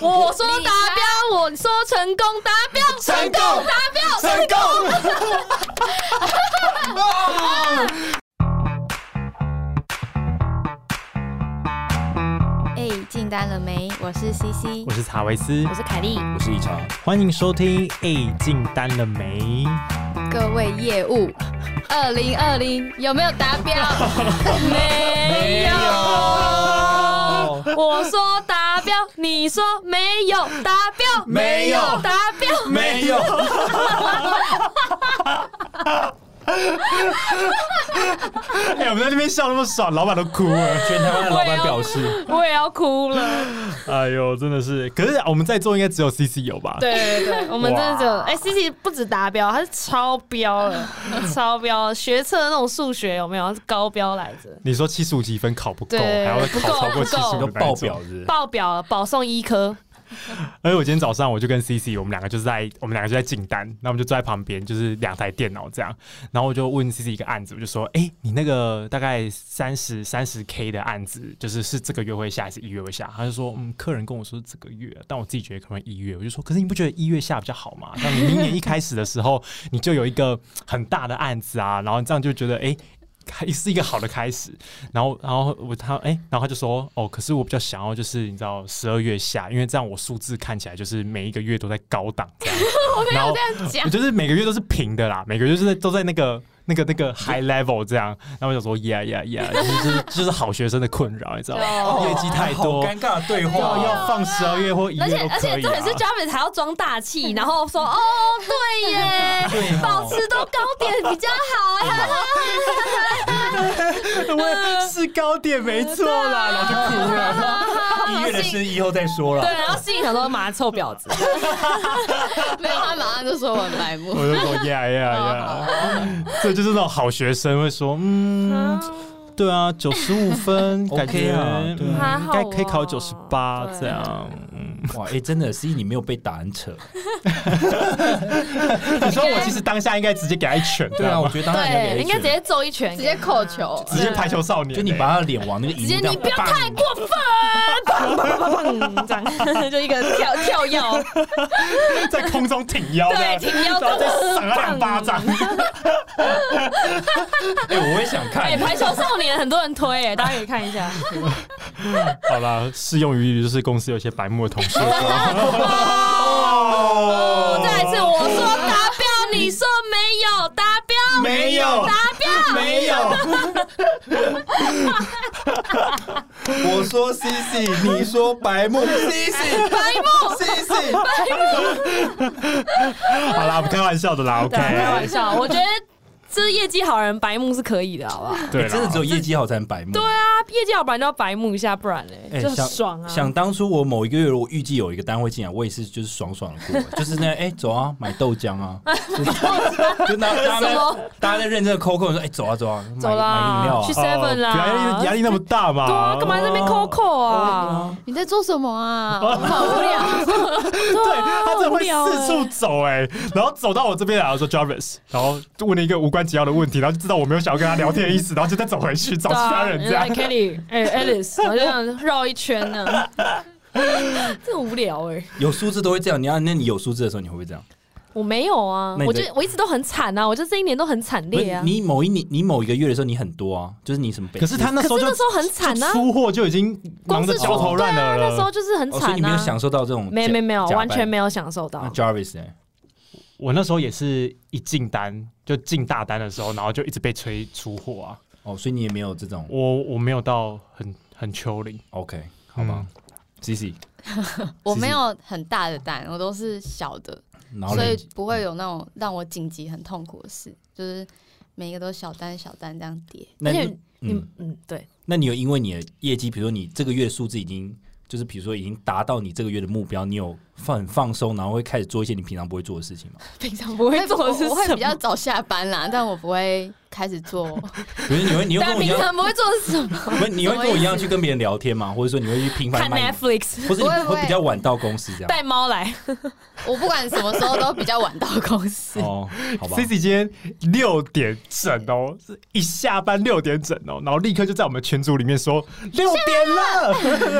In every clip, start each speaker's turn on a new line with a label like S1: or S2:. S1: 我说达标，我说成功达标，
S2: 成功
S1: 达标，
S2: 成功！
S3: 哎，进单了没？我是 CC，
S4: 我是查维斯，
S1: 我是凯莉，
S2: 我是一茶，
S4: 欢迎收听《A 进单了没》。
S3: 各位业务，
S1: 二零二零有没有达标？ 没有。
S2: 哦
S1: 我说达标，你说没有达标，
S2: 没有
S1: 达标，
S2: 没 有，
S4: 哎、我们在那边笑那么爽，老板都哭了。
S2: 全台湾的老板表示，
S1: 我也要哭了。
S4: 哎呦，真的是，可是我们在座应该只有 CC 有吧？，
S1: 对对 对，我们真的只有哎，C C 不止达标，他是超标了， 超标学测那种数学有没有？它是高标来着，
S4: 你说七十五几分考不够，还
S1: 对
S4: 要
S1: 不
S4: 考
S1: 够
S4: 超过
S1: 不
S4: 七
S1: 够
S4: 十
S2: 都
S4: 五
S2: 爆表。是
S1: 爆表了，保送医科。
S4: 而且我今天早上我就跟 CC，我们两个就是在我们两个就在进单，那我们就坐在旁边，就是两台电脑这样。然后我就问 CC 一个案子，我就说：“哎、你那个大概三十三十 K 的案子，就是是这个月会下还是一月会下？”他就说：“嗯，客人跟我说这个月，但我自己觉得可能一月。”我就说：“可是你不觉得一月下比较好吗？那你明年一开始的时候，你就有一个很大的案子啊，然后这样就觉得哎。诶还是一个好的开 始，然后，然后我他哎、然后他就说哦，可是我比较想要就是你知道十二月下，因为这样我数字看起来就是每一个月都在高档这样， 然后
S1: 这
S4: 我就是每个月都是平的啦，每个月就是都在那个那个那个 high level 这样。然后我想说，yeah yeah yeah，就是就是就是好学生的困扰，你知道
S1: 哦
S4: 吗？业绩太
S2: 好
S4: 多，
S2: 尴尬的对
S4: 要
S2: 话，
S4: 要放十二月或一月
S1: 而且
S4: 都
S1: 而
S4: 可
S1: 且
S4: 以
S1: 这很是
S4: 啊。
S1: Jarvis 还要装大气，然后说哦对耶，
S2: 对哦
S1: 保持都高点比较好啊。
S4: 我是高点没
S1: 嗯
S4: 错
S1: 啊
S4: 啦，然后就哭了。
S2: 一月的事以后再说
S1: 对，
S2: 了。
S1: 然后心里想说妈臭婊子，
S3: 没有，他马上就说我很白目。
S4: 我就说 yeah 哦 yeah yeah，所以就是那种好学生会说，嗯，对啊，九十五 分，感
S2: OK
S4: 觉
S2: 啊对
S1: 啊
S4: 嗯应该可以考
S1: 还好
S4: 九
S1: 啊
S4: 十八
S1: 对
S4: 这样。嗯，
S2: 哇，哎，真的，C 你没有被打很扯。
S4: 你说我其实当下应该直接给他一拳，
S2: 对啊，我
S4: 我
S2: 觉得当然要
S1: 对，
S2: 给
S1: 应该直
S2: 他一
S1: 接
S2: 拳
S1: 揍一拳，
S3: 直接扣球，
S4: 直
S1: 啊
S4: 接排球少年欸，
S2: 就你把他的脸往那个荧
S1: 直
S2: 幕
S1: 接
S2: 上
S1: 你不要太过分，砰
S2: 棒
S1: 砰砰砰砰，这样就一个跳跳跃，
S4: 在空中挺腰这样，
S1: 对挺腰
S4: 然后再赏他两巴掌。
S2: 哎，我也想看
S1: 哎，。排球少年很多人推哎，大家可以看一下，
S4: 好啦，适用于就是公司有些白目的同 事。
S1: 哦
S4: 哦
S1: 再来一次，我说达标，你说没有达标，
S4: 没有
S1: 达标，
S4: 没有，
S2: 我说 C C，你说白目，C C
S1: 白目。
S2: C C，
S4: 好啦，我们开玩笑的啦，OK，
S1: 对啊，开玩笑，我觉得这业绩好人白目是可以的，啊好不好？
S4: 对啦，
S2: 真的只有业绩好才能白目。对
S1: 对啊，业绩好不然就要白目一下，不然嘞
S2: 哎
S1: 就很爽啊。
S2: 想当初我某一个月，我预计有一个单位进来，我也是就是爽爽的过， 就是那哎、走啊，买豆浆啊，就大大家
S1: 什么
S2: 在大家在认真的抠抠说哎、走啊走啊，买
S1: 走啦
S2: 买饮料啊
S1: 去。seven 啦
S4: 哦不要压力压力那么大嘛。
S1: 对啊，干嘛在那边扣扣啊？
S3: 你在做什么啊？
S4: 哦
S3: 我好无聊。
S1: 对
S4: 对
S1: 啊，
S4: 他真的会
S1: 好无聊
S4: 四处
S1: 欸
S4: 走哎、然后走到我这边来，然后说 Jarvis，然后就问了一个无关紧要的问题，然后就知道我没有想要跟他聊天的意思，然后就再走回去找
S1: 对
S4: 其
S1: 啊
S4: 他人这样
S1: 你。来 Kelly，哎 Alice，然后就这样绕一圈呢。 真无聊哎、
S2: 有数字都会这样，你要那你有数字的时候，你会不会这样？
S1: 我没有啊
S2: 那，你
S1: 我
S2: 在
S1: 就我一直都很惨啊，我就这一年都很惨
S2: 不
S1: 烈
S2: 是
S1: 啊。
S2: 你某一年你某一个月的时候，你很多啊，就是你什么北？
S4: 可是他那时候
S1: 可是
S4: 就
S1: 那时候很惨啊
S4: 就出货就已经忙
S1: 光
S4: 得
S1: 是
S4: 焦头烂额
S1: 对啊，那时候
S4: 了。
S1: 就是很
S2: 哦，
S1: 惨
S2: 所
S1: 啊、
S2: 以你没有享受到这种
S1: 没没没有，
S2: 假
S1: 完全没
S2: 有。
S1: 有享受到
S2: 那。Jarvis 呢？
S4: 我那时候也是一进单就进大单的时候，然后就一直被催出货啊。
S2: 哦，所以你也没有这种
S4: 我我没有到很很丘陵，
S2: OK 好吧？C
S4: 嗯
S2: C，
S3: 我没有很大的蛋，我都是小的，
S2: 然后
S3: 所
S2: 嘞
S3: 以不会有那种让我紧急很痛苦的事，就是每个都小单小单这样叠。
S2: 那
S1: 而且
S2: 你
S1: 你
S2: 嗯
S1: 嗯，对，
S2: 那你有因为你的业绩，比如说你这个月的数字已经就是比如说已经达到你这个月的目标，你有放很放松，然后会开始做一些你平常不会做的事情嘛？
S1: 平常不会做的是
S3: 我我会
S1: 什
S3: 比较
S1: 么？
S3: 早下班啦，但我不会开始做。
S2: 比如你会，你会跟
S3: 但
S2: 我一
S3: 平
S2: 样，
S3: 常不会做的是什么？
S2: 不是你会跟我一样去跟别人聊天吗？或者说你会去频繁
S1: 看
S2: 卖，
S1: Netflix，
S2: 或是
S3: 不
S2: 你
S3: 会不
S2: 会啊
S3: 会
S2: 比较晚到公司这样？
S1: 带猫来，
S3: 我不管什么时候都比较晚到公司。
S2: 哦， 好吧
S4: C，C 今天六点整哦，是一下班六点整哦，然后立刻就在我们群组里面说六点了，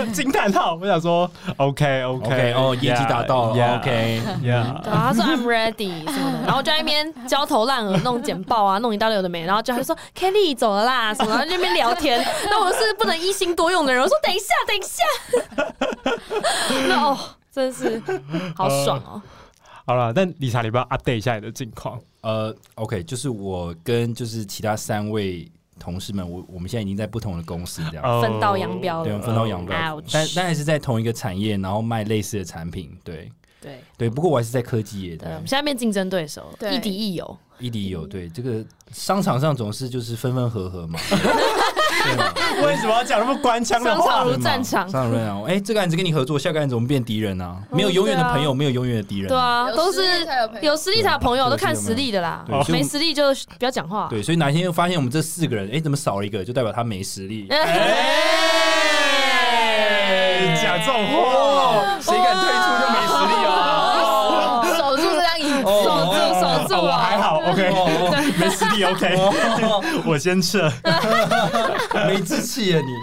S4: 惊叹号！我想说，OK OK
S2: OK，哦业绩达到了哦 OK
S4: yeah,
S1: 对啊，他说 I'm ready 什么的，然后我就在那边焦头烂额弄简报啊，弄一大溜的没，然后就他就说 Kelly 走了啦什么，然后就在那边聊 天，那我是不能一心多用的人，我说等一下，等一下， 那哦，真是好
S2: 呃
S1: 爽哦，
S4: 好了，但理查，你不要 update 一下你的近况。
S2: 呃，OK，就是我跟就是其他三位同事们，我我们现在已经在不同的公司这样。
S4: 哦
S1: 分道扬镳
S2: 呃对，
S1: 了，
S2: 分道扬镳
S1: Ouch，
S2: 但但还是在同一个产业，然后卖类似的产品，对
S1: 对
S2: 对。不过我还是在科技业
S1: 对，我
S2: 的
S1: 们，现在变竞争对手了，
S3: 对
S1: 亦敌亦友，
S2: 一敌有对这个商场上总是就是分分合合嘛，对嘛
S4: 为什么要讲那么官腔 的
S1: 商场
S4: 话？
S1: 如
S2: 对嘛
S1: 战场，
S2: 商场如战场。哎，这个案子跟你合作，下个案子我们变敌人啊，
S1: 嗯
S2: 没有永远的朋
S1: 对
S2: 友，没有永远的敌人
S1: 对。啊，
S3: 有
S1: 都
S3: 实力
S1: 是
S3: 才有朋友
S1: 有实力才有朋友，都看实力的啦
S2: 对，所以
S1: 没实力就不要讲话，
S2: 对，所以哪一天又发现我们这四个人，哎，怎么少了一个，就代表他没实力。
S1: 哎
S4: 哎讲这种
S1: 哦
S4: 话，哦谁敢退出就没实力
S2: 啊
S4: 哦。
S3: 守住这张椅
S2: 哦
S3: 子。
S1: 守住守住
S4: 哦我
S1: 啊
S4: 还好，OK，
S2: 哦
S4: 没实 力，OK，我 先撤。
S2: 没志气啊你！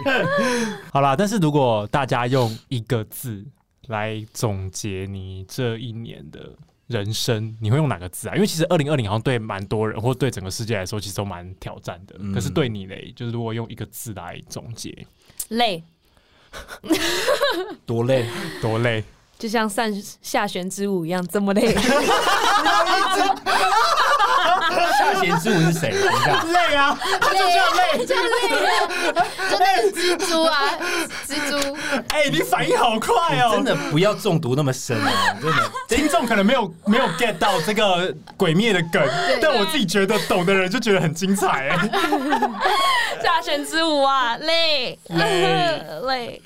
S4: 好啦，但是如果大家用一个字来总结你这一年的人生，你会用哪个字啊？因为其实二零二零好像对蛮多人，或对整个世界来说，其实都蛮挑战的。
S2: 嗯
S4: 可是对你嘞，就是如果用一个字来总结，
S1: 累，
S2: 多累，
S4: 多累？
S1: 就像上下弦之舞一样这么累。
S2: 下弦之舞是谁？等 一下，
S4: 累啊！
S3: 他就这样累，就累了，就那个蜘蛛啊，蜘蛛，
S4: 哎、你反应好快哦、
S2: 哎真的不要中毒那么深啊！真 的，哦
S4: 听众可能没有没有 get 到这个鬼灭的梗，但我自己觉得懂的人就觉得很精彩、 哎。
S1: 下弦之舞啊，累
S4: 累
S1: 累，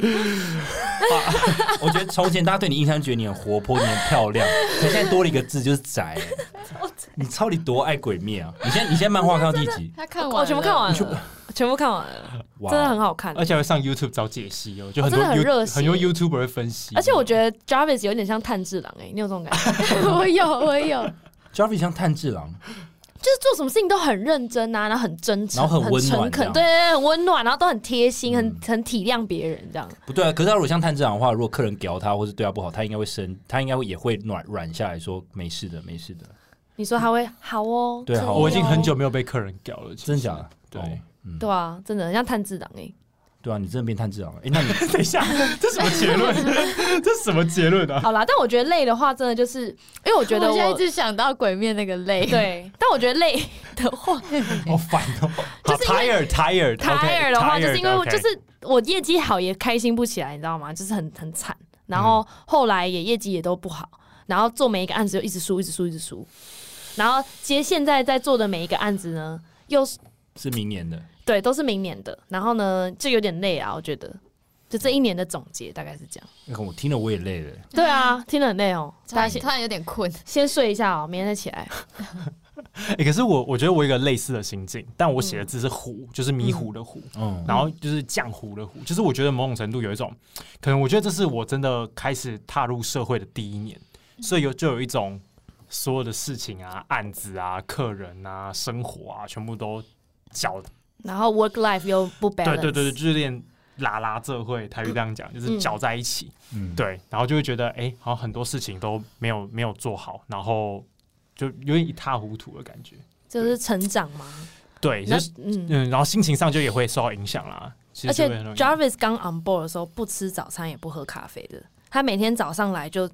S2: 我觉得从前大家对你印象觉得你很活泼，你很漂亮， 可现在多了一个字就是宅、你超你多爱鬼灭啊！你现在你现在漫画看到第几集？
S3: 他看完，
S1: 我哦全部看，完了，全部看完了，
S2: 哇哎
S1: 真的很好看。
S4: 而且还会上 YouTube 找解析哦，就很
S1: 真
S4: 多
S1: 的很
S4: You-
S1: 热血
S4: 很多 YouTuber 会分析。
S1: 而且我觉得 Jarvis 有点像炭治郎哎、你有这种感觉？
S3: 我有，我有，
S2: Javi 像炭治郎，
S1: 就是做什么事情都很认真啊，然后很真诚，
S2: 然后很温
S1: 诚
S2: 暖这样
S1: 恳，
S2: 嗯
S1: 对对对，很温暖，然后都很贴心，很很体谅别人这样。
S2: 不对啊！可是他如果像炭治郎的话，如果客人屌他或是对他不好，他应该会生，他应该会也会软软下来说没事的，没事的。
S1: 你说他会好哦，
S2: 对
S1: 真的
S2: 好哦
S1: 哦
S4: 我已经很久没有被客人屌了，其实
S2: 真假的？
S4: 对
S2: 哦嗯，
S1: 对啊，真的很像炭治郎哎、
S2: 对啊，你真的变炭治郎了。哎、那你
S4: 等一下，这什么结论？这什么结论 啊？
S1: 好啦，但我觉得累的话，真的就是因为我觉得
S3: 我
S1: 我
S3: 现在一直想到鬼面那个累，，
S1: 对，但我觉得累的 话，
S4: 好烦哦！好
S1: 就是因为
S4: tired tired
S1: tired 的话，就是因为我
S4: OK
S1: 就是我业绩好也开心不起来，你知道吗？就是很很惨，然
S4: 嗯
S1: 后后来也业绩也都不好，然后做每一个案子就一直输，一直输，一直输，然后接现在在做的每一个案子呢，又是
S2: 是明年的，
S1: 对都是明年的，然后呢就有点累啊，我觉得。就这一年的总结大概是这样。
S2: 那哎个我听了我也累了。
S1: 对
S3: 嗯
S1: 啊，听得很累哦，
S3: 突
S1: 大家
S3: 然
S1: 先
S3: 突然有点困，
S1: 先睡一下哦，明天再起来。
S4: 欸可是我我觉得我有一个类似的心境，但我写的字是糊，就是迷糊的糊。
S2: 嗯，
S4: 然后就是浆糊的糊，就是我觉得某种程度有一种，可能我觉得这是我真的开始踏入社会的第一年，
S1: 嗯
S4: 所以有就有一种所有的事情啊、案子啊、客人啊、生活啊，全部都搅，
S1: 然后 work life 又不 balance。
S4: 对对对对，就是有点拉拉这会，台语这样讲，就是搅在一起，
S2: 嗯，
S4: 对，然后就会觉得哎、诶好像很多事情都没有没有做好，然后就有点一塌糊涂的感觉，
S1: 就是成长嘛。
S4: 对，
S1: 那
S4: 就是
S1: 嗯，
S4: 嗯，然后心情上就也会受到影响啦。其
S1: 而
S4: 实就
S1: 且
S4: 会很容易
S1: Jarvis 刚 on board 的时候，不吃早餐也不喝咖啡的。他每天早上来就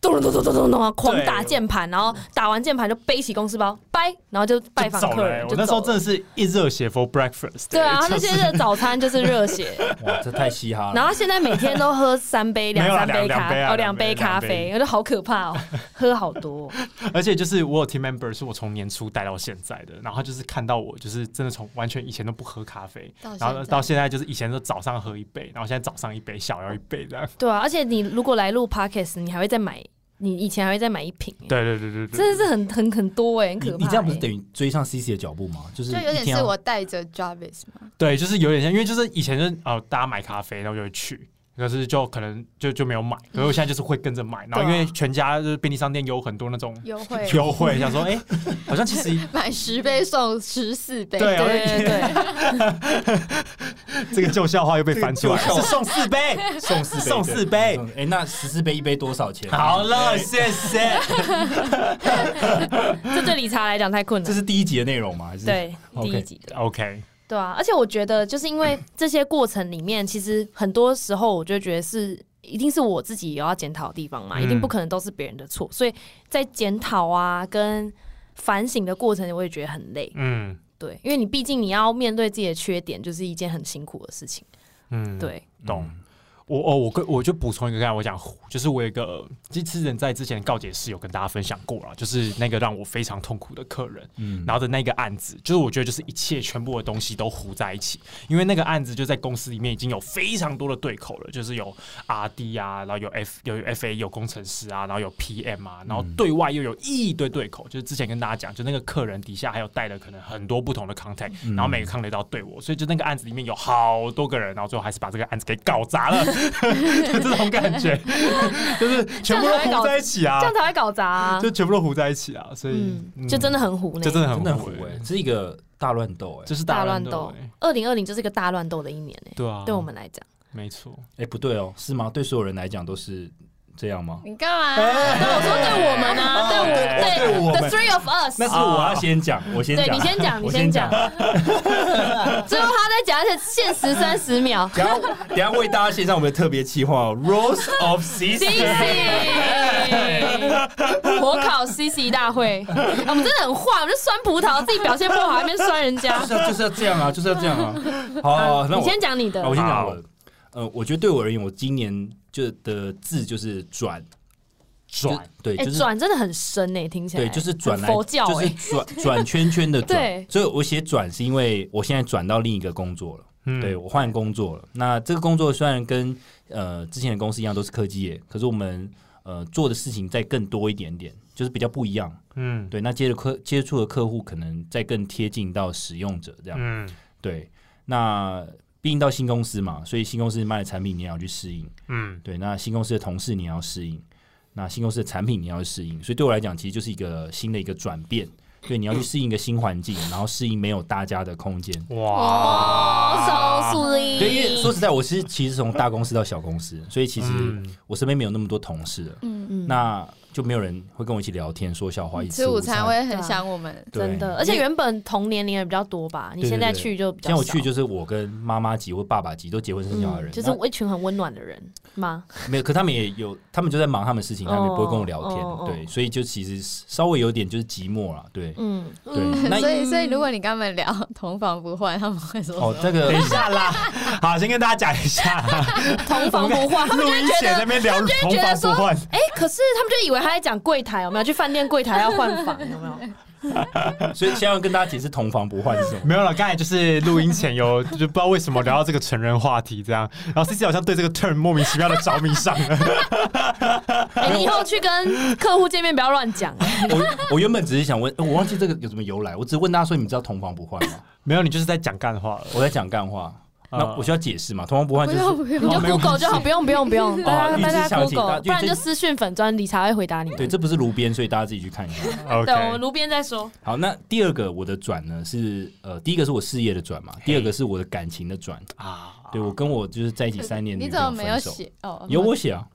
S1: 咚咚咚咚咚咚咚，狂打键盘，然后打完键盘就背起公司包，拜，然后就拜访
S4: 嗯就走
S1: 客
S4: 了欸
S1: 人。
S4: 我那时候真
S1: 的
S4: 的是一热血 for breakfast 欸。
S1: 对啊，他
S4: 就
S1: 那
S4: 是
S1: 些的早餐就是热 血，
S2: 哇，这太嘻哈
S1: 然
S2: 了。
S1: 后他现在每天都喝三杯、
S4: 没有啦
S1: 三杯
S4: 两
S1: 咖
S4: 两杯啊
S1: 哦
S4: 两
S1: 两杯
S4: 杯
S1: 咖
S4: 两
S1: 啡
S4: 杯，
S1: 我觉得好可怕哦，喝好多哦。
S4: 而且就是我有 team member 是我从年初带到现在的，然后他就是看到我就是真的从完全以前都不喝咖啡，
S3: 到
S4: 然后
S3: 现在
S4: 到现在就是以前都早上喝一杯，然后现在早上一杯，小要一杯这样。
S1: 对啊，而且你如果来录 podcast，你还会再买你以前还会再买一瓶、欸，
S4: 对对对对对，
S1: 真的是很很很多哎、很
S2: 你
S1: 可怕、
S2: 你这样不是
S1: 欸
S2: 等于追上 CC 的脚步吗？就是
S3: 就有
S2: 一哦
S3: 点
S2: 定
S3: 是
S2: 要
S3: 我带着 Jarvis 嘛，
S4: 对，就是有点像，因为就是以前就是呃，大家买咖啡，然后就会去，可是就可能就就没有买，可是我现在就是会跟着买，然后因
S1: 对啊
S4: 为全家就是便利商店有很多那种
S3: 优惠
S2: 哦
S4: 优惠，想说哎、好像其实
S3: 买十杯送十四杯，
S4: 对啊
S1: 欸对对对，
S4: 这个旧笑话又被翻出来
S2: 这个旧笑话
S4: 了，是送四杯，
S2: 送四杯
S4: 送四杯。
S2: 哎、诶那十四杯一杯多少钱？
S4: 嗯好了，谢谢。
S1: 这对理查来讲太困
S2: 这
S1: 难。
S2: 是第一集的内容吗？还是
S1: 对，
S2: OK
S1: 第一集的，
S4: OK，
S1: 对啊，而且我觉得就是因为这些过程里面，其实很多时候我就觉得是。一定是我自己有要检讨的地方嘛，
S4: 嗯
S1: 一定不可能都是别人的错，所以在检讨啊跟反省的过程，我也觉得很累。
S4: 嗯
S1: 对，因为你毕竟你要面对自己的缺点，就是一件很辛苦的事情。
S4: 嗯，，
S1: 对，
S4: 懂。我哦，我跟我就补充一个，刚才我讲，就是我有一个，其实之前在之前的告解室有跟大家分享过了，就是那个让我非常痛苦的客人，
S2: 嗯，
S4: 然后的那个案子，就是我觉得就是一切全部的东西都糊在一起，因为那个案子就在公司里面已经有非常多的对口了，就是有 R D 啊，然后有 F 有 F A 有工程师啊，然后有 P M 啊，然后
S2: 嗯
S4: 对外又有一堆对口，就是之前跟大家讲，就那个客人底下还有带了可能很多不同的 contact，、
S2: 嗯
S4: 然后每个 contact 都要对我，所以就那个案子里面有好多个人，然后最后还是把这个案子给搞砸 了， 就这种感觉，就是全部都糊在一起啊
S1: 这，样才会搞砸、啊。
S4: 就全部都糊在一一起啊，所以、
S1: 嗯，就真的很糊呢。
S4: 这真的
S2: 真
S4: 很
S2: 的很
S4: 糊
S2: 糊哎、
S4: 欸
S2: 这是一个大乱斗哎、
S4: 这是
S1: 大
S4: 乱
S1: 乱
S4: 欸
S1: 斗。二零二零就是一个大乱斗的一年呢、
S4: 对啊，
S1: 对我们来讲，
S4: 没错，
S2: 哎、不对哦，是吗？对所有人来讲都是这样吗？
S3: 你干嘛？
S2: 哎
S1: 对哦我说对我们啊，对
S2: 哦对
S1: 我
S2: 我
S1: 对
S2: 们
S1: the three of us 哦
S2: 那。
S4: 啊
S2: 是我要先讲，我先
S1: 对
S2: 讲，啊
S1: 你先 讲，你
S2: 我
S1: 先
S2: 先
S1: 讲
S2: 讲。，。
S1: 最后他再讲一次限时三十秒
S2: 等一下等一下为大家献上我们的特别企划、哦、，Rules of
S1: C
S2: CC。
S1: C，火烤 C C 大会，啊我们真的很坏，我们就酸葡萄，自己表现不好，还边酸人家
S2: 就。是要就是要这样啊，就是要这样啊。好好，好那
S1: 你
S2: 我
S1: 先讲你的
S2: 啊，我先讲
S4: 好
S2: 我的。呃，我觉得对我而言，我今年就的字就是转
S4: 转，
S2: 就对，
S1: 哎，
S2: 就是
S1: 转真的很深呢，听起来
S2: 对，就是转来，
S1: 很佛教
S2: 就是
S1: 哎，
S2: 转转圈 圈的
S1: 对
S2: 转。所以我写转是因为我现在转到另一个工作了，
S4: 嗯
S2: 对我换工作了。那这个工作虽然跟呃之前的公司一样都是科技业，可是我们呃做的事情再更多一点点，就是比较不一样。
S4: 嗯
S2: 对，那接着客接触的客户可能再更贴近到使用者这样。
S4: 嗯
S2: 对，那毕竟到新公司嘛，所以新公司卖的产品你也要去适应。
S4: 嗯
S2: 对，那新公司的同事你也要适应，那新公司的产品你也要适应。所以对我来讲，其实就是一个新的一个转变。对，你要去适应一个新环 境，然后适应没有大家的空间。
S1: 哦，
S4: 哇，
S1: 手速力。
S2: 对，因为说实在，我是其实从大公司到小公司，所以其实
S4: 嗯
S2: 我身边没有那么多同事了，
S3: 嗯，
S1: 嗯
S2: 那就没有人会跟我一起聊天、说笑话，一起
S3: 吃午
S2: 午
S3: 餐会很想我们，
S2: 对
S1: 真的，而且原本同年龄的比较多吧，你
S2: 对
S1: 现
S2: 对
S1: 在
S2: 对
S1: 去就比较
S2: 像我去
S1: 少
S2: 就是我跟妈妈级或爸爸级都结婚生小孩的人，
S1: 嗯就
S2: 那
S1: 是一群很温暖的人 吗？
S2: 没有，可他们也有，他们就在忙他们的事情，他们也不会跟我聊天，
S1: 哦哦哦
S2: 对，所以就其实稍微有点就是寂寞了，对。
S1: 嗯，
S2: 对
S1: 嗯
S2: 那
S3: 所以所以如果你跟他们聊同房不换，他们会说
S2: 哦，
S3: 什么
S2: 这个
S4: 等一下 啦，好，先跟大家讲一下，
S1: 同房不换，他们
S4: 录
S1: 就会
S4: 音
S1: 觉
S4: 前那
S1: 得。
S4: 边聊同房不换，
S1: 哎、可是他们就以为他在讲柜台，有没有去饭店柜台要换 房，有没有？
S2: 所以先要跟大家解释同房不换是什么。
S4: 没有了。刚才就是录音前有， 就不知道为什么聊到这个成人话题这样，然后 C C 好像对这个 term 莫名其妙的着迷上 了。
S1: 哎、你以后去跟客户见面不要乱讲、哎
S2: 我我原本只是想问，呃我忘记这个有什么由来，我只是问大家说，你们知道同房不换吗？
S4: 没有，你就是在讲干话了。
S2: 我在讲干话，那
S4: 啊
S2: 我需要解释嘛？同房不换
S3: 不
S2: 就是
S3: 用不用
S1: 你，就
S4: 没有
S1: Google 就好，不用不用不用，大家
S2: 哦一直
S1: 大家
S2: 想起
S1: Google，
S2: 大
S1: 不然
S2: 因为
S1: 就
S2: 这
S1: 私讯粉专，理查会回答你。
S2: 对，这不是炉边，所以大家自己去看一看。
S1: 对，我
S4: OK，
S1: 们炉边再说。
S2: 好，那第二个我的转呢是呃，第一个是我事业的转嘛，第二个是我的感情的转。
S4: 啊，
S2: 对我跟我就是在一起三年，
S3: 你
S2: 女
S3: 怎
S2: 朋
S3: 么
S2: 友
S3: 没有
S2: 分手，
S3: 写？哦，
S2: 有我写啊，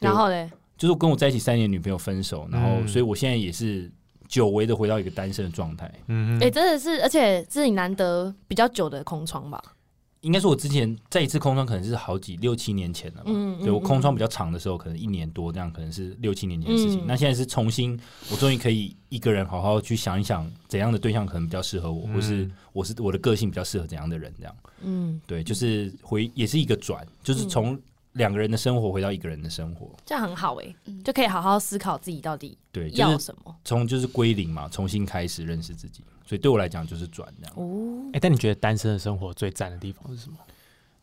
S2: 对
S1: 然后嘞，
S2: 就是我跟我在一起三年女朋友分手，然后
S4: 嗯
S2: 所以我现在也是久违的回到一个单身的状态。
S4: 嗯
S1: 哎、
S4: 哼，
S1: 真的是，而且这是你难得比较久的空窗吧？
S2: 应该说，我之前在一次空窗可能是好几六七年前了嘛。
S1: 嗯嗯
S2: 对我
S1: 嗯
S2: 空窗比较长的时候，可能一年多这样，可能是六七年前的事情。
S1: 嗯
S2: 那现在是重新，我终于可以一个人好好去想一想，怎样的对象可能比较适合我，
S4: 嗯
S2: 或是我是我的个性比较适合怎样的人，这样。
S1: 嗯，
S2: 对，就是回也是一个转，就是从两个人的生活回到一个人的生活。
S1: 这样很好哎、
S3: 嗯
S1: 就可以好好思考自己到底
S2: 对，就
S1: 要
S2: 是
S1: 什么。
S2: 从就是归零嘛，重新开始认识自己。所以对我来讲就是转这样。
S1: 哦，
S4: 哎，但你觉得单身的生活最赞的地方是什么？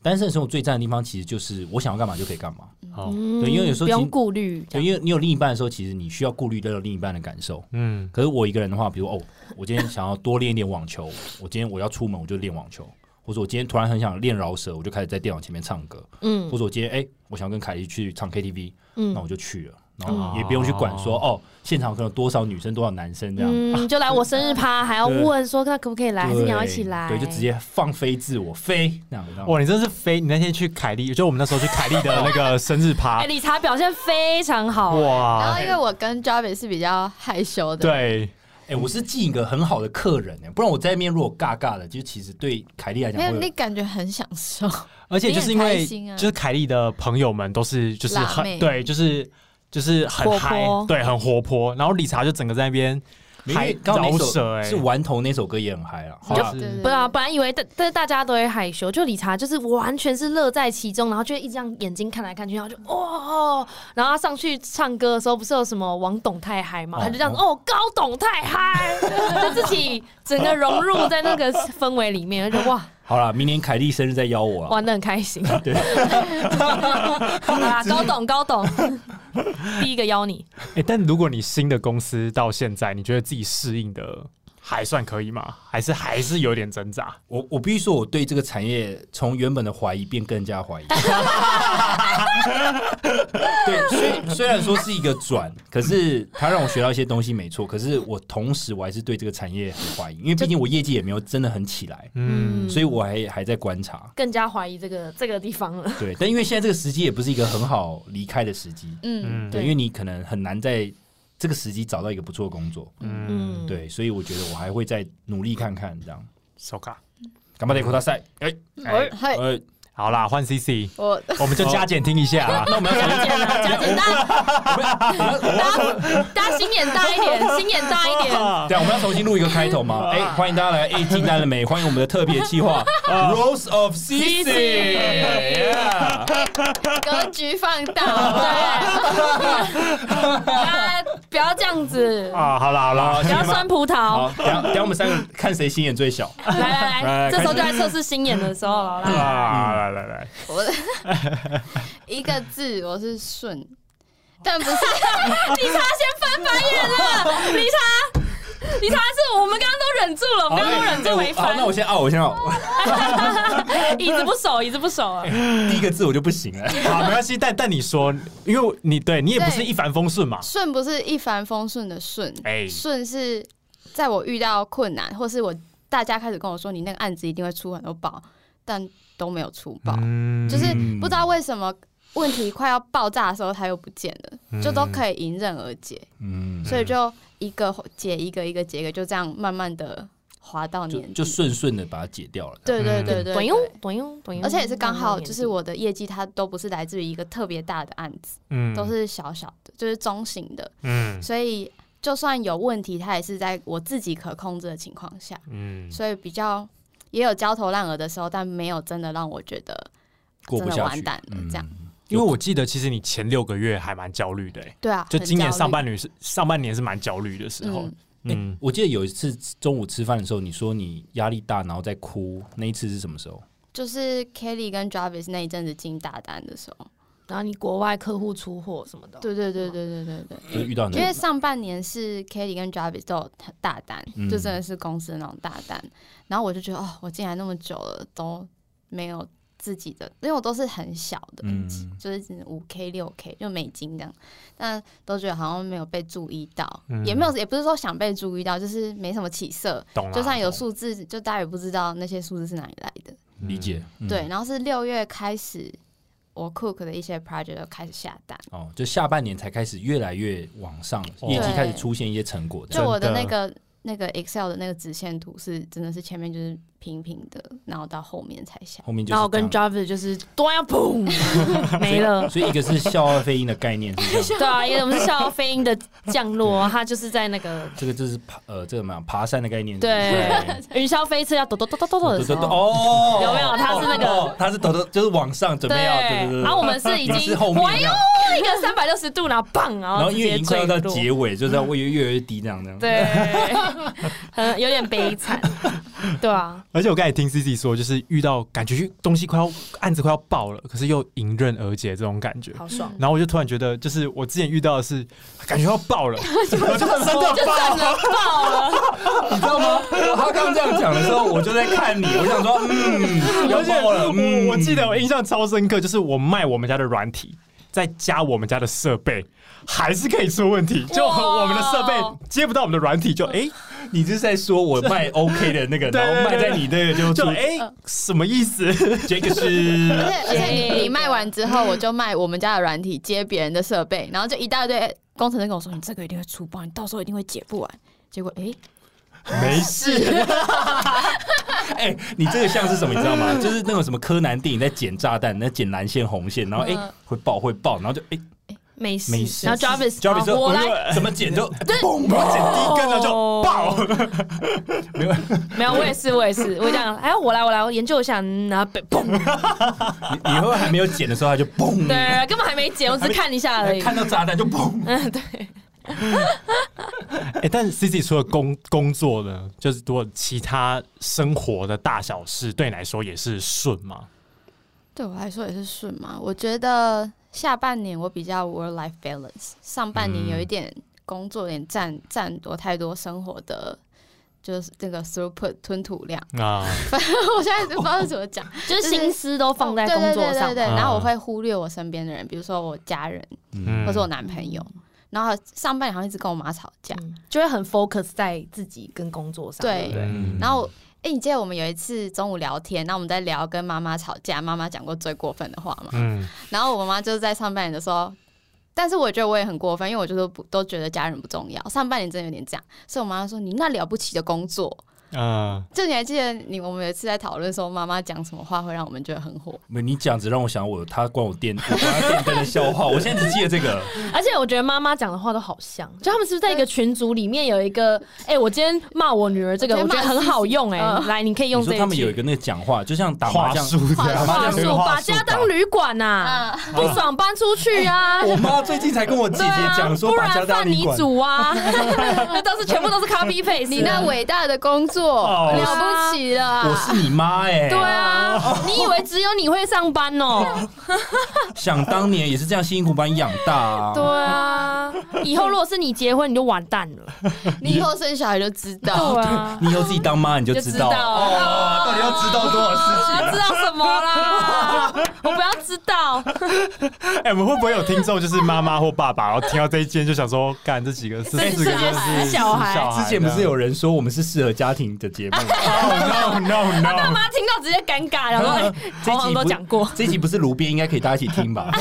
S2: 单身的时候最赞的地方，其实就是我想要干嘛就可以干嘛。
S4: 哦，
S1: 嗯
S2: 对因为有时
S1: 不
S2: 候其
S1: 用
S2: 实
S1: 顾虑，
S2: 对，因为你有另一半的时候，其实你需要顾虑到另一半的感受。
S4: 嗯，
S2: 可是我一个人的话，比如哦，我今天想要多练一点网球，我今天我要出门我就练网球，或者我今天突然很想练饶舌，我就开始在电脑前面唱歌，
S1: 嗯
S2: 或者我今天哎、我想跟凯莉去唱 KTV，那
S1: 嗯
S2: 我就去了，然后也不用去管说哦，现场可能有多少女生多少男生这样。
S1: 嗯，就来我生日趴，还要
S2: 对
S1: 问说那可不可以来，还是
S2: 对
S1: 你要一起来？
S2: 对，就直接放飞自我，飞那样。你知道吗
S4: 哇，哦你真是飞！你那天去凯莉，就我们那时候去凯莉的那个生日
S1: 哎、
S4: 趴，
S1: 理查表现非常
S2: 嗯
S1: 好、
S3: 然
S4: 哇
S3: 后，因为我跟 Jarvis 是比较害羞的，
S4: 对，
S2: 哎，我是进一个很好的客人哎，不然我在那边如果尬尬的，就其实对凯莉来讲
S3: 没有
S2: 会
S3: 你
S2: 有
S3: 感觉很享 受，
S4: 而且就是因
S3: 你很
S4: 为
S3: 开心啊
S4: 就是凯莉的朋友们都是就是
S3: 辣
S4: 很
S3: 妹
S4: 对，就是就是很
S1: 活
S4: 嗨
S1: 泼，
S4: 对，很活泼。然后理查就整个在那边
S2: 因
S4: 嗨
S2: 为刚好那
S4: 饶舌
S2: 首
S4: 哎
S2: 是顽童那首歌也很嗨了，
S4: 好
S2: 好吧
S4: 像
S3: 对
S4: 是
S3: 对
S1: 不是啊，
S3: 对
S1: 本来以为大，但是大家都会害羞，就理查就是完全是乐在其中，然后就一直这样眼睛看来看去，然后就哦哦，然后他上去唱歌的时候，不是有什么王董太嗨嘛，
S2: 哦
S1: 他就这样子哦，高董太嗨，就自己整个融入在那个氛围里面，就觉得哇
S2: 好了，明年凯莉生日再邀我啊。
S1: 玩的很开心。
S2: 对，
S1: 好 啦，高董高董，第一个邀你，
S4: 哎、但如果你新的公司到现在，你觉得自己适应的还算可以吗？还是还是有点挣扎？
S2: 我我必须说，我对这个产业从原本的怀疑变更加怀疑。对，虽虽然说是一个转，可是它让我学到一些东西，没错。可是我同时我还是对这个产业很怀疑，因为毕竟我业绩也没有真的很起来，
S1: 嗯，
S2: 所以我还还在观察。
S1: 更加怀疑这个这个地方了。
S2: 对，但因为现在这个时机也不是一个很好离开的时机，
S3: 嗯，
S4: 嗯
S2: 对，因为你可能很难在这个时机找到一个不错的工作，
S4: 嗯，
S1: 嗯，，
S2: 对，所以我觉得我还会再努力看看这样。
S4: 手卡
S2: 干嘛得扩大赛？哎、
S4: 哎
S3: 嘿，
S2: 呃，
S4: 好啦，换 CC，
S3: 我
S4: 我们就加减听一 下啦。
S2: 那我们要
S1: 加减啊加减，大家
S2: 我们
S1: 大家心眼大一点，心眼大一点。
S2: 对啊，我们要重新录一个开 头吗？哎、欢迎大家来，哎，进单了没？欢迎我们的特别计划
S3: 哦
S2: Rose of CC。Yeah
S3: 格局放大，好不 好
S1: 对，大家不要这样子，
S4: 啊，好啦好啦，
S1: 不要酸葡萄
S2: 好，。等下等下我们三个看谁心眼最小。
S1: 来来
S4: 来
S1: 来，这时候就来测试心眼的时候了。来，
S4: 啊，来来来，
S3: 我一个字我是顺，但不是
S1: 理查先翻白眼了，理查，理查是我们刚刚都忍住了，我们刚刚都忍
S2: 哎
S1: 住没
S2: 我好，
S1: 翻
S2: 那，我先傲，我先傲。
S1: 椅子不守，椅子不守啊。
S2: 第一个字我就不行 了。
S4: 好，没关系。但但你说，因为你对你也不是一帆风顺嘛，
S3: 顺，不是一帆风顺的顺，
S4: 哎
S3: 顺是在我遇到困难，或是我大家开始跟我说你那个案子一定会出很多包，但都没有出包，
S4: 嗯
S3: 就是不知道为什么。问题快要爆炸的时候，它又不见
S4: 嗯
S3: 了，就都可以迎刃而解，
S2: 嗯，
S3: 所以就一个解一个，一个解一个，就这样慢慢的滑到
S2: 就
S3: 年底。
S2: 就顺顺的把它解掉了。
S3: 对对
S4: 嗯
S3: 对对
S1: 短
S3: 对
S1: 用，短用，短用，
S3: 而且也是刚好，就是我的业绩它都不是来自于一个特别大的案子，
S4: 嗯
S3: 都是小小的，就是中型的，
S4: 嗯
S3: 所以就算有问题，它也是在我自己可控制的情况下，
S4: 嗯，
S3: 所以比较也有焦头烂额的时候，但没有真的让我觉得
S2: 过
S3: 真
S2: 不
S3: 的
S2: 下
S3: 完
S2: 去。嗯
S3: 蛋了这样。
S4: 因为我记得其实你前六个月还蛮焦虑的、欸，
S3: 对啊，
S4: 就
S3: 很
S4: 今年
S3: 焦虑
S4: 上半年是上半年是蛮焦虑的时候
S3: 嗯，
S4: 嗯
S2: 嗯，我记得有一次中午吃饭的时候，你说你压力大，然后在哭，那一次是什么时候？
S3: 就是 Kelly 跟 Jarvis 那一阵子进大单的时候，
S4: 哦
S1: 然后你国外客户出货什么的，
S3: 对对对对对对对。
S2: 就是遇到你
S3: 因为上半年是 Kelly 跟 Jarvis 都有大单，
S2: 嗯
S3: 就真的是公司的那种大单。然后我就觉得，哦，我进来那么久了都没有自己的，因为我都是很小的，
S2: 嗯
S3: 就是五 K 六 K 就美金这样，但都觉得好像没有被注意到，
S4: 嗯
S3: 也没有，也不是说想被注意到，就是没什么起色。
S4: 懂
S2: 啊
S4: 了。
S3: 就算有
S4: 懂
S3: 数字，就大家也不知道那些数字是哪里来的。
S2: 理解，嗯
S3: 对，然后是六月开始，我 Cook 的一些 project 就开始下单。
S2: 哦，就下半年才开始越来越往上，
S4: 哦
S2: 业绩开始出现一些成果。这
S3: 就
S2: 样
S3: 我的
S4: 真的
S3: 那个那个 Excel 的那个直线图是真的是前面就是平平的，然后到后面才下。
S2: 后面就是
S1: 然后我跟
S2: 这样
S1: Jarvis 就是端要砰没了。
S2: 所以一 个是笑傲飞鹰的概念是这样，
S1: 对啊，因为我们是笑傲飞鹰的降落，它就是在那个
S2: 这个就是爬呃这个嘛爬山的概念是不是。
S1: 对云霄飞车要抖抖抖抖抖抖的
S2: 对，
S1: 时
S2: 抖抖抖
S1: 候，
S2: 哦，
S1: 有没有它是那个
S2: 哦，它是抖抖，就是往上准备要，对对对。
S1: 然后我们是已
S2: 你是
S1: 经
S2: 后面
S1: 我
S2: 这
S1: 又
S2: 样，
S1: 一个三百六十度，然后棒，然
S2: 然后
S1: 后直
S2: 因为
S1: 接
S2: 已经快
S1: 坠嗯
S2: 要到
S1: 落，
S2: 结尾，就是会越越来越低这样这样。
S1: 对，很有点悲惨，对啊，
S4: 而且我刚才听 C C 说，就是遇到感觉东西快要案子快要爆了，可是又迎刃而解这种感觉。
S1: 好爽。
S4: 然后我就突然觉得，就是我之前遇到的是感觉要爆 了，我就很真的爆了，
S2: 你知道吗？他刚这样讲的时候，我就在看你，我想说，嗯，要
S4: 而且
S2: 爆了，嗯，
S4: 我我记得我印象超深刻，就是我卖我们家的软体，再加我们家的设备，还是可以出问题，就
S1: 哇
S4: 我们的设备接不到我们的软体，就哎、
S2: 你就是在说我卖 OK 的那个，
S4: 对
S2: 然后卖
S4: 对对
S2: 在你那个就
S4: 就
S2: 出
S4: 哎、
S1: 嗯
S4: 什么意思？
S2: 这个是
S3: 而且而且
S1: 这个
S3: 你你卖完之后，我就卖我们家的软体接别人的设备，然后就一大堆工程师跟我说：“你这个一定会出包，你到时候一定会解不完。”结果诶，
S4: 没事，
S2: 哎、你这个像是什么？你知道
S1: 嗯
S2: 吗？就是那种什么柯南电影在捡炸弹，那捡蓝线、红线，然后哎、会爆会爆，然后就哎、
S1: 没事，
S2: 没
S1: 嗯
S2: 事。
S1: 然后 Jarvis，
S2: Jarvis
S1: 好
S2: 说
S1: 我
S2: 我
S1: 来，
S2: 就怎么捡就嘣
S4: 我剪第一根呢就爆，
S1: 哦
S2: 没有。
S1: 没有，我也是，我也是，我这样，哎，我来，我来，我研究一下，嗯然后被嘣，
S2: 你 你会还没有剪的时候，它就嘣，哎
S1: 对，根本还没剪，我只是看一下而已。
S2: 看到炸弹就嘣。
S1: 嗯，对，
S4: 哎、但 C C 除了工工作呢，就是如果其他生活的大小事对你来说也是顺吗？
S3: 对我来说也是顺嘛。我觉得下半年我比较 work life balance，上半年
S4: 嗯
S3: 有一点工作有点占占我太多生活的。就是这个 throughput 吞吐量，
S4: 啊，
S3: 我现在不知道怎么讲，
S1: 就是心思都放在工作上
S3: 哦对对对
S1: 嘛。
S3: 对对，然后我
S4: 嗯
S3: 会忽略我身边的人，比如说我家人
S2: 嗯，
S3: 或是我男朋友。然后上半年好像一直跟我妈吵架，
S1: 嗯就会很 focus 在自己跟工作上。
S3: 对
S1: 不
S4: 嗯
S3: 然后我，哎、你记得我们有一次中午聊天，然后我们在聊跟妈妈吵架，妈妈讲过最过分的话嘛。
S4: 嗯，
S3: 然后我妈妈就是在上半年的时候，但是我觉得我也很过分，因为我就是不都觉得家人不重要。上半年真的有点这样，所以我妈妈说你那了不起的工作，
S4: 啊，
S3: 就你还记得你我们有一次在讨论说妈妈讲什么话会让我们觉得很火，
S2: 没你讲只让我想我他关我电， 我关他电灯的笑话。我现在只记得这个，
S1: 而且我觉得妈妈讲的话都好像，就他们是不是在一个群组里面有一个，哎，我今天骂我女儿这个，我
S3: 我
S1: 觉
S3: 觉
S1: 得
S3: 得
S1: 很好用，哎，
S3: 嗯
S1: 来，你可以用
S2: 你
S1: 这
S2: 说
S1: 句。
S2: 他们有一个那个讲话，就像打麻
S4: 话
S2: 将。
S4: 术这样
S1: 话
S2: 有一
S1: 术
S2: 个，
S1: 把
S4: 话术
S1: 家
S4: 吧
S1: 当旅馆呐，
S3: 啊，
S1: 不爽搬出去啊。
S3: 嗯
S2: 我妈最近才跟我姐
S1: 对
S2: 姐
S1: 啊，
S2: 讲 说，
S1: 不
S2: 把家
S1: 然
S2: 当
S1: 饭你
S2: 旅馆。
S1: 煮啊， 那都是全部都是 copy paste 啊。
S3: 你那伟大的工作、
S4: 哦
S3: 了不起了
S2: 我
S3: 啊，
S2: 是你妈哎、
S1: 对啊，你以为只有你会上班哦？
S2: 想当年也是这样辛辛苦苦把你养大 啊。
S1: 对啊，以后如果是你结婚，你就完蛋 了。
S3: 你以后生小孩就知道。
S2: 哦
S1: 对啊，
S2: 你以后自己当妈你就
S1: 就
S2: 知
S1: 知
S2: 道
S1: 道
S2: 哦，到底要知道多少事情？
S1: 啊，知道什么啦？ 我不要知道，
S4: 哎、我们会不会有听众就是妈妈或爸爸，然后听到这一间就想说，干这几个是
S1: 这
S4: 四
S1: 是
S4: 个
S1: 世界
S4: 就是
S1: 死小孩
S4: 小
S2: 之前不是有
S4: 人
S2: 人说我们是适合家庭的节目？
S4: ？No No
S1: 爸
S4: No！
S1: 妈听到直接尴尬， 然后哎，
S2: 这
S1: 好
S2: 一
S1: 像
S2: 集不
S1: 都讲过，
S2: 这一集不是炉边，应该可以大家一起听 吧？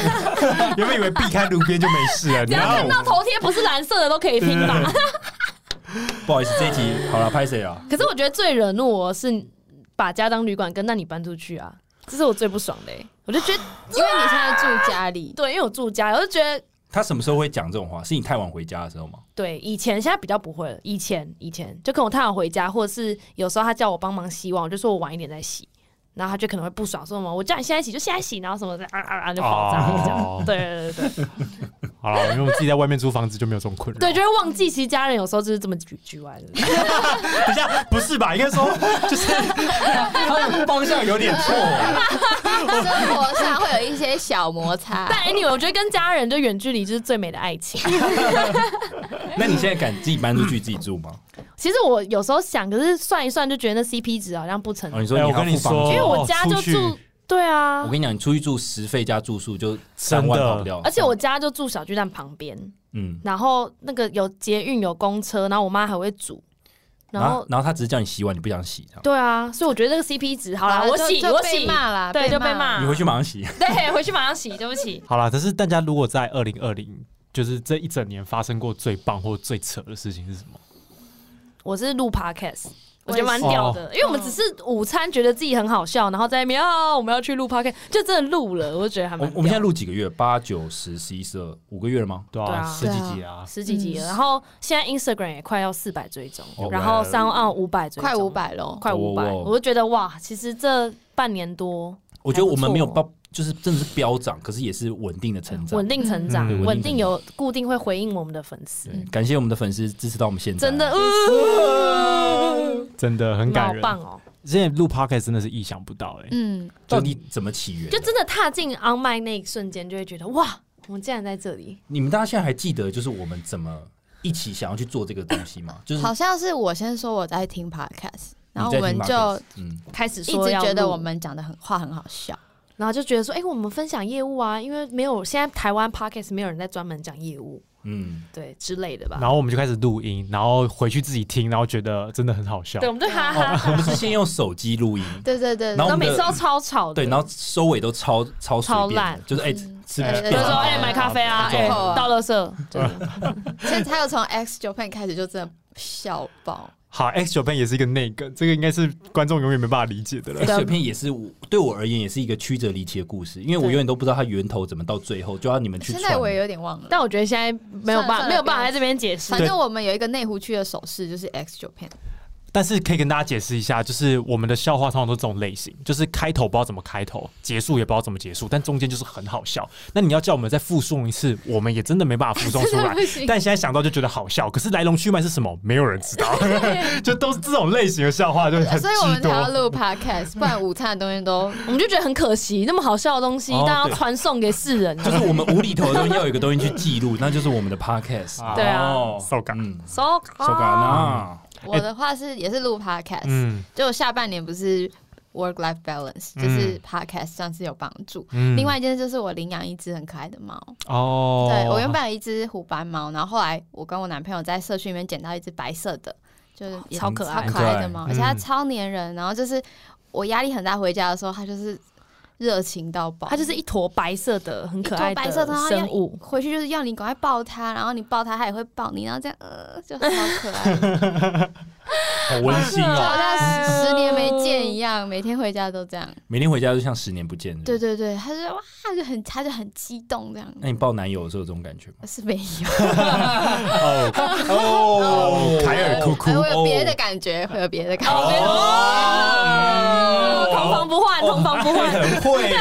S4: 原本以为避开路边就没事了哦
S1: 只要看到
S4: ，No！
S1: 头贴不是蓝色的都可以听吧？
S2: 不好意思，这一集好了，拍谁啊？
S1: 可是我觉得最惹怒我是把家当旅馆跟那你搬出去啊，这是我最不爽的欸。我就觉得
S3: 因为你现在住家 里，
S1: 对，因为我住家，我就觉得
S2: 他什么时候会讲这种话？是你太晚回家的时候 吗？
S1: 对，以前现在比较不会了。以前以前就跟我太阳回家，或者是有时候他叫我帮忙洗碗，我就说我晚一点再洗，然后他就可能会不爽，说什么我叫你现在洗就现在洗，然后什么的啊啊啊就爆炸这样。
S4: 哦
S1: 对对对对
S4: 好了，因为我们自己在外面租房子就没有这种困扰。
S1: 对，就会忘记其实家人有时候就是这么局局外的。
S4: 等一下不是吧？应该说就是
S2: 他的方向有点错，
S3: 生活上会有一些小摩 擦。
S1: 但 anyway，我觉得跟家人就远距离就是最美的爱情。啊
S2: 那你现在敢自己搬出去自己住吗？
S1: 其实我有时候想，可是算一算就觉得那 CP 值好像不成
S2: 哦，。你说
S4: 哎
S2: 你
S4: 我
S2: 还要
S4: 跟你
S2: 付房租
S4: 说
S1: 因为我家就
S4: 出去
S1: 住，对啊
S2: 我，跟你讲，你出去住十费加住宿就三万
S4: 真的
S2: 跑不掉，
S1: 而且我家就住小巨蛋旁边，
S2: 嗯，
S1: 然后那个有捷运有公车，然后我妈还会煮，然后
S2: 然后他只是叫你洗碗，你不想洗，这样
S1: 对啊，所以我觉得这个 CP 值好啦，
S3: 就
S1: 我洗
S3: 就
S1: 我
S3: 被
S1: 洗，
S3: 骂啦，
S1: 对，就被
S3: 骂。
S1: 骂，
S2: 你回去马上洗。
S1: 对，回去马上洗，对不起。
S4: 好啦，可是大家如果在二零二零，就是这一整年发生过最棒或最扯的事情是什么？
S1: 我是录 podcast，我
S3: 我
S1: 觉
S3: 也
S1: 得蛮屌的，因为我们只是午餐觉得自己很好笑，然后在那边啊，我们要去录 podcast，就真的录了，我就觉得还
S2: 我
S1: 蛮屌。
S2: 我们现在录几个月？八九十十一十二，五个月了吗？
S4: 对
S1: 对
S4: 啊，
S1: 啊
S4: 十几集啊，
S1: 十几集了，
S3: 嗯
S1: 然后现在 Instagram 也快要四百追踪，
S2: 哦
S1: 然后三万五百追踪，
S3: 快五，百喽！
S1: 快五百，
S2: 哦哦
S1: 我就觉得哇，其实这半年多
S2: 我觉得我们没有
S1: 还不错
S2: 爆，就是真的是飙涨，可是也是稳定的成长。
S1: 稳定成长
S4: 嗯，
S1: 稳定有固定会回应我们的粉丝
S2: 对，，感谢我们的粉丝支持到我们现在。
S1: 真的，，呃
S4: 真的很
S1: 你好
S4: 感人。
S1: 棒哦！
S4: 之前录 podcast 真的是意想不到哎、
S3: 嗯，
S2: 到底怎么起源的？
S1: 就真的踏进 on my 那一瞬间，就会觉得哇，我们竟然在这里。
S2: 你们大家现在还记得就是我们怎么一起想要去做这个东西吗？就是
S3: 好像是我先说我在听 podcast，然后
S2: 你
S3: 我
S2: 在
S3: 们
S2: 听
S3: 就
S2: Marcus，嗯，
S1: 开始
S3: 一
S1: 说
S3: 直
S1: 要
S3: 觉得
S1: 录
S3: 我，们讲的很话很好笑，
S1: 然后就觉得说，哎、我们分享业务啊，因为没有现在台湾 podcast 没有人在专门讲业务，
S2: 嗯，
S1: 对之类的吧。
S4: 然后我们就开始录音，然后回去自己听，然后觉得真的很好笑
S1: 对，。我们就哈哈
S2: 我
S1: 哈，
S2: 们是先用手机录音，
S3: 对对对，
S2: 然
S1: 然
S2: 后
S1: 后
S2: 我们
S1: 每
S2: 的
S1: 次都超吵的，
S2: 对，然后收尾都超超随
S1: 超
S2: 便的
S1: 烂
S2: 就是哎
S3: 嗯
S2: 吃
S4: 哎
S2: 便
S1: 就
S3: 对
S1: 是说
S3: 对
S1: 哎、买咖啡啊，
S2: 对
S1: 哎、
S3: 对对
S1: 到垃圾，
S2: 嗯
S1: 就是
S3: 所以他有从 X Japan 开始就真的笑爆，
S4: 好，X 九 n 也是一个那个，这个应该是观众永远没办法理解的了。
S2: 哎，水片也是我对我而言也是一个曲折离奇的故事，因为我
S1: 对
S2: 永远都不知道它源头怎么到最后，就要你们去
S3: 现
S2: 传。
S3: 在我也有点忘了。
S1: 但我觉得现在没有办
S3: 算
S1: 法，
S3: 了
S1: 没有办法在这边解释
S3: 反。正我们有一个内湖区的手势就是 X Japan，
S4: 但是可以跟大家解释一下，就是我们的笑话通常都是这种类型，就是开头不知道怎么开头，结束也不知道怎么结束，但中间就是很好笑。那你要叫我们再复诵一次，我们也真的没办法复诵出来
S3: 真的不行。
S4: 但现在想到就觉得好笑，可是来龙去脉是什么，没有人知道， 就都是这种类型的笑话，就很
S3: 所以我们
S4: 居
S3: 才要
S4: 多。
S3: 录 podcast，不然午餐的东西都
S1: 我们就觉得很可惜，那么好笑的东西，
S2: 哦
S1: 大家要
S2: 对
S1: 传送给世人，
S2: 就是我们无厘头的东西要有一个东西去记录，那就是我们的 podcast。
S1: 对啊
S2: 哦
S4: 受感
S2: 嗯，
S1: so
S2: 受感啊！
S3: 我的话是也是录 podcast，、
S4: 嗯
S3: 就我下半年不是 work life balance，
S4: 嗯
S3: 就是 podcast 算是有帮助。
S4: 嗯
S3: 另外一件事就是我领养一只很可爱的猫，
S4: 哦，
S3: 对我原本有一只虎斑猫，然后后来我跟我男朋友在社区里面捡到一只白色的，就是也
S1: 超可爱
S3: 超可爱的猫，
S4: 很
S3: 而
S4: 可
S3: 且
S4: 爱
S3: 它超粘人，然后就是我压力很大回家的时候，它就是热情到爆，
S1: 它就是一坨白色的，很可
S3: 一
S1: 爱
S3: 坨白色的然后要
S1: 生物。
S3: 回去就是要你赶快抱它，然后你抱它，它也会抱你，然后这样呃，就超可爱，就
S2: 好温馨哦！
S4: 啊
S3: 好像
S1: 哎
S3: 十
S1: 呦
S3: 十年没见一样，每天回家都这样。
S2: 每天回家就像十年不见。
S1: 嗯
S3: 对，对对，它就哇，它就很它就很激动这样。
S2: 那你抱男友的时候有这种感觉吗？
S3: 是没有，
S2: 哦
S4: 凯尔酷酷
S3: 哎，我有别的感觉，会有别的感觉。
S1: 哦，同房不换，同房不
S4: 哦
S1: 换，
S2: 很会耶，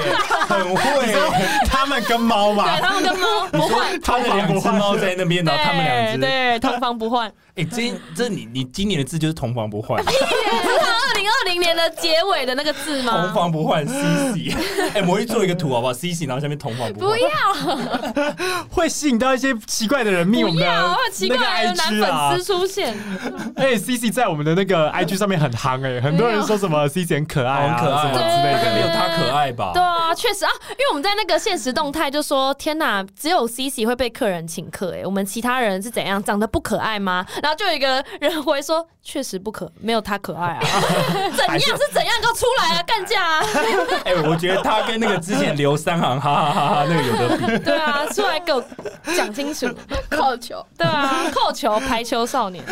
S2: 很会耶。
S4: 他们跟猫嘛
S1: 对，他们跟猫不换，
S2: 他们两只猫在那边，然后他们两
S1: 对
S2: 只，
S1: 对，同房不换。
S2: 哎，这这你你今年的字就是同房不换，
S1: 是他二零二零年的结尾的那个字吗？
S2: 同房不换 CC。哎， 我会做一个图好不好？CC，然后下面同房不
S3: 不
S2: 换。
S3: 要，
S4: 会吸引到一些奇怪的人密我们
S1: 不
S4: 的
S1: 要，会有奇
S4: 那个
S1: 怪的男
S4: IG 啊
S1: 粉丝。出现，
S4: 哎，CC 在我们的那个 IG 上面 很夯哎，很多人说什么 CC 很可爱啊，
S2: 很可爱
S4: 什么之类
S2: 大概没有
S4: 的。
S2: 他可爱吧？
S1: 对啊，确实啊，因为我们在那个现实动态就说，天哪，只有 CC 会被客人请客、哎，我们其他人是怎样，长得不可爱吗？然后就有一个人回说，确实不可，没有他可爱啊，怎样是怎样，给我出来啊，干架啊，
S2: 哎，我觉得他跟那个之前刘三行哈哈哈哈那个有的比。
S1: 对啊，出来给我讲清楚，
S3: 扣球。
S1: 对啊，扣球排球少 年，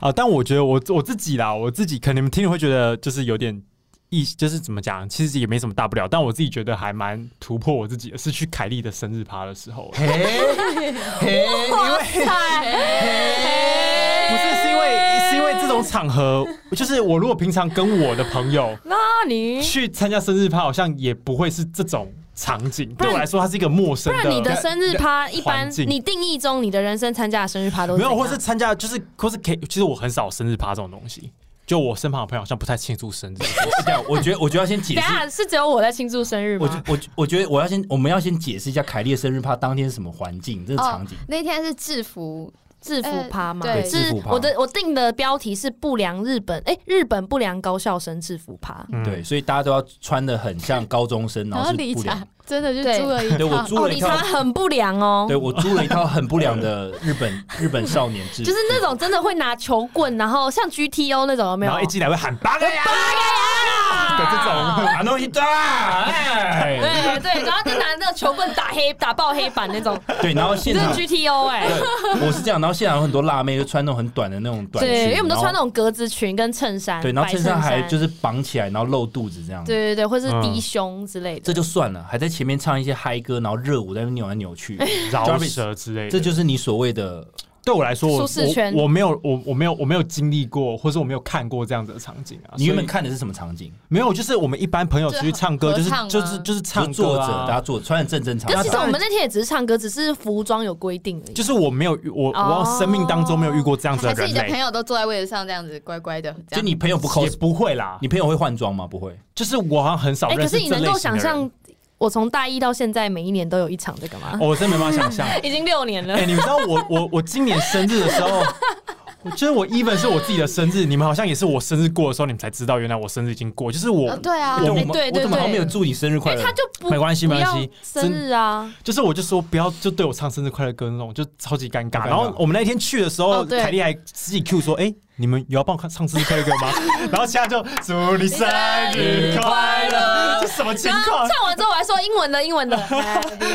S4: 啊，但我觉得我我自己啦，我自己可能你们听了会觉得就是有点意，就是怎么讲，其实也没什么大不了，但我自己觉得还蛮突破我自己的，是去凯莉的生日趴的时候，
S2: 哎 哎，
S1: 哇塞，
S4: 不是是因为是因为这种场合，就是我如果平常跟我的朋友
S1: 那你
S4: 去参加生日趴，好像也不会是这种场景，对我来说它是一个陌生
S1: 不然你的生日趴
S4: 对
S1: 一般
S4: 环，境
S1: 你定义中你的人生参加的生日趴都是
S4: 没有，
S1: 怎
S4: 或
S1: 样
S4: 是参加就是或是可以，其实我很少生日趴这种东西。就我身旁的朋友好像不太庆祝生日，
S2: 我讲，哎我觉得我觉得要先解
S1: 等一
S2: 释
S1: 下是只有我在庆祝生日
S2: 我觉
S1: 吗？
S2: 我觉我觉得我要先，我们要先解释一下凯莉的生日趴当天是什么环境，这个
S1: 哦
S2: 场景。
S3: 那天是制服，
S1: 制服趴吗？
S3: 呃对
S1: 是
S2: 制服趴
S1: 我的我定的标题是不良日本，哎，日本不良高校生制服趴。
S4: 嗯
S2: 对，所以大家都要穿的很像高中生，
S3: 然
S2: 然
S3: 后
S2: 后哦是
S3: 理
S2: 不
S3: 查
S2: 良。
S3: 真的就
S1: 对
S3: 租了一
S2: 对我
S3: 套，
S2: 租了一
S1: 哦你
S2: 套
S1: 穿，很不良哦
S2: 对，我租了一套很不良的日本日本少年制服，
S1: 就是那种真的会拿球棍，然后像 GTO 那种有没哎
S4: 然
S1: 有
S4: 后一？进来会喊八个呀的这种，
S1: 哦
S2: 啊弄一大，哎，
S1: 对 对，然后就拿那个球棍打黑打爆黑板那 种，
S2: 对，然后现
S1: 这
S2: 场
S1: 是 GTO 哎、
S2: 对，我是这样，然后现场有很多辣妹就穿那种很短的那种短裙，
S1: 对，因为我们都穿那
S2: 种
S1: 种格子裙跟衬衫，
S2: 对，然后
S1: 白
S2: 衬
S1: 衫
S2: 衫还就是绑起来，然后露肚子这样。
S1: 对对对，或是
S4: 嗯
S1: 低胸之类的。
S2: 这就算了，还在 前面唱一些嗨歌，然后热舞在那边扭来扭去，
S4: 饶舌之类的，
S2: 这就是你所谓的
S4: 对我来说，我
S1: 舒适圈
S4: 我我没有我我没有我没有经历过，或是我没有看过这样子的场景啊。
S2: 你原
S4: 所
S2: 本
S4: 以
S2: 看的是什么场景？
S4: 没有，就是我们一般朋友出去唱歌，就
S3: 就是合唱啊
S4: 就是就是唱
S2: 就
S4: 歌
S2: 坐着，
S4: 啊
S2: 大家坐着，穿的正正常
S1: 但
S2: 常。
S1: 其实我们那天也只是唱歌，只是服装有规定而已。
S4: 就是我没有遇我
S1: 哦
S4: 我生命当中没有遇过这样子
S3: 还是
S4: 人
S3: 你的朋
S4: 类，
S3: 友都坐在位置上这样子乖乖的，这
S2: 就
S3: 样
S2: 你朋友不抠
S4: 也，不会啦。
S2: 你朋友会换装吗？不会。
S4: 就是我好像很少
S1: 哎、可
S4: 认识
S1: 是你
S4: 这
S1: 能
S4: 类
S1: 够
S4: 型
S1: 想
S4: 的
S1: 象
S4: 人，
S1: 我从大一到现在每一年都有一场这个吗？
S4: 哦我真没办法想象。
S1: 已经六年了
S4: 哎，，你们知道我我我今年生日的时候。我觉得我 even 是我自己的生日，你们好像也是我生日过的时候，你们才知道原来我生日已经过。就是我
S3: 哦对啊
S4: 我
S2: 我
S4: 们
S2: 们
S1: 对对
S2: 我怎么好像
S1: 对
S2: 没有祝你生日快
S1: 因为
S2: 乐？
S1: 哎他就不
S4: 没关系
S1: 不
S4: 没关系
S1: 要生日啊，
S4: 就是我就说不要就对我唱生日快乐歌那种，就超级
S2: 好
S4: 尴
S2: 尴
S4: 尬。
S2: 尬
S4: 然后我们那天去的时候，
S3: 哦对
S4: 凯莉还自己 Q 说：“哎、你们有要帮我唱生日快乐歌吗？” 然后其他就祝你生日快乐，这什么情
S1: 然后
S4: 况？
S1: 唱完之后我还说英文的英文 的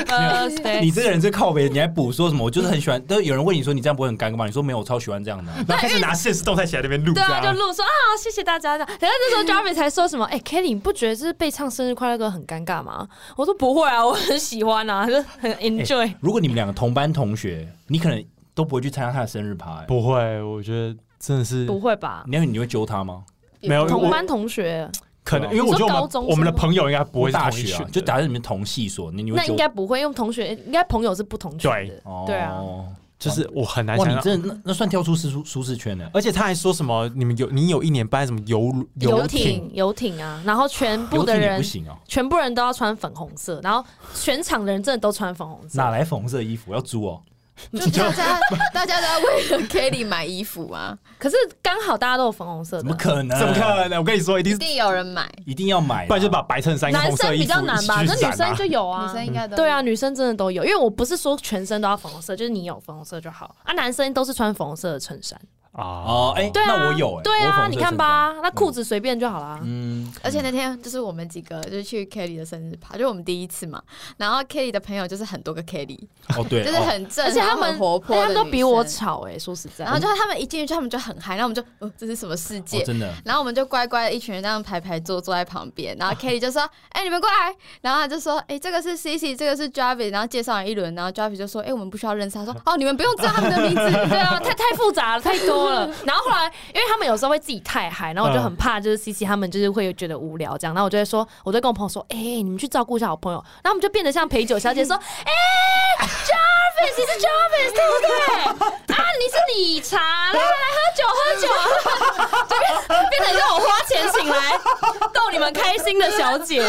S1: 呃
S2: ，Birthday 你这个人最靠北，你还补说什么？我就是很喜欢。都有人问你说你这样不会很尴尬吗？你说没有，我超喜欢这样的啊。
S4: 然后开始拿现实动态起来那边录，
S1: 对啊，
S4: 这样
S1: 就录说啊，谢谢大家这样。然后那时 候 Jarvis 才说什么，哎、k e l l y 你不觉得就是被唱生日快乐歌很尴尬吗？我说不会啊， 我很喜欢啊，就
S2: 哎
S1: 很 enjoy。
S2: 如果你们两个同班同学，你可能都不会去参加他的生日趴、欸。
S4: 不会，我觉得真的是
S1: 不会吧？
S2: 你会你会揪他吗？
S4: 没
S2: 嗯
S4: 有
S1: 同
S4: 我
S1: 班同学，
S4: 可能，
S2: 你
S4: 因为我觉得
S1: 说
S4: 我
S1: 高中
S4: 们我们的
S1: 生吗
S4: 朋友应该不会是
S2: 大
S4: 同一
S2: 学啊
S4: 群，的
S2: 就打在你们同系所，你你会
S1: 那
S2: 揪
S1: 应该不会用同学，应该朋友是不同群的。
S2: 哦
S1: 对啊，
S4: 就是我很难
S2: 哇，
S4: 想
S2: 你
S4: 象。
S2: 真的那那算跳出舒舒舒适圈呢？
S4: 而且他还说什么你们有你有一年班什么游
S1: 游
S4: 艇
S1: 艇，游艇啊，然后全部的
S2: 游艇也
S1: 人
S2: 不，行哦，
S1: 全部人都要穿粉红色，然后全场的人真的都穿粉红色
S2: 哪。来粉红色的衣服要租哦？
S3: 就大家大家都要为了 Kelly 买衣服啊，
S1: 可是刚好大家都有粉红色
S2: 怎么
S1: 的，
S2: 可能？
S4: 怎么可？能？我跟你说，一定
S3: 一
S4: 是，
S3: 定有人买，
S2: 一定要买啦，啊
S4: 不然就把白衬衫跟
S1: 啊男
S4: 红色
S1: 生
S4: 衣服
S1: 比较难吧？
S4: 一
S1: 那
S4: 起去
S1: 女
S4: 染啊
S1: 生就有啊，
S3: 女生应该都
S1: 对啊，，女生真的都有，因为我不是说全身都要粉红色，就是你有粉红色就好啊。男生都是穿粉红色的衬衫，
S2: 哦
S4: 哦，，
S2: 哎，
S1: 对啊，
S2: 那我有哎，
S1: 对
S2: 我有粉
S1: 啊，
S2: 红色
S1: 你
S2: 衬
S1: 看
S2: 衫，
S1: 吧，那裤子随便就好啦。
S2: 嗯，
S3: 而且那天就是我们几个就是去 Kelly 的生日趴，就我们第一次嘛，然后 Kelly 的朋友就是很多个 Kelly，
S2: 哦对，
S3: 就是
S2: 哦
S3: 很正，
S1: 而且他
S3: 然后
S1: 们
S3: 很活泼的
S1: 哎他
S3: 女生，
S1: 们都比我吵哎、说实在，
S3: 然后就他们一进去，他们就很嗨，然后我们就，哦，这是什么世界
S2: 哦？真的，
S3: 然后我们就乖乖的一群人这样排排坐坐在旁边，然后 Kelly 就说：“哎、你们过来。”然后他就说：“哎、这个是 Cici，这个是 Javi。”然后介绍完一轮，然后 Javi 就说：“哎、我们不需要认识。”他说：“哦，你们不用知道他们的名字。
S1: 对啊，太太复杂了，太多了。然后后来，因为他们有时候会自己太嗨，然后我就很怕，就是 C C 他们就是会觉得无聊这样。然后我就会说，我就跟我朋友说，哎、你们去照顾一下我朋友。然后我们就变得像陪酒小姐说，哎、j a r v i s 你是 Jarvis 对不对？啊，你是理查，来来来，喝酒喝酒， 就变变成一种花钱请来逗你们开心的小姐。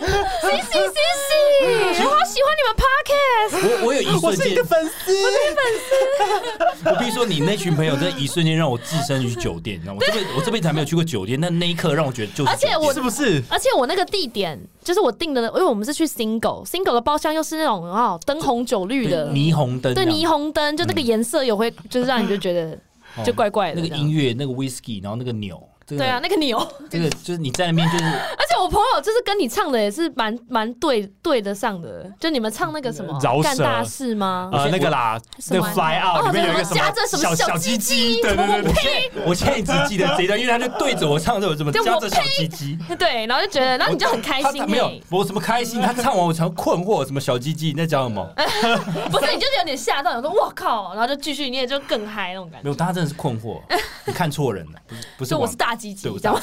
S1: C C C C，我好喜欢你们 Podcast。
S2: 我我有一
S4: 我
S2: 瞬
S4: 是一
S2: 间
S4: 个，粉丝，
S2: 我必须说，你那群朋友在一瞬间让我置身于酒店，你知道吗？我这辈 我这辈子还没有去过酒店，但那一刻让我觉得就是酒
S1: 而且
S2: 店，
S1: 我
S4: 是不是？
S1: 而且我那个地点就是我定的，因为我们是去 single single 的包厢，又是那种哦灯红酒绿的，
S2: 对霓啊虹灯这
S1: 对
S2: 样，
S1: 霓虹灯，就那个颜色有会，就是让你就觉得
S2: 嗯 哦
S1: 就怪怪的
S2: 那
S1: 这
S2: 个
S1: 样。
S2: 音乐，那个 whisky，然后那个钮，这个
S1: 对啊，那个牛，
S2: 这个就是你在那边就是
S1: 而且我朋友就是跟你唱的也是蛮蛮对对得上的，就你们唱那个什么
S2: 嗯啊
S4: 饶舌
S1: 干大事吗？
S4: 呃，那个啦，
S1: 什
S4: 那
S1: 么
S4: Fly
S1: 哦
S4: Out 里面有一个
S1: 什么夹着什么
S4: 小
S1: 小
S4: 鸡
S1: 鸡
S4: 鸡，
S1: 鸡
S4: 对对对对，
S2: 我现在只记得这一段，因为他就对着我唱这首怎么
S1: 就我
S2: 夹着小鸡鸡，
S1: 对，然后就觉 得，然后你就很开心、 欸，
S2: 他没有，我什么开心，他唱完我才困惑，什么小鸡鸡你在讲什么？
S1: 不是，你就是有点吓到，想说哇靠，然后就继续，你也就更嗨那种感
S2: 没
S1: 觉。
S2: 有，大家真的是困惑， 你看错人了，不是不是
S1: 就我
S2: 王
S1: 是大鸡鸡，
S2: 对
S1: 你
S2: 我
S1: 知道吗？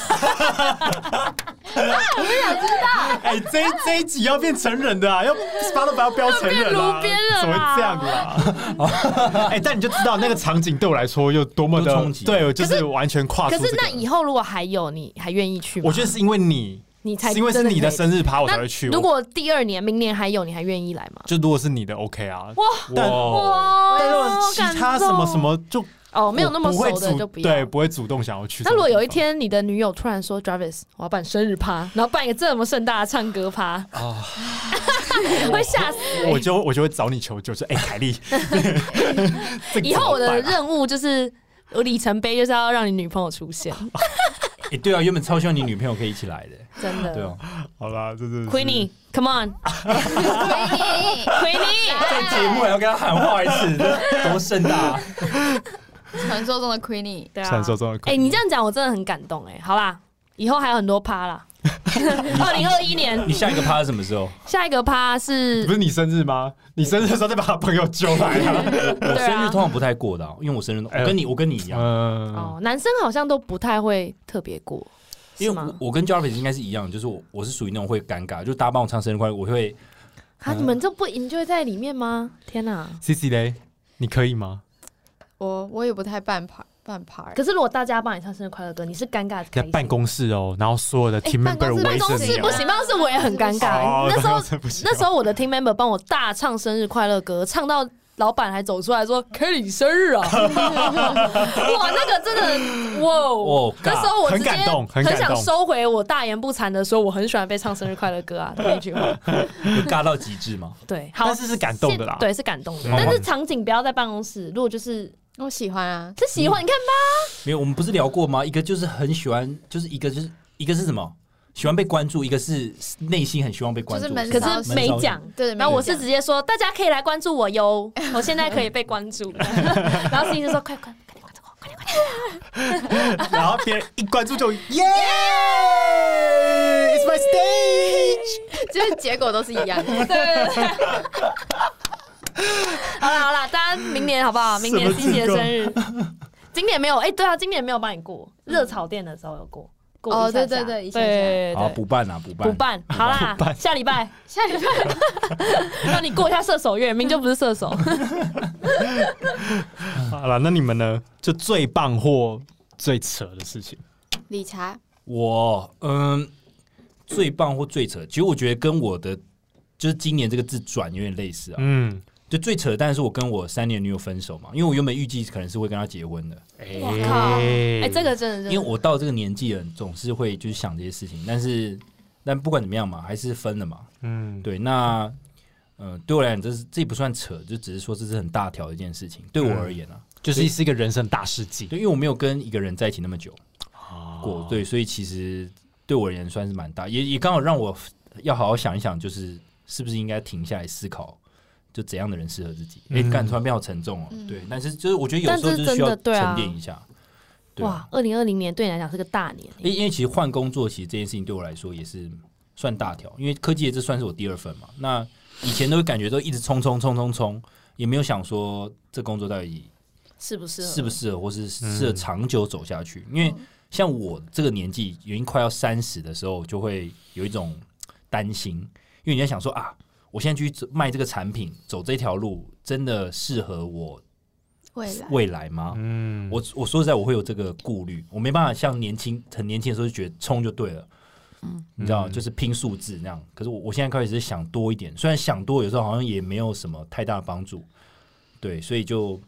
S4: 哎，这这一集要变成人的啊，要 Spotify 要标成人
S1: 要
S4: 啦，
S1: 变炉边啊了啦
S4: 怎么会这样啦？ 哎，但你就知道那个场景对我来说有多么的
S2: 多冲击
S4: 对，就
S1: 可
S4: 是完全跨出
S1: 可
S4: 这个。
S1: 是那以后如果还有，你还愿意去吗？
S4: 我
S2: 啊
S4: 觉得是因为你，
S1: 你才
S4: 是因为是你的
S1: 日，
S4: 生日趴，我
S1: 那
S4: 才会去。
S1: 如
S4: 我
S1: 果第二年、明年还有，你还愿意来吗？
S4: 就如果是你的 OK 啊，
S1: 哇
S4: 但
S1: 哇，
S4: 但如果
S1: 好
S4: 其
S1: 感
S4: 他什么
S1: 动
S4: 什么就
S1: 哦，没有那么
S4: 我不会
S1: 熟的
S4: 主
S1: 就不要。
S4: 对，不会主动想要去这
S1: 那
S4: 种地方。
S1: 如果有一天你的女友突然说，Jarvis，我要办生日趴，然后办一个这么盛大的唱歌趴，
S4: 啊，
S1: 会吓死欸、
S4: 我就我就会找你求救，说哎，凯 莉， 这个
S1: 以后我
S4: 怎
S1: 的
S4: 么办啊
S1: 任务就是，我里程碑就是要让你女朋友出现，
S2: 哎，对啊，原本超希望你女朋友可以一起来的，
S1: 真
S2: 对
S1: 的。
S2: 哦，
S4: 好啦，这啊是
S1: Queenie，Come on，Queenie，
S2: 在节目还要跟他喊话一次， 多盛大啊！”
S3: 传说中的 Queenie，
S1: 对啊
S4: 传说中的 Queenie
S1: 欸 哎，你这样讲我真的很感动哎、好啦，以后还有很多趴啦。 二零二一年
S2: 你下一个趴是什么时候？
S1: 下一个趴
S4: 不
S1: 是
S4: 是你生日吗？你生日的时候再把朋友揪来 啊。
S2: 我
S1: 对啊
S2: 生日通常不太过的啊，因为我生日我跟你我跟你一样，
S4: 嗯，
S1: 哦，男生好像都不太会特别过，
S2: 因
S1: 是
S2: 为
S1: 吗
S2: 我？我跟 Jarvis 应该是一样，就是我我是属于那种会尴尬，就大家帮我唱生日快乐，我会
S1: 啊，你们这不 enjoy 在里面吗？天哪、
S4: C C 嘞，你可以吗？
S3: 我我也不太办牌办牌，
S1: 可是如果大家帮你唱生日快乐歌，你是尴尬
S4: 在
S1: 开心
S4: 办公室哦，然后所有的 team
S3: 办公
S4: member
S3: 室
S4: 围
S3: 办公
S4: 着
S3: 室
S4: 你
S1: 不
S4: 哦。
S1: 行，哎办公室我也很尴尬。
S4: 哦
S1: 那时候
S4: 办公室不行哦
S1: 那时候我的 team member 帮我大唱生日快乐歌，唱到老板还走出来说 “Kelly 生日啊！”哇，那个真的哇哦
S2: 哦！
S1: 那时候我直
S4: 很
S1: 接
S4: 感动很感
S1: 想
S4: 动
S1: 收回我大言不惭的说我很喜欢被唱生日快乐歌啊的那句话。
S2: 会尬到极致嘛。
S1: 对，好
S4: 但，是是感动的啦。
S1: 对，是感动的。
S4: 嗯
S1: 但是场景不要在办公室，如果就是
S3: 我喜欢啊，
S1: 是喜欢，你看吧，
S2: 没有，我们不是聊过吗？一个就是很喜欢，就是一个就是一个是什么？喜欢被关注，一个是内心很希望被关注。
S3: 就是门
S1: 可
S3: 很
S2: 吧
S3: 少
S1: 是没讲。
S3: 对，
S1: 然后我
S3: 没啊
S1: 是
S3: 讲
S1: 直接说，大家可以来关注 我哟，我现在可以被关 注。然后司机就说：“快快快点关注我，快点关注
S4: 然后别人一关注就耶，It's my stage。
S3: 就是结果都是一 样的。
S1: 我！”对对对。 好啦好啦，大家明年好不好？明年
S4: 什么
S1: 欣姐
S4: 自
S1: 生
S4: 贡
S1: 日，今年没有哎、对啊，今年没有帮你过热炒店的时候有过过
S3: 哦
S1: 一下下
S3: 对对对一
S1: 对
S3: 下下
S1: 对
S2: 好
S1: 对
S2: 补办啊，补办
S1: 补办好啦，下礼拜
S3: 下礼拜
S1: 让你过一下射手月，明就不是射手。
S4: 好了，那你们呢？就最棒或最扯的事情，
S3: 理查，
S2: 我嗯，最棒或最扯，其实我觉得跟我的就是今年这个字转有点类似啊。
S4: 嗯，
S2: 就最扯，但是我跟我三年女友分手嘛，因为我原本预计可能是会跟她结婚的，
S1: 我靠！哎、这个真的真的，
S2: 因为我到这个年纪了，总是会就是想这些事情，但是但不管怎么样嘛，还是分了嘛。
S4: 嗯，
S2: 对，那呃，对我来讲，这是这也不算扯，就只是说这是很大条的一件事情，对
S4: 嗯
S2: 我而言啊，
S4: 就是是一个人生大事记
S2: 对，因为我没有跟一个人在一起那么久过，
S4: 哦，
S2: 对，所以其实对我而言算是蛮大，也也刚好让我要好好想一想，就是是不是应该停下来思考，就怎样的人适合自己。哎、
S4: 嗯
S2: 干、突然变好沉重哦、
S3: 嗯
S2: 对，但是就是我觉得有
S1: 但
S2: 时候
S1: 这
S2: 就是需
S1: 真的
S2: 要
S1: 对啊
S2: 沉淀一下，对啊，
S1: 哇，二零二零年对你来讲是个大年、欸
S2: 因因为其实换工作，其实这件事情对我来说也是算大条，因为科技业这算是我第二份嘛。那以前都会感觉都一直冲冲冲冲冲，也没有想说这工作到底
S1: 是不是？
S2: 适不适合，或是适合
S4: 嗯
S2: 长久走下去。因为像我这个年纪，已经快要三十的时候，就会有一种担心，因为你在想说啊，我现在去走卖这个产品，走这条路，真的适合我
S3: 未来
S2: 未来吗？
S4: 嗯，
S2: 我我说实在，我会有这个顾虑，我没办法像年轻很年轻的时候就觉得冲就对了，
S1: 嗯
S2: 你知道，就是拼数字那样。可是我我现在开始是想多一点，虽然想多有时候好像也没有什么太大的帮助，对，所以就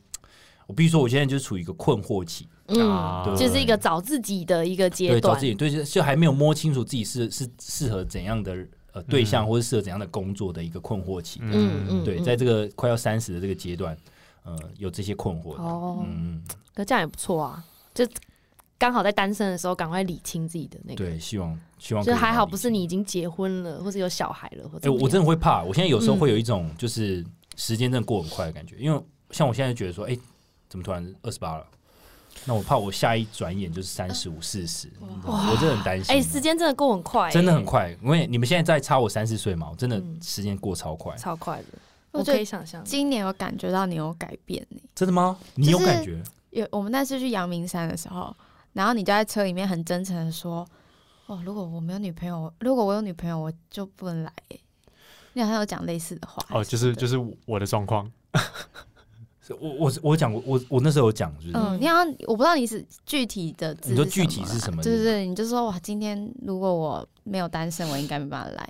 S2: 我必须说，我现在就是处于一个困惑期，
S1: 嗯，
S4: 啊对
S1: 就是一个找自己的一个阶
S2: 对，找
S1: 段
S2: 自。己对，就就还没有摸清楚自己是是适合怎样的呃对象，或者适合怎样的工作的一个困惑期。
S1: 嗯嗯，
S2: 对，
S1: 嗯
S2: 在这个快要三十的这个阶段，呃，有这些困惑的，
S1: 哦，
S2: 嗯，
S1: 可这样也不错啊，就刚好在单身的时候赶快理清自己的那个，
S2: 对，希望希望
S1: 就
S2: 可以
S1: 还好
S2: 理
S1: 不
S2: 解
S1: 是你已经结婚了，或者有小孩了，或
S2: 哎、
S1: 者
S2: 我真的会怕，我现在有时候会有一
S1: 嗯
S2: 种就是时间真的过很快的感觉，因为像我现在就觉得说，哎、怎么突然二十八了？那我怕我下一转眼就是三十五、四十，我真的很担心。啊
S1: 哎、时间真的过很快、
S2: 真的很
S1: 哎
S2: 快，因为你们现在在差我三四岁嘛，我真的
S1: 嗯
S2: 时间过超快。
S1: 超快的，
S3: 我
S1: 我
S3: 觉
S1: 可
S3: 得
S1: 以想象。
S3: 今年我感觉到你有改变呢、
S2: 真的吗？你有感觉？
S3: 有我们那次去阳明山的时候，然后你就在车里面很真诚的说：“哦，如果我没有女朋友，如果我有女朋友，我就不能来、欸。”你好像有讲类似的话
S4: 哦，就是就是我的状况，
S2: 是我我我讲过，我我那时候有讲，就是、
S3: 嗯，你好像我不知道你是具体的字是什
S2: 你
S3: 么啦，
S2: 说具体是什么
S3: 对对对，你就说哇，今天如果我没有单身，我应该没办法来。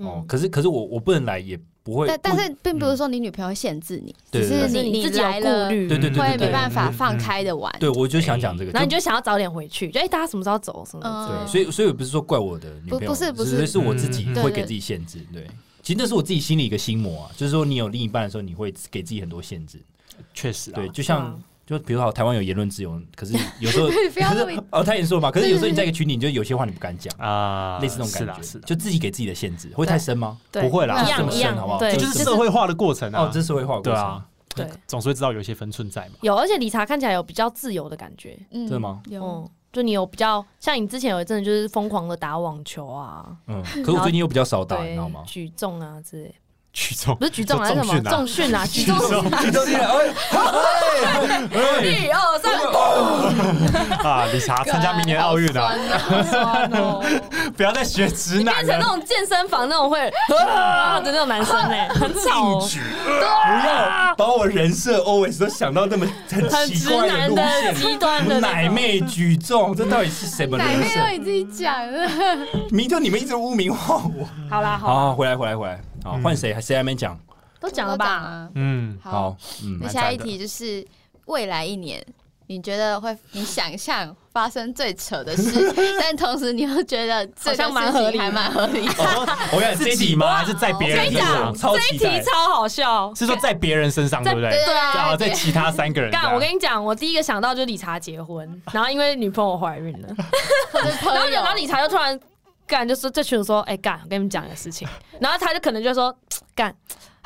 S2: 哦
S1: 嗯，，
S2: 可是可是我我不能来，也不会。
S3: 但但是并不是
S2: 嗯
S3: 说你女朋友限制你，
S2: 对
S3: 只
S2: 对对
S3: 是
S1: 你
S3: 你
S1: 自己有
S3: 来
S1: 顾
S3: 了
S1: 虑，
S2: 对对对
S3: 会
S2: 对
S3: 没
S2: 对
S3: 办法
S4: 嗯
S3: 放
S4: 嗯
S3: 开的玩。
S2: 对，我就想讲这个，
S1: 然后
S2: 就
S1: 你就想要早点回去，就哎、大家什么时候走什么时候走。
S2: 对，
S3: 嗯
S2: 所以所以不是说怪我的女朋友，
S3: 不不是不
S2: 是
S3: 是
S2: 是我自己
S4: 嗯
S2: 会
S3: 对对
S2: 给自己限制。对，其实那是我自己心里一个心魔啊，就是说你有另一半的时候，你会给自己很多限制。
S4: 确实啊
S2: 对，就像就比如说好台湾有言论自由，可是有时候
S3: 嗯 不要
S2: 可
S3: 那么
S2: 是哦，他也说嘛，可是有时候你在一个群里，你就有些话你不敢讲，
S4: 啊，
S2: 类似那种感觉，
S4: 是的，
S2: 就自己给自己的限制，会太深吗？
S1: 对
S4: 不
S3: 嗯
S4: 会啦
S1: 一
S2: 这
S1: 样一
S2: 么深
S1: 样，
S2: 好不好
S1: 对，
S4: 这
S2: 就
S4: 就是社会化的过程啊，
S2: 哦，这是会画过
S4: 对
S2: 程
S4: 啊，，
S1: 对
S4: 总是会知道有一些分寸在嘛，
S1: 有，而且理查看起来有比较自由的感觉，
S3: 嗯
S2: 真的吗？
S3: 有
S1: 嗯，就你有比较像你之前有一阵子就是疯狂的打网球啊，
S2: 嗯，可我最近又比较少打，你
S1: 对
S2: 知道 吗，？
S1: 举重啊之类，
S4: 举重
S1: 不是举重啊，
S4: 说
S1: 是什么
S4: 重训
S1: 重训
S4: 啊
S1: 啊，举重。
S2: 你都是哎，
S4: 哎
S3: 一二三，
S4: 啊，理查参加明年奥运啊，
S1: 哦
S3: 啊！
S4: 不要再学直
S1: 你
S4: 男
S1: 变成那
S4: 了，
S1: 种健身房那种会啊的那种男生哎、很吵、哦，
S2: 不要把我人设 always 都想到那么很
S1: 很
S2: 奇
S1: 直
S2: 怪
S1: 男
S2: 路
S1: 的
S2: 线。
S1: 极端的那种
S2: 奶妹举重，这到底是什么
S3: 奶
S2: 人
S3: 妹都
S2: 设？
S3: 你自己讲
S1: 嗯
S3: 了，
S2: 明就你们一直污名化我。
S1: 好啦好啦，
S2: 好，回来回来回来，好，
S4: 嗯
S2: 换谁？谁还没讲？
S1: 都讲了吧？
S3: 啊？
S4: 嗯，
S2: 好，，嗯
S3: 那
S2: 蛮
S3: 下
S2: 赞
S3: 一
S2: 的
S3: 题就是未来一年，你觉得会你想象发生最扯 的事，但同时你又觉得这
S1: 好
S3: 个
S1: 像蛮合
S3: 事
S1: 理
S3: 情还
S1: 的
S3: 蛮合理的。
S2: 我跟你讲，
S4: 自
S2: 这
S4: 己
S2: 题
S4: 吗？还是在别人
S1: 跟你
S4: 身上
S1: 讲，？
S2: 超
S1: 这一
S2: 期
S1: 题
S2: 待
S1: 超好笑。
S4: 是说在别人身上，对不对？
S3: 对
S1: 对啊
S4: 啊，在其他三个人这样，
S1: 干，我跟你讲，我第一个想到就是理查结婚，然后因为女朋友怀孕了，
S3: 或者朋
S1: 然后
S3: 友
S1: 然后理查就突然干，就说这群人说，哎、干，我跟你们讲个事情，然后他就可能就说干。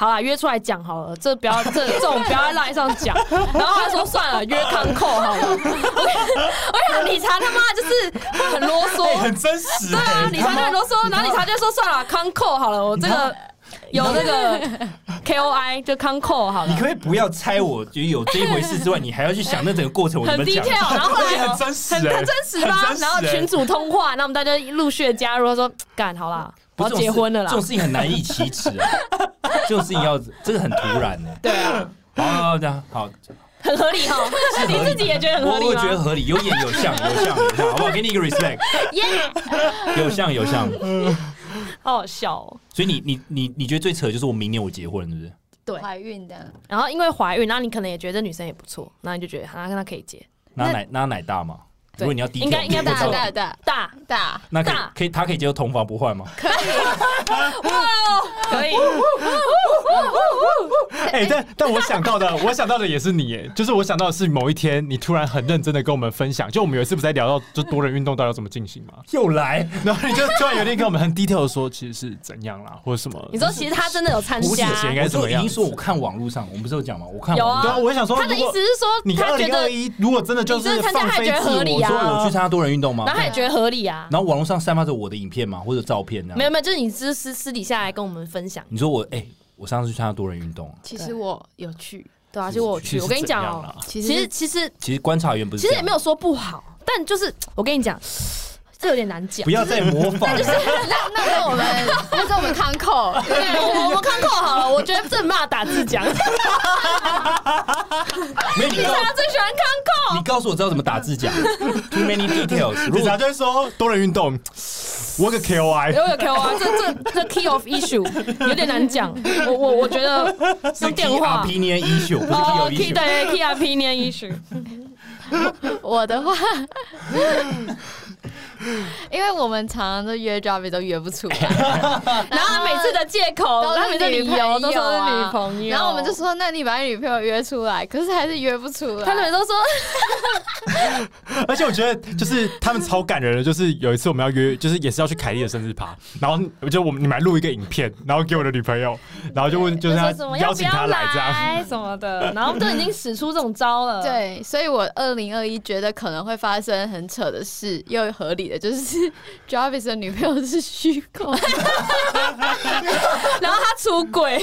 S1: 好啦，约出来讲好了，这不要这这种不要在赖上讲。然后他说算了，约康扣好了。我跟我想理查他妈就是会很啰
S2: 哎
S1: 嗦，
S4: 很真实
S1: 对啊，
S4: 欸，
S1: 理查就很啰嗦，然后理查就说算了，康扣好了，我这个有那个 KOI 就康扣好
S2: 你
S1: 了，
S2: 可不可以不要猜我觉得有这一回事之外，你还要去想那整个过程我怎
S1: 很
S2: 么讲？
S1: detail。然后后
S4: 而且
S1: 来
S4: 很真实欸，
S1: 很很真实吧
S4: 很真？欸
S1: 然后群主通话，那我们大家就陆续的加入，说干好啦，
S2: 不
S1: 我
S2: 是
S1: 要结婚了啦
S2: 这种。事情很难以启齿啊，这种事情要这个很突然的。
S1: 对啊，
S2: 好好好，这样好，
S1: 很合理哦。
S2: 是
S1: 你
S2: 合
S1: 自
S2: 理
S1: 己也觉得很合
S2: 我我
S1: 理
S2: 觉得
S1: 吗？
S2: 合理，有眼有像，有像有像，好不 好？给你一个 respect，有像有像。
S1: 好好笑哦。
S2: 所以你你你你觉得最扯的就是我明年我结婚，是不是？
S1: 对
S3: 怀孕的，
S1: 然后因为怀孕，然后你可能也觉得这女生也不错，然后你就觉得她跟她可以结
S2: 拿奶拿奶大嘛？
S1: 对
S2: 如果你要低调，
S1: 应该应该
S2: 我
S1: 不
S2: 知
S3: 大
S2: 道
S1: 错
S3: 大大
S1: 大
S3: 大，
S2: 那可以
S1: 大
S2: 可以，他可以接受同房不换吗？
S1: 可以。欸
S4: 哎、但但我想到的，我想到的也是你，哎，就是我想到的是某一天你突然很认真的跟我们分享，就我们有一次不是在聊到就多人运动到底要怎么进行嘛，
S2: 又来，
S4: 然后你就突然有一天跟我们很 detail 的说其实是怎样啦，或者什么，
S1: 你说其实她真的有参
S4: 无
S1: 加
S4: 解，前应该
S2: 我
S4: 是怎
S2: 就
S4: 么
S2: 已
S4: 样
S2: 经说我看网络上，我们不是有讲吗？我看
S1: 有啊
S2: 网
S4: 对
S2: 络
S4: 啊，我也想说，
S1: 她的
S4: 如
S1: 意
S4: 果
S1: 思是说
S4: 你
S1: 她
S4: 二
S1: 觉
S4: 零二
S1: 得，
S4: 一如果真的就
S1: 你真
S4: 是
S1: 的参加
S4: 放
S1: 还
S4: 飞
S1: 觉得
S4: 自
S1: 合理
S4: 我，
S1: 啊
S2: 上，我说我去参加多人运动吗
S1: 然？后她也觉得合理啊。
S2: 然后网络上散发着我的影片嘛，或者照片呢？啊
S1: 没有没有，就是你私私私底下来跟我们分享，
S2: 你说我哎、我上次去参加多人运动，啊
S3: 其实我有去，
S1: 对啊，就我去，我跟你讲
S4: 是怎样
S1: 哦
S2: 啊
S4: 啦，
S3: 其
S1: 其
S3: 实
S1: 实其实
S2: 其实观察员不是
S1: 其实也没
S2: 有，
S1: 有说不好，但就是我跟你讲，这有点难讲
S2: 不。要再模仿了，
S3: 那那是我们那是我们康 扣，
S1: 对，我我我看够好了，我觉得这没办法打字讲，
S2: 没有你
S1: 你
S2: 告
S1: 他最喜欢看够。
S2: 你告诉我知道怎么打字讲，too many details，如
S4: 警察
S2: 果
S4: 就会说多人运动，我有个 KOI
S1: 有有 Q 啊，这这这 key of issue 有点难讲，我我我觉得
S2: 是
S1: 用电话
S2: P N issue，不是 P
S1: 哦
S2: O
S1: ，key
S2: issue。
S1: 对 key of opinion issue，
S3: 我的话，因为我们常常都约 j o b 都约不出来，
S1: 哎然后他每次的借口，
S3: 都是
S1: 他每次理
S3: 女朋友
S1: 由都说是
S3: 啊
S1: 女朋友，
S3: 然后我们就说，那你把你女朋友约出来，可是还是约不出来。
S1: 他们都说
S4: 而且我觉得就是他们超感人的，就是有一次我们要约，就是也是要去凯莉的生日趴，然后我就我们你们还录一个影片，然后给我的女朋友，然后就 问就是
S1: 说
S4: 他
S1: 什么
S4: 邀
S1: 不
S4: 请
S1: 要
S4: 她来这样。
S1: 来什么的，然后都已经使出这种招 了，，
S3: 对，所以我二零二一觉得可能会发生很扯的事，又合理的就是 Jarvis 的女朋友是虚 构，
S1: 然后他出轨，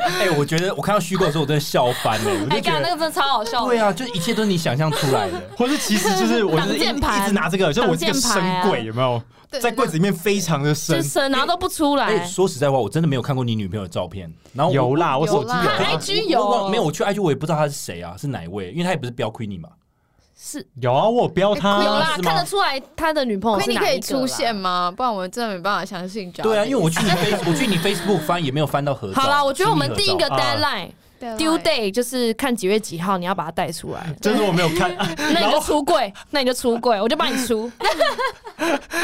S2: 哎、我觉得我看到虚构的时候，我真的笑翻了，欸我
S1: 哎，
S2: 就觉
S1: 干那
S2: 得
S1: 个真的超好笑的
S2: 对，啊，就一切都是你想象出来 的。
S4: 或是其实就是我就是
S1: 挡
S4: 一
S1: 箭牌
S4: 一直拿这个，就我这个
S1: 挡箭牌
S4: 深
S1: 啊
S4: 柜有没有
S3: 对
S4: 在柜子里面非常的
S1: 就
S4: 深
S1: 是，生，然后都不出来
S2: 哎、，说实在话，我真的没有看过你女朋友的照片。然后我
S4: 有啦，我手
S3: 有
S4: 机
S3: 啦
S4: 有
S1: 还
S4: 啊
S1: IG
S2: 我忘
S1: 有
S2: 没有？我去 IG 我也不知道她是谁啊，是哪一位？因为她也不是标亏你嘛。
S1: 是
S4: 有啊，我有标他
S1: 有啦，
S2: 是吗
S1: 看得出来他的女朋友
S3: 亏
S1: 是
S3: 你
S1: 哪
S3: 可以
S1: 一个啦
S3: 出现吗？不然我们真的没办法相信 Jarvis。
S2: 对啊，因为我去 你 Face 我去你 Facebook 翻也没有翻到合照。
S1: 好啦，我觉得我们定一个
S4: 合照啊
S1: deadline
S3: 对
S1: due day，就是看几月几号你要把它带出来。
S4: 就是我没有看。
S1: 那
S4: 然
S1: 你就
S4: 后
S1: 出柜，那你就出柜，我就帮你 出。哎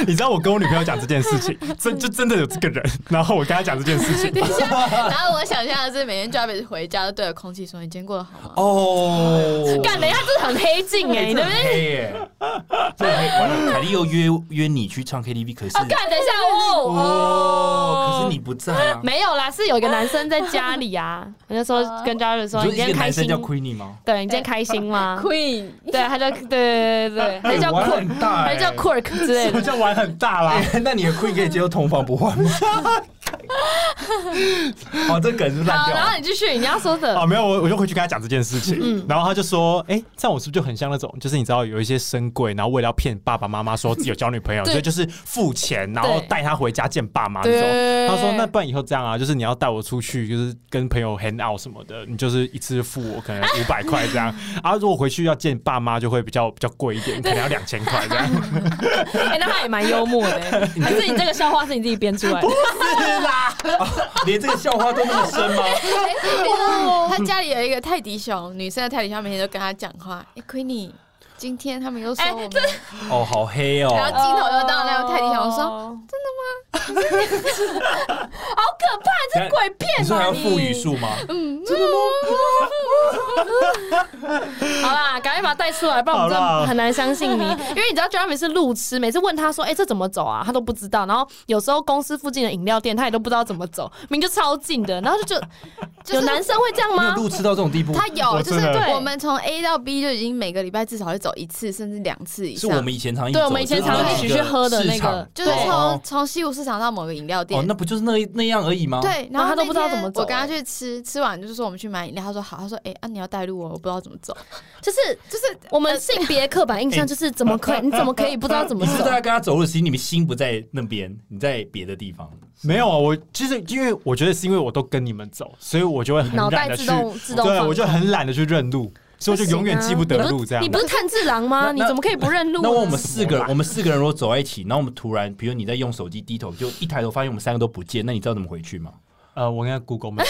S4: 你知道我跟我女朋友讲这件事情，真就真的有这个人，然后我跟她讲这件事情，
S3: 然后我想象的是每天 Jarvis 回家就对着空气说：“你今天过得好吗？”
S2: 哦，
S1: 干，等一下，这很黑 镜哎，你对不对？
S2: 黑耶，这很黑完了，凯莉又约约你去唱 KTV，可是
S1: 啊，干， 等一下哦
S2: 哦，
S1: 哦，
S2: 可是你不在啊。
S3: 嗯
S1: 没有啦，是有一个男生在家里啊，我就说
S3: 哦
S1: 跟 Jarvis 说：“你今
S2: 你说一
S1: 天
S2: 个
S1: 开
S2: 男
S1: 心
S2: 生？叫 Queenie 吗？
S1: 对你今天开心吗
S3: Queen，？”
S1: 对，他就对对对对对，他就叫
S2: 哎玩
S1: Quirk，
S2: 很大
S1: 他
S2: 哎
S1: 就叫 Quirk 之类
S4: 什么
S1: 的。
S4: 叫玩很大啦？
S2: 哎那你的 Queen 可以接受同房不换 吗？好，这梗是烂
S1: 好，
S2: 掉
S1: 然后
S2: 了。
S1: 你继续你要说的
S4: 啊，，没有，我我就回去跟他讲这件事情，
S1: 嗯
S4: 然后他就说，哎、这样我是不是就很像那种，就是你知道有一些深柜，然后为了要骗爸爸妈妈说自己有交女朋友，
S1: 对
S4: 所以就是付钱，然后
S1: 对
S4: 带他回家见爸妈那种。
S1: 对，
S4: 他说：“那不然以后这样啊，就是你要带我出去，就是跟朋友 hang out 什么的，你就是一次付我可能五百块这样。啊，如果回去要见爸妈，就会比较比较贵一点，可能要两千块这样。
S1: 哎，那他也蛮幽默的， 还是你这个笑话是你自己编出来的？
S2: 是啦，哦连这个笑话都那么深吗？
S3: 哎你知 道他家里有一个泰迪熊，女生的泰迪熊每天都跟他讲话。哎，Queenie，今天他们又说
S1: 哎
S3: 我们，
S2: 哦，好黑哦。
S3: 然后镜头又到那个泰迪熊说，
S1: 哦好可怕，这是鬼片
S2: 你说还
S1: 吧
S2: 要
S1: 你？
S2: 副语数吗？
S1: 好啦，赶快把它带出来，不然我们真
S4: 好
S1: 的
S4: 啦
S1: 很难相 信你。因为你知道 Jeremy 是路痴，每次问他说：“哎、这怎么走啊？”他都不知道。然后有时候公司附近的饮料店，他也都不知道怎么走，明明就超近的。然后就就、
S3: 就是
S1: 有男生会这样
S2: 你有
S1: 吗？
S2: 路痴到这种地步？
S3: 他有，
S4: 我
S3: 就
S4: 真
S3: 是
S4: 的
S1: 对
S3: 我们从 A 到 B 就已经每个礼拜至少会走一次，甚至两次以
S2: 是
S3: 上。
S2: 我们以前常一起
S1: 对
S2: 走
S1: 我们以前
S2: 就是
S3: 常一起
S2: 那个
S1: 去喝的那个
S2: 市场
S3: 就是
S1: 对
S3: 从
S2: 哦
S3: 从西湖市场到某个饮料店
S2: 哦，，那不就是那那样而已吗？
S3: 对，
S1: 然后他都
S3: 那
S1: 不知道
S3: 天
S1: 怎么走
S3: 我跟
S1: 欸
S3: 他去吃，吃完就是说我们去买饮料，他说好，他说哎、啊你要带路哦，我不知道怎么走，
S1: 就是
S3: 就是
S1: 我们性别刻板印象就是怎么可以？你怎么可以不知道怎么
S2: 哎你是啊不是
S1: 走
S2: 在？跟他走路的时候，你们心不在那边，你在别的地方。
S4: 没有啊，我其实因为我觉得是因为我都跟你们走，所以我就会很
S1: 脑
S4: 懒
S1: 袋
S4: 得
S1: 自
S4: 去，
S1: 动自动
S4: 对
S1: 放
S4: 我就
S1: 空
S4: 很懒得去认路，所以我就永远记不得路这
S1: 啊
S4: 样啊
S1: 你。不是炭治郎吗？
S2: 那
S1: 你怎么可以不认路呢？
S2: 那我们 四个人，我们四个人如果走在一起，然后我们突然，比如你在用手机低头，就一抬头发现我们三个都不见，那你知道怎么回去吗？
S4: 呃，我看 Google Map，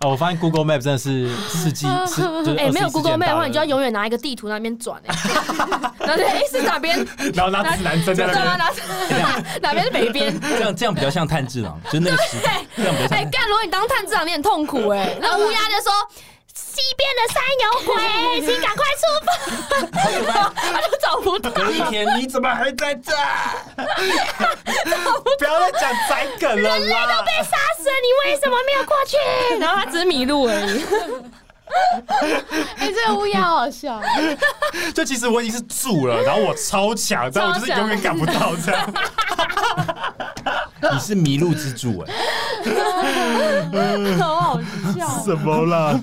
S4: 呃，我发现 Google Map 真的是世纪， 是就是
S1: 哎、没有
S4: 21
S1: Google
S4: 世纪很
S1: Map
S4: 大
S1: 的话，你就要
S4: 了
S1: 永远拿一个地图那边转哎， 然后哎、诶是哪边？
S4: 然后 拿指南针在
S1: 对
S4: 那边
S1: 啊，哪哪边是北边？
S2: 这样这样比较像炭治郎，就是 那个时，这样比较像
S1: 哎、干！如果你当探长，你很痛苦哎、 那乌鸦就说：“西边的山 有鬼，请赶快出发。”他就找不到。
S2: 隔一天你怎么还在这？
S4: 不要再讲宅梗了 啦！
S1: 被杀死了，你为什么没有过去？ 然后他只是迷路而已。
S3: 哎、这个乌鸦好笑，
S4: 就其实我已经是住了，然后我超强，但我就是永远赶不到这样。
S2: 你是迷路之主哎、嗯
S1: 好好笑。
S4: 什么啦？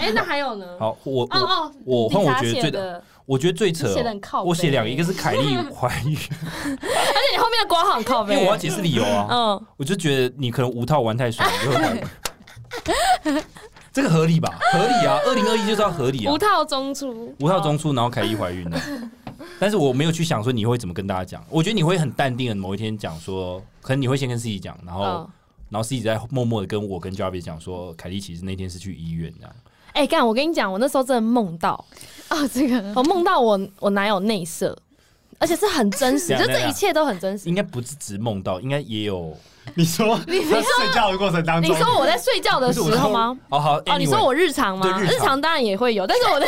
S1: 哎、那还有呢？
S2: 好，我
S1: 哦
S2: 我
S1: 哦，
S2: 我换我
S1: 理查
S2: 觉得
S1: 写
S2: 最
S1: 的，
S2: 我觉得最扯
S1: 你写得很靠
S2: 哦，
S1: 背
S2: 我写两个，一个是凯莉怀 孕，
S1: 而且你后面的瓜好靠
S2: 因为我要
S1: 背。
S2: 解释理由啊。
S1: 嗯，
S2: 我就觉得你可能无套玩太爽，你就会怀孕。 这个合理吧？合理啊！二零二一就是要合理啊！
S1: 无套中出，
S2: 无套中出，然后凯莉怀孕了。但是我没有去想说你会怎么跟大家讲，我觉得你会很淡定的某一天讲说，可能你会先跟自己讲，然后、
S1: 嗯
S2: 然后自己在默默的跟我跟 Jarvis 讲说，凯莉其实那天是去医院这样。
S1: 哎、干！我跟你讲，我那时候真的梦到，
S3: 哦，这个
S1: 我梦到我我男友内射，而且是很真实，
S2: 等一
S1: 就
S2: 下
S1: 这一切都很真实。
S2: 应该不是只梦到，应该也有。
S4: 你说你在睡觉的过程当
S1: 你
S4: 中，
S1: 说我在睡觉的时候吗？
S2: 哦好，
S1: 哦，
S2: anyway，
S1: 你说我日常吗？
S2: 对日常
S1: 当然也会有，但是 我的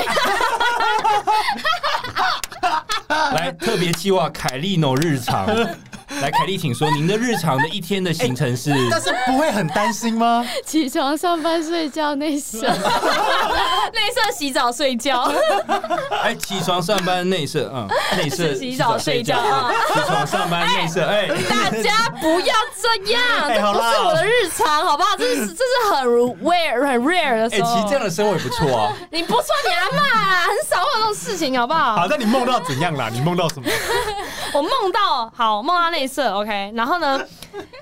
S2: 来特别计划凯莉 no 日 常。来，凯莉，请说您的日常的一天的行程是？
S1: 哎
S4: 但是不会很担心吗？
S3: 起床上班睡觉那 些，
S1: 内射、洗澡、睡觉，
S2: 哎，起床上班内射， 嗯，内射
S1: 洗澡睡觉啊
S2: 起床上班内射，哎，
S1: 大家不要这样，
S4: 哎
S1: 这
S4: 好
S1: 不
S4: 啦
S1: 是我的日常，好不好？这是这是很 rare 很 rare 的
S2: 哎，
S1: 时
S2: 其实
S1: 候
S2: 这。样的生活也不错 啊。
S1: 你不算你阿妈啦，很少会有这种事情，好不
S4: 好
S1: 好，？
S4: 那你梦到怎样啦？你梦到什么？
S1: 我梦到好梦到内射，OK，然后呢，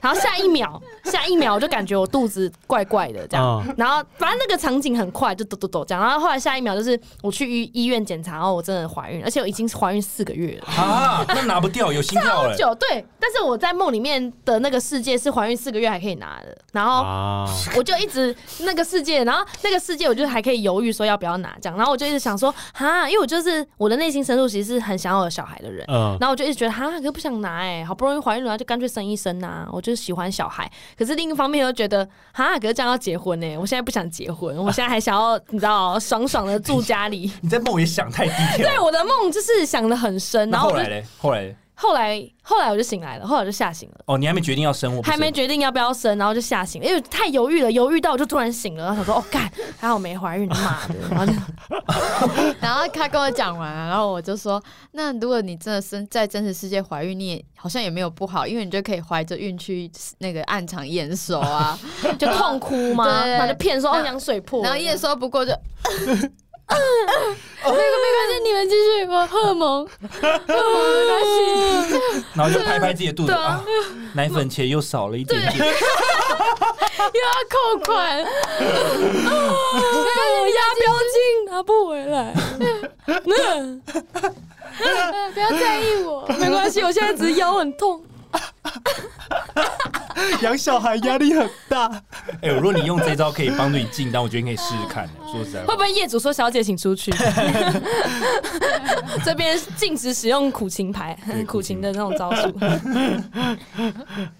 S1: 然后下一秒下一秒我就感觉我肚子怪怪的这样，
S4: 嗯
S1: 然后反正那个场景很快就抖抖抖这样，然后后来下一秒就是我去医医院检查，哦，我真的怀孕，而且我已经怀孕四个月了。
S2: 啊，那拿不掉，有心跳了。
S1: 九对，但是我在梦里面的那个世界是怀孕四个月还可以拿的，然后
S4: 啊，
S1: 我就一直那个世界，然后那个世界我就还可以犹豫说要不要拿这样，然后我就一直想说哈，因为我就是我的内心深处其实是很想要有小孩的人，
S4: 嗯，
S1: 然后我就一直觉得哈，可是不想拿哎、好不容易怀孕了，就干脆生一生呐、我就是喜欢小孩，可是另一方面又觉得哈，可是这样要结婚呢、我现在不想结婚，我现在还想要你知道爽爽的住家里。
S2: 哎你在梦也想太低调。
S1: 对，我的梦就是想的很深，
S2: 那
S1: 然后
S2: 后
S1: 我就
S2: 来嘞？后来嘞
S1: 后来后来我就醒来了，后来我就吓醒了。
S2: 哦，你还没决定要生或不
S1: 还
S2: 生
S1: 没决定要不要生，然后就吓醒了，因为太犹豫了，犹豫到我就突然醒了，然后想说，哦，干，还好没怀孕，妈的， 然后就
S3: 然后他跟我讲完啊了，然后我就说，那如果你真的生在真实世界怀孕，你也好像也没有不好，因为你就可以怀着孕去那个暗场验收 啊，
S1: 就痛哭嘛，
S3: 对
S1: 然后就骗说
S3: 然
S1: 哦
S3: 后
S1: 羊水破了，
S3: 然后验收不过就。
S1: 哦
S3: 那个没关系，你们继续。我荷 尔蒙，
S2: 然后就拍拍自己的肚子
S1: 对啊
S2: 啊，奶粉钱又少了一点点。
S3: 又要扣款，
S1: 哦我压标金拿不回 来，嗯
S3: 不要在意我。
S1: 没关系，我现在只是腰很痛，
S4: 养小孩压力很大。
S2: 哎、如果你用这招可以帮助你进单，我觉得你可以试试看。说实在
S1: 会
S2: 话
S1: 不，会业主说小姐请出 去？这边禁止使用苦情牌
S2: 对，
S1: 苦
S2: 苦
S1: 情
S2: 情
S1: 的那种招数。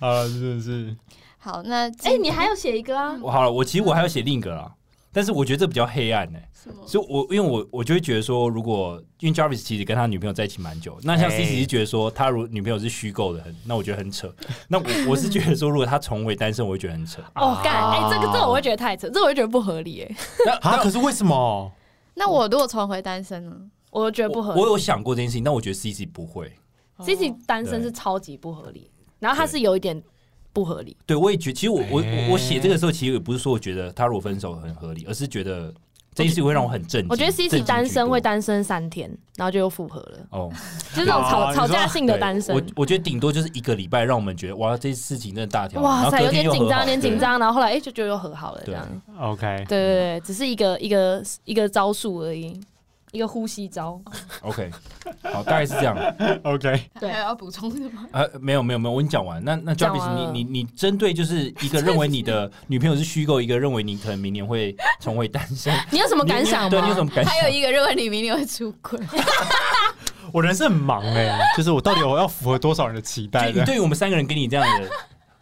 S4: 啊，真的是
S3: 好，那
S1: 哎、你还有写一个啊？
S2: 我好了，我其实我还要写另一个啦，但是我觉得这比较黑暗呢、
S3: 什么？
S2: 所以我因为我我就会觉得说，如果因为 Jarvis 其实跟他女朋友在一起蛮久，那像
S4: 哎
S2: C C 觉得说他如女朋友是虚构的，很那我觉得 很扯。那我我是觉得说，如果他重回单身，我会觉得很扯。
S1: 哦，干，哎、
S4: 啊
S1: 这个这个我会觉得太扯，这个我会觉得不合理、哎，
S4: 啊，可是为什么？
S3: 那我如果重回单身呢？
S1: 我觉得 不合
S2: 我
S1: 理
S2: 我。有想过这件事情，但我觉得 C C 不会。
S1: C C 单身是超级不合理，然后他是有一点不合理，
S2: 对，我也觉其实我我
S4: 哎
S2: 我我写这个时候，其实也不是说我觉得他如果分手很合理，而是觉得这件事情会让我很震惊。
S1: 我觉得 C
S2: 震
S1: C
S2: 惊
S1: 单
S2: 居
S1: 身
S2: 多
S1: 会单身三天，然后就又复合了，
S2: 哦，
S1: 就是那种吵
S4: 哦
S1: 吵
S4: 你说
S1: 架性的
S2: 对
S1: 单身
S2: 我。我觉得顶多就是一个礼拜，让我们觉得哇，这事情真的大条。然
S1: 哇
S2: 后
S1: 塞，
S2: 隔
S1: 有点
S2: 天又
S1: 紧
S2: 和
S1: 张，
S2: 好
S1: 有点紧。张，然后后来哎、就就又和好了这
S2: 对
S1: 样。
S4: OK，
S1: 对对对，只是一个一个一个招数而已，一个呼吸招。
S2: 对 OK，好， 大概是这样。
S4: OK，
S1: 对
S3: 还有要补充的吗？
S2: 呃，没有没有没有，我跟你讲完。那那
S1: 讲完
S2: Jarvis，
S1: 了
S2: 你你你针对就是一个认为 你的女朋友是虚构，一个认为你可能明年会重回单身，
S1: 你 有什么
S2: 你
S1: 感
S2: 你
S1: 想
S2: 对，你有
S1: 吗？
S2: 什么感想？
S3: 还有一个认为你明年会出轨，
S4: 我人生很忙哎、就是我到底我要符合多少人的期 待
S2: 就
S4: 的
S2: 你？对于我们三个人给你这样的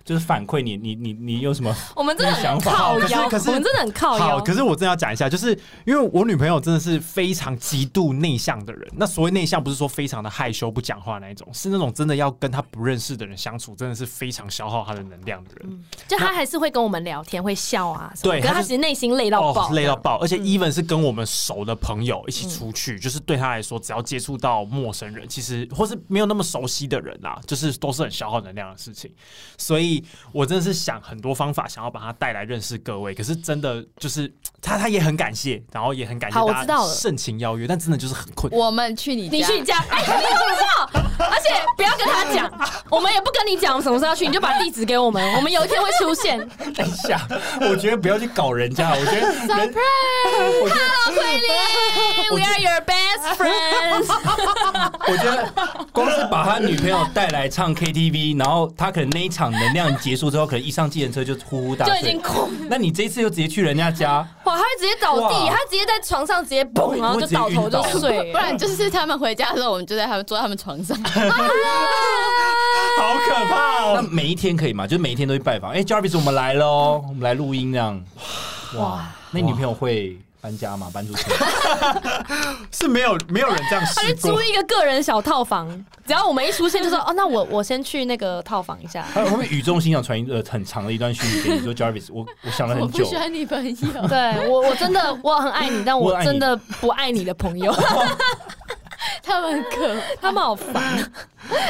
S2: 就是反馈，你你你你有 什么？
S1: 我们真的
S2: 你想
S1: 很
S2: 法
S1: 靠腰，
S4: 好可是可是
S1: 我们真的很靠
S4: 好，
S1: 腰。
S4: 可是我真的要讲一下，就是因为我女朋友真的是非常极度内向的人。那所谓内向，不是说非常的害羞不讲话那一种，是那种真的要跟她不认识的人相处，真的是非常消耗她的能量的人。
S1: 就他还是会跟我们聊天，会笑啊什么。
S4: 对
S1: 可是
S4: 他
S1: 他
S4: 就
S1: 其实内心累到爆，
S4: 哦
S1: 嗯
S4: 累到爆！而且 even 是跟我们熟的朋友一起出去，就是对他来说，只要接触到陌生人，其实或是没有那么熟悉的人啊，就是都是很消耗能量的事情。所以我真的是想很多方法，想要把他带来认识各位。可是真的就是他，他也很感谢，然后也很感谢
S1: 好我
S4: 大
S1: 知道
S4: 家
S1: 了
S4: 盛情邀约，但真的就是很困 难。
S3: 我们去你家，
S1: 你去你家，哎、你怎么知道？而且不要跟他讲，我们也不跟你讲我们什么时候要去，你就把地址给我 们，我们有一天会出现。
S2: 等一下，我觉得不要去搞人家，我觉 得人， 我觉得
S1: Hello，奎林，We 哎 are your best friends。
S2: 我觉得光是把他女朋友带来唱 KTV，然后他可能那一场能量结束之后，可能一上计程车就呼呼大
S1: 就已
S2: 睡
S1: 经。哭，
S2: 那你这一次又直接去人家家，
S1: 哇！他会直接倒地，
S2: 哇
S1: 他直接在床上直接
S2: 我
S1: 蹦，
S2: 会
S1: 然后就倒头就
S2: 我会直接
S1: 睡
S3: 不。 然就是他们回家的时候，我们就在他们坐在他们床上。
S4: 好可怕哦
S2: 那！每一天可以吗？就是每一天都去拜访。哎、j a r v i s 我们来喽，我们来录音这样。哇，那你女朋友会搬家吗？搬出去？
S4: 是没有没有人这样
S1: 他
S4: 试
S1: 就
S4: 过
S1: 租。一个个人小套房，只要我们一出现，就说哦，那我我先去那个套房一下。
S2: 他会不会语重心长传一个很长的一段讯息给你？说 Jarvis，我我想了
S3: 我
S2: 很
S3: 不
S2: 久，
S3: 喜欢你朋友，
S1: 对我，我真的我很爱你，但
S2: 我
S1: 我
S2: 爱你
S1: 真的不爱你的朋友，
S3: 他们很可
S1: 他们好烦。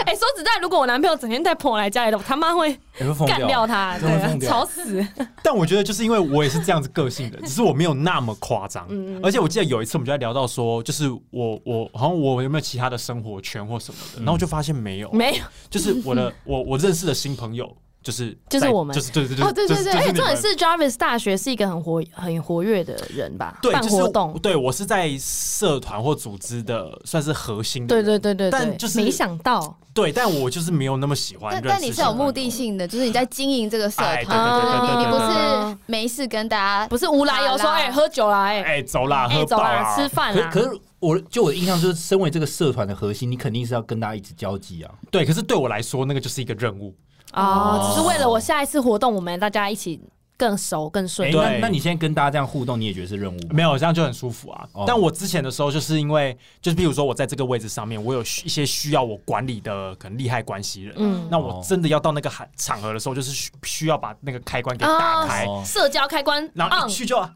S1: 哎、说实在，如果我男朋友整天带朋友来家里的，我他妈会
S2: 你会疯
S1: 干掉
S2: 掉。
S1: 他，
S2: 真的啊会
S1: 对，啊
S2: 疯掉
S1: 吵死。
S4: 但我觉得就是因为我也是这样子个性的，只是我没有那么夸张。而且我记得有一次我们就在聊到说，就是我我好像我有没有其他的生活圈或什么的，然后我就发现没有，
S1: 没有，
S4: 就是我的我我认识的新朋友就是
S1: 就是
S4: 在
S1: 我们
S4: 就是对对对，
S3: 哦对
S4: 就
S3: 对对
S4: 是就
S1: 而
S4: 是
S1: 且
S4: 你
S1: 哎重点
S4: 们
S1: 是，Jarvis 大学是一个很活很活跃的人吧，
S4: 对，
S1: 办
S4: 就是
S1: 活动
S4: 我，对我是在社团或组织的算是核心的
S1: 对
S4: 人，
S1: 对对对对，
S4: 但就是
S1: 没想到，
S4: 对，但我就是没有那么喜欢
S3: 但
S4: 认识
S3: 但你是有
S4: 新朋友
S3: 目的，性的，就是你在经营这个社
S4: 哎，对
S3: 团，
S4: 对对对
S1: 啊
S4: 对
S3: 你
S4: 对，
S3: 不
S4: 对对
S3: 是没事跟大家
S1: 不是无来由说，
S3: 好啦
S1: 哎、喝酒啦，哎、
S4: 哎走啦，
S1: 哎、
S4: 喝
S1: 走
S4: 饱
S1: 啦，
S4: 啦，
S1: 吃饭
S2: 可
S1: 啦。
S2: 可是我就我的印象就是，身为这个社团的核心，你肯定是要跟大家一直交际啊。
S4: 对，可是对我来说那个就是一个任务，
S1: 哦，
S2: 哦
S1: 只是为了我下一次活动，我们大家一起更熟更顺
S2: 哎，
S1: 利。
S2: 那
S4: 对
S2: 那你现在跟大家这样互动，你也觉得是任务吗？
S4: 没有，这样就很舒服啊。
S2: 哦
S4: 但我之前的时候，就是因为就是比如说我在这个位置上面，我有需一些需要我管理的可能利害关系人，
S1: 嗯
S4: 那我真的要到那个喊场合的时候，就是需需要把那个开关给打开，
S2: 哦
S1: 社交开关
S4: 然后
S1: on
S4: 一去就啊，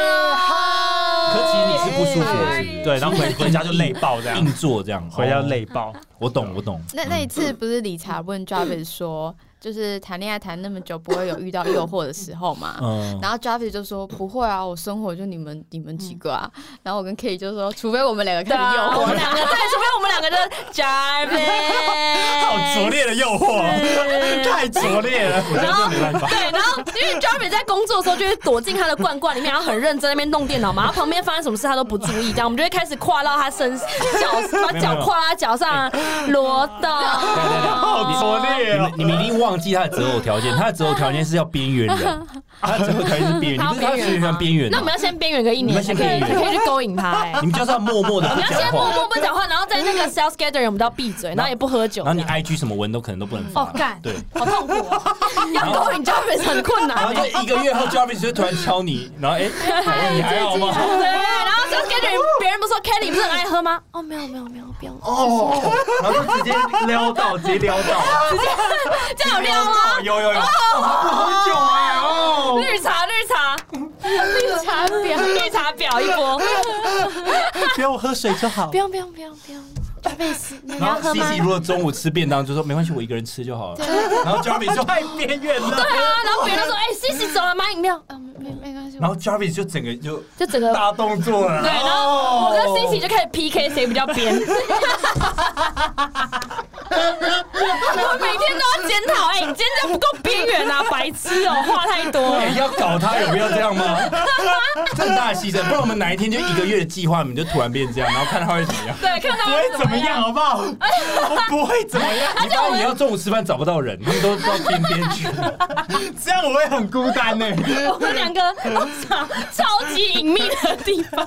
S2: 可其实你是不舒服的，是不是
S4: 对，然后回回家就累爆这样
S2: 硬，做这样，
S4: 回家
S2: 哦。
S4: 累爆。
S2: 我懂，我懂。
S3: 那那一次不是理查问 Jarvis 说，就是谈恋爱谈那么久，不会有遇到诱惑的时候嘛？
S2: 嗯，
S3: 然后 Jarvis 就说不会啊，我生活就你
S4: 嗯
S3: 们你们几个啊。然后我跟 K 就说，除非我们两个开
S1: 对
S3: 始诱
S1: 啊， 我
S3: 惑
S1: 们两个对，除非我们两个的 Jarvis，
S4: 好拙劣的诱惑，哦太拙劣了，我觉得这没办法。
S1: 对，然后因为 Jarvis 在工作的时候就会躲进他的罐罐里面，然后很认真在那边弄电脑嘛，然后旁边发生什么事他都不注意，这样我们就会开始跨到他身脚，把脚跨到他脚 上啊挪动。
S4: 好拙劣
S2: 你
S4: 哦
S1: 啊
S2: 们！你们一定忘记他的择偶条 件，他的择偶条件是要边缘人，他的择偶条件是边缘，你
S1: 他
S2: 不是他
S1: 边
S2: 是
S1: 缘吗啊
S2: 要边缘人，
S1: 那我们要先边缘个一
S2: 你
S1: 年，
S2: 们
S1: 才
S2: 先
S1: 可以
S2: 边缘
S1: 才可以去勾引他、哎
S2: 你们就是要 默默的
S1: 你
S2: 不
S1: 要
S2: 讲
S1: 先默
S2: 话，
S1: 默不讲话，然后在那个 sales gathering 我们都要闭嘴，然后也不喝酒
S2: 然后
S1: 这
S2: 你
S1: 样。
S2: IG 什么文都可能都不能
S1: 哦
S2: 发，，
S1: 干，
S2: 对。
S1: 好痛苦哦，要勾引 Jarvis 很困难
S2: 然后。就一个月后，Jarvis 就突然敲你，然后 哎，你还好吗？
S1: 对，然后 sales gathering 别人不是说 Kelly 不是很爱喝吗？哦，没有没有没有，不用。
S2: 哦，然后就直接撩到，直接撩到，
S1: 这样有撩吗？
S4: 啊有有有，好久哎哦，
S1: 绿茶，绿茶，绿茶婊，绿茶婊一波。
S4: 不要我喝水就 好
S1: 不。用，不用，不用，不用。就贝斯，你
S2: 然
S1: 要
S2: 后
S1: 喝
S2: C
S1: 吗
S2: C？如果中午吃便当，就说没关系，我一个人吃就好了。 然后 Jarvis 就太边缘了，
S1: 对啊，然后别人说，哎，西西走了，买饮料。嗯，没没关系。
S2: 然后 Jarvis 就整个就
S1: 就整个
S2: 大动作了。
S1: 对，然后我跟 C C 就开始 P K 谁比较编。我每天都要检讨，哎，你今天这样不够边缘啊，白痴哦，话太多了
S2: 哎。要搞他有必要这样吗？这很大的牺牲，不然我们哪一天就一个月的计划，你们就突然变这样，然后看他会怎么样。
S1: 对，看到
S4: 不
S1: 他
S4: 会怎么样，
S1: 样？
S4: 好不好？
S1: 啊
S4: 我不会怎么样，
S2: 你发现以后中午吃饭找不到人，他们都到边边去。
S4: 这样我会很孤单呢。
S1: 我们两个都找超级隐秘的地方。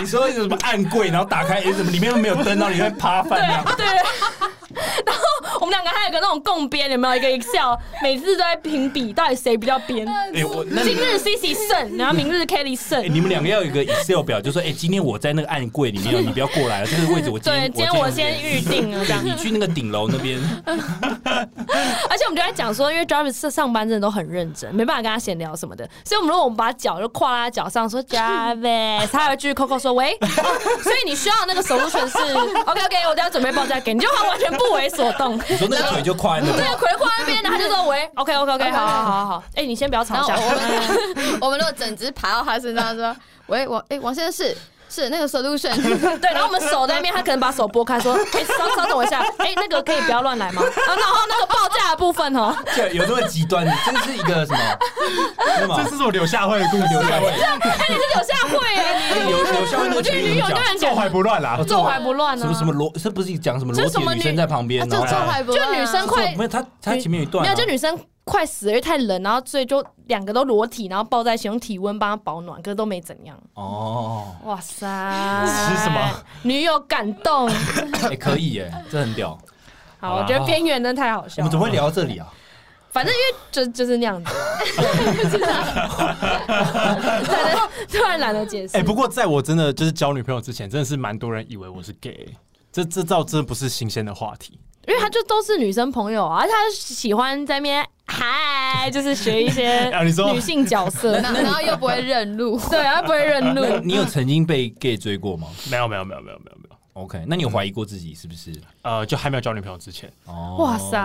S2: 你说有什么暗柜，然后打开，哎，怎么里面又没有灯，然后里面趴饭这样？
S1: 对，啊然后我们两个还有个那种共编，有没有一个 Excel，每次都在评比到底谁比较编。
S2: 哎，我那你
S1: 今日 C C 胜，然后明日 Kelly 胜
S2: 哎，。你们两个要有一个 Excel 表，就说，哎，今天我在那个暗柜里面，你不要过来了，这个位置我今
S1: 对，
S2: 天
S1: 今天我先预定了这样，
S2: 你去那个顶楼那边，
S1: 而且我们就在讲说，因为 Jarvis 上班真的都很认真，没办法跟他闲聊什么的，所以我们如果我们把脚就跨在他脚上说 Jarvis，他还会继续 Coco 说喂， 所以你需要那个 solution 是 OK OK，我等下准备报价给你，就他完全不为所动。
S2: 你说那个腿就跨在那
S1: 对 啊
S2: 边，，
S1: 葵花那边的他就说喂，OK OK OK，好好好好好，哎、你先不要
S3: 然
S1: 吵
S3: 后
S1: 架。
S3: 我们 我们如果整只爬到他身上说，喂王哎王先生是是那个 solution，
S1: 对，然后我们手在那边，他可能把手拨开说：“ 哎、稍稍等我一下，哎、那个可以不要乱来吗？”啊，然后那个报价的部分哦，
S2: 对，有那么极端，真的是一个什么？什
S4: 这
S2: 么？
S4: 是我柳下惠的故
S2: 刘
S4: 事，
S2: 家伟，
S1: 哎、你是柳下惠耶，
S2: 刘刘孝
S1: 我
S2: 那
S1: 觉得女友
S2: 讲
S1: 对人
S4: 坐
S1: 讲
S4: 怀不乱啦。
S1: 坐怀不乱
S2: 什么
S1: 啊，
S2: 什么裸，这不是讲什么裸
S1: 就是什么
S2: 体女生
S1: 女
S2: 在旁边，
S3: 就
S2: 然后
S3: 做坏不
S1: 就
S3: 乱啊
S1: 女生快嗯
S2: 没有他他前面有一段
S1: 没
S2: 啊，
S1: 有，就女生快死了，因为太冷，然后所以就两个都裸体，然后抱在一起用体温帮她保暖，可是都没怎样。
S2: 哦，
S1: 哇 塞，
S4: 吃什么？
S1: 女友感动。
S2: 哎可 以耶，这很屌，
S1: 好，我觉得边缘真的太好
S2: 我
S1: 笑
S2: 们怎
S1: 了。
S2: 么会聊到这里啊？
S1: 反正因为就就是那样 子， 突然懒得解释
S4: 哎，。不过在我真的就是交女朋友之前，真的是蛮多人以为我是 gay，这这倒真的不是新鲜的话题。
S1: 因为他就都是女生朋友啊，而且他喜欢在那边嗨，就是学一些
S4: 啊你说
S1: 女性角 色，
S3: 然后然后又不会认路，
S1: 对，他不会认路。
S2: 那你有曾经被 gay 追过吗
S4: 没有没有没有没有没有没有，
S2: ？OK，那你有怀疑过自己是不是？
S4: 呃，就还没有交女朋友之前，
S2: 哦
S1: 哇塞！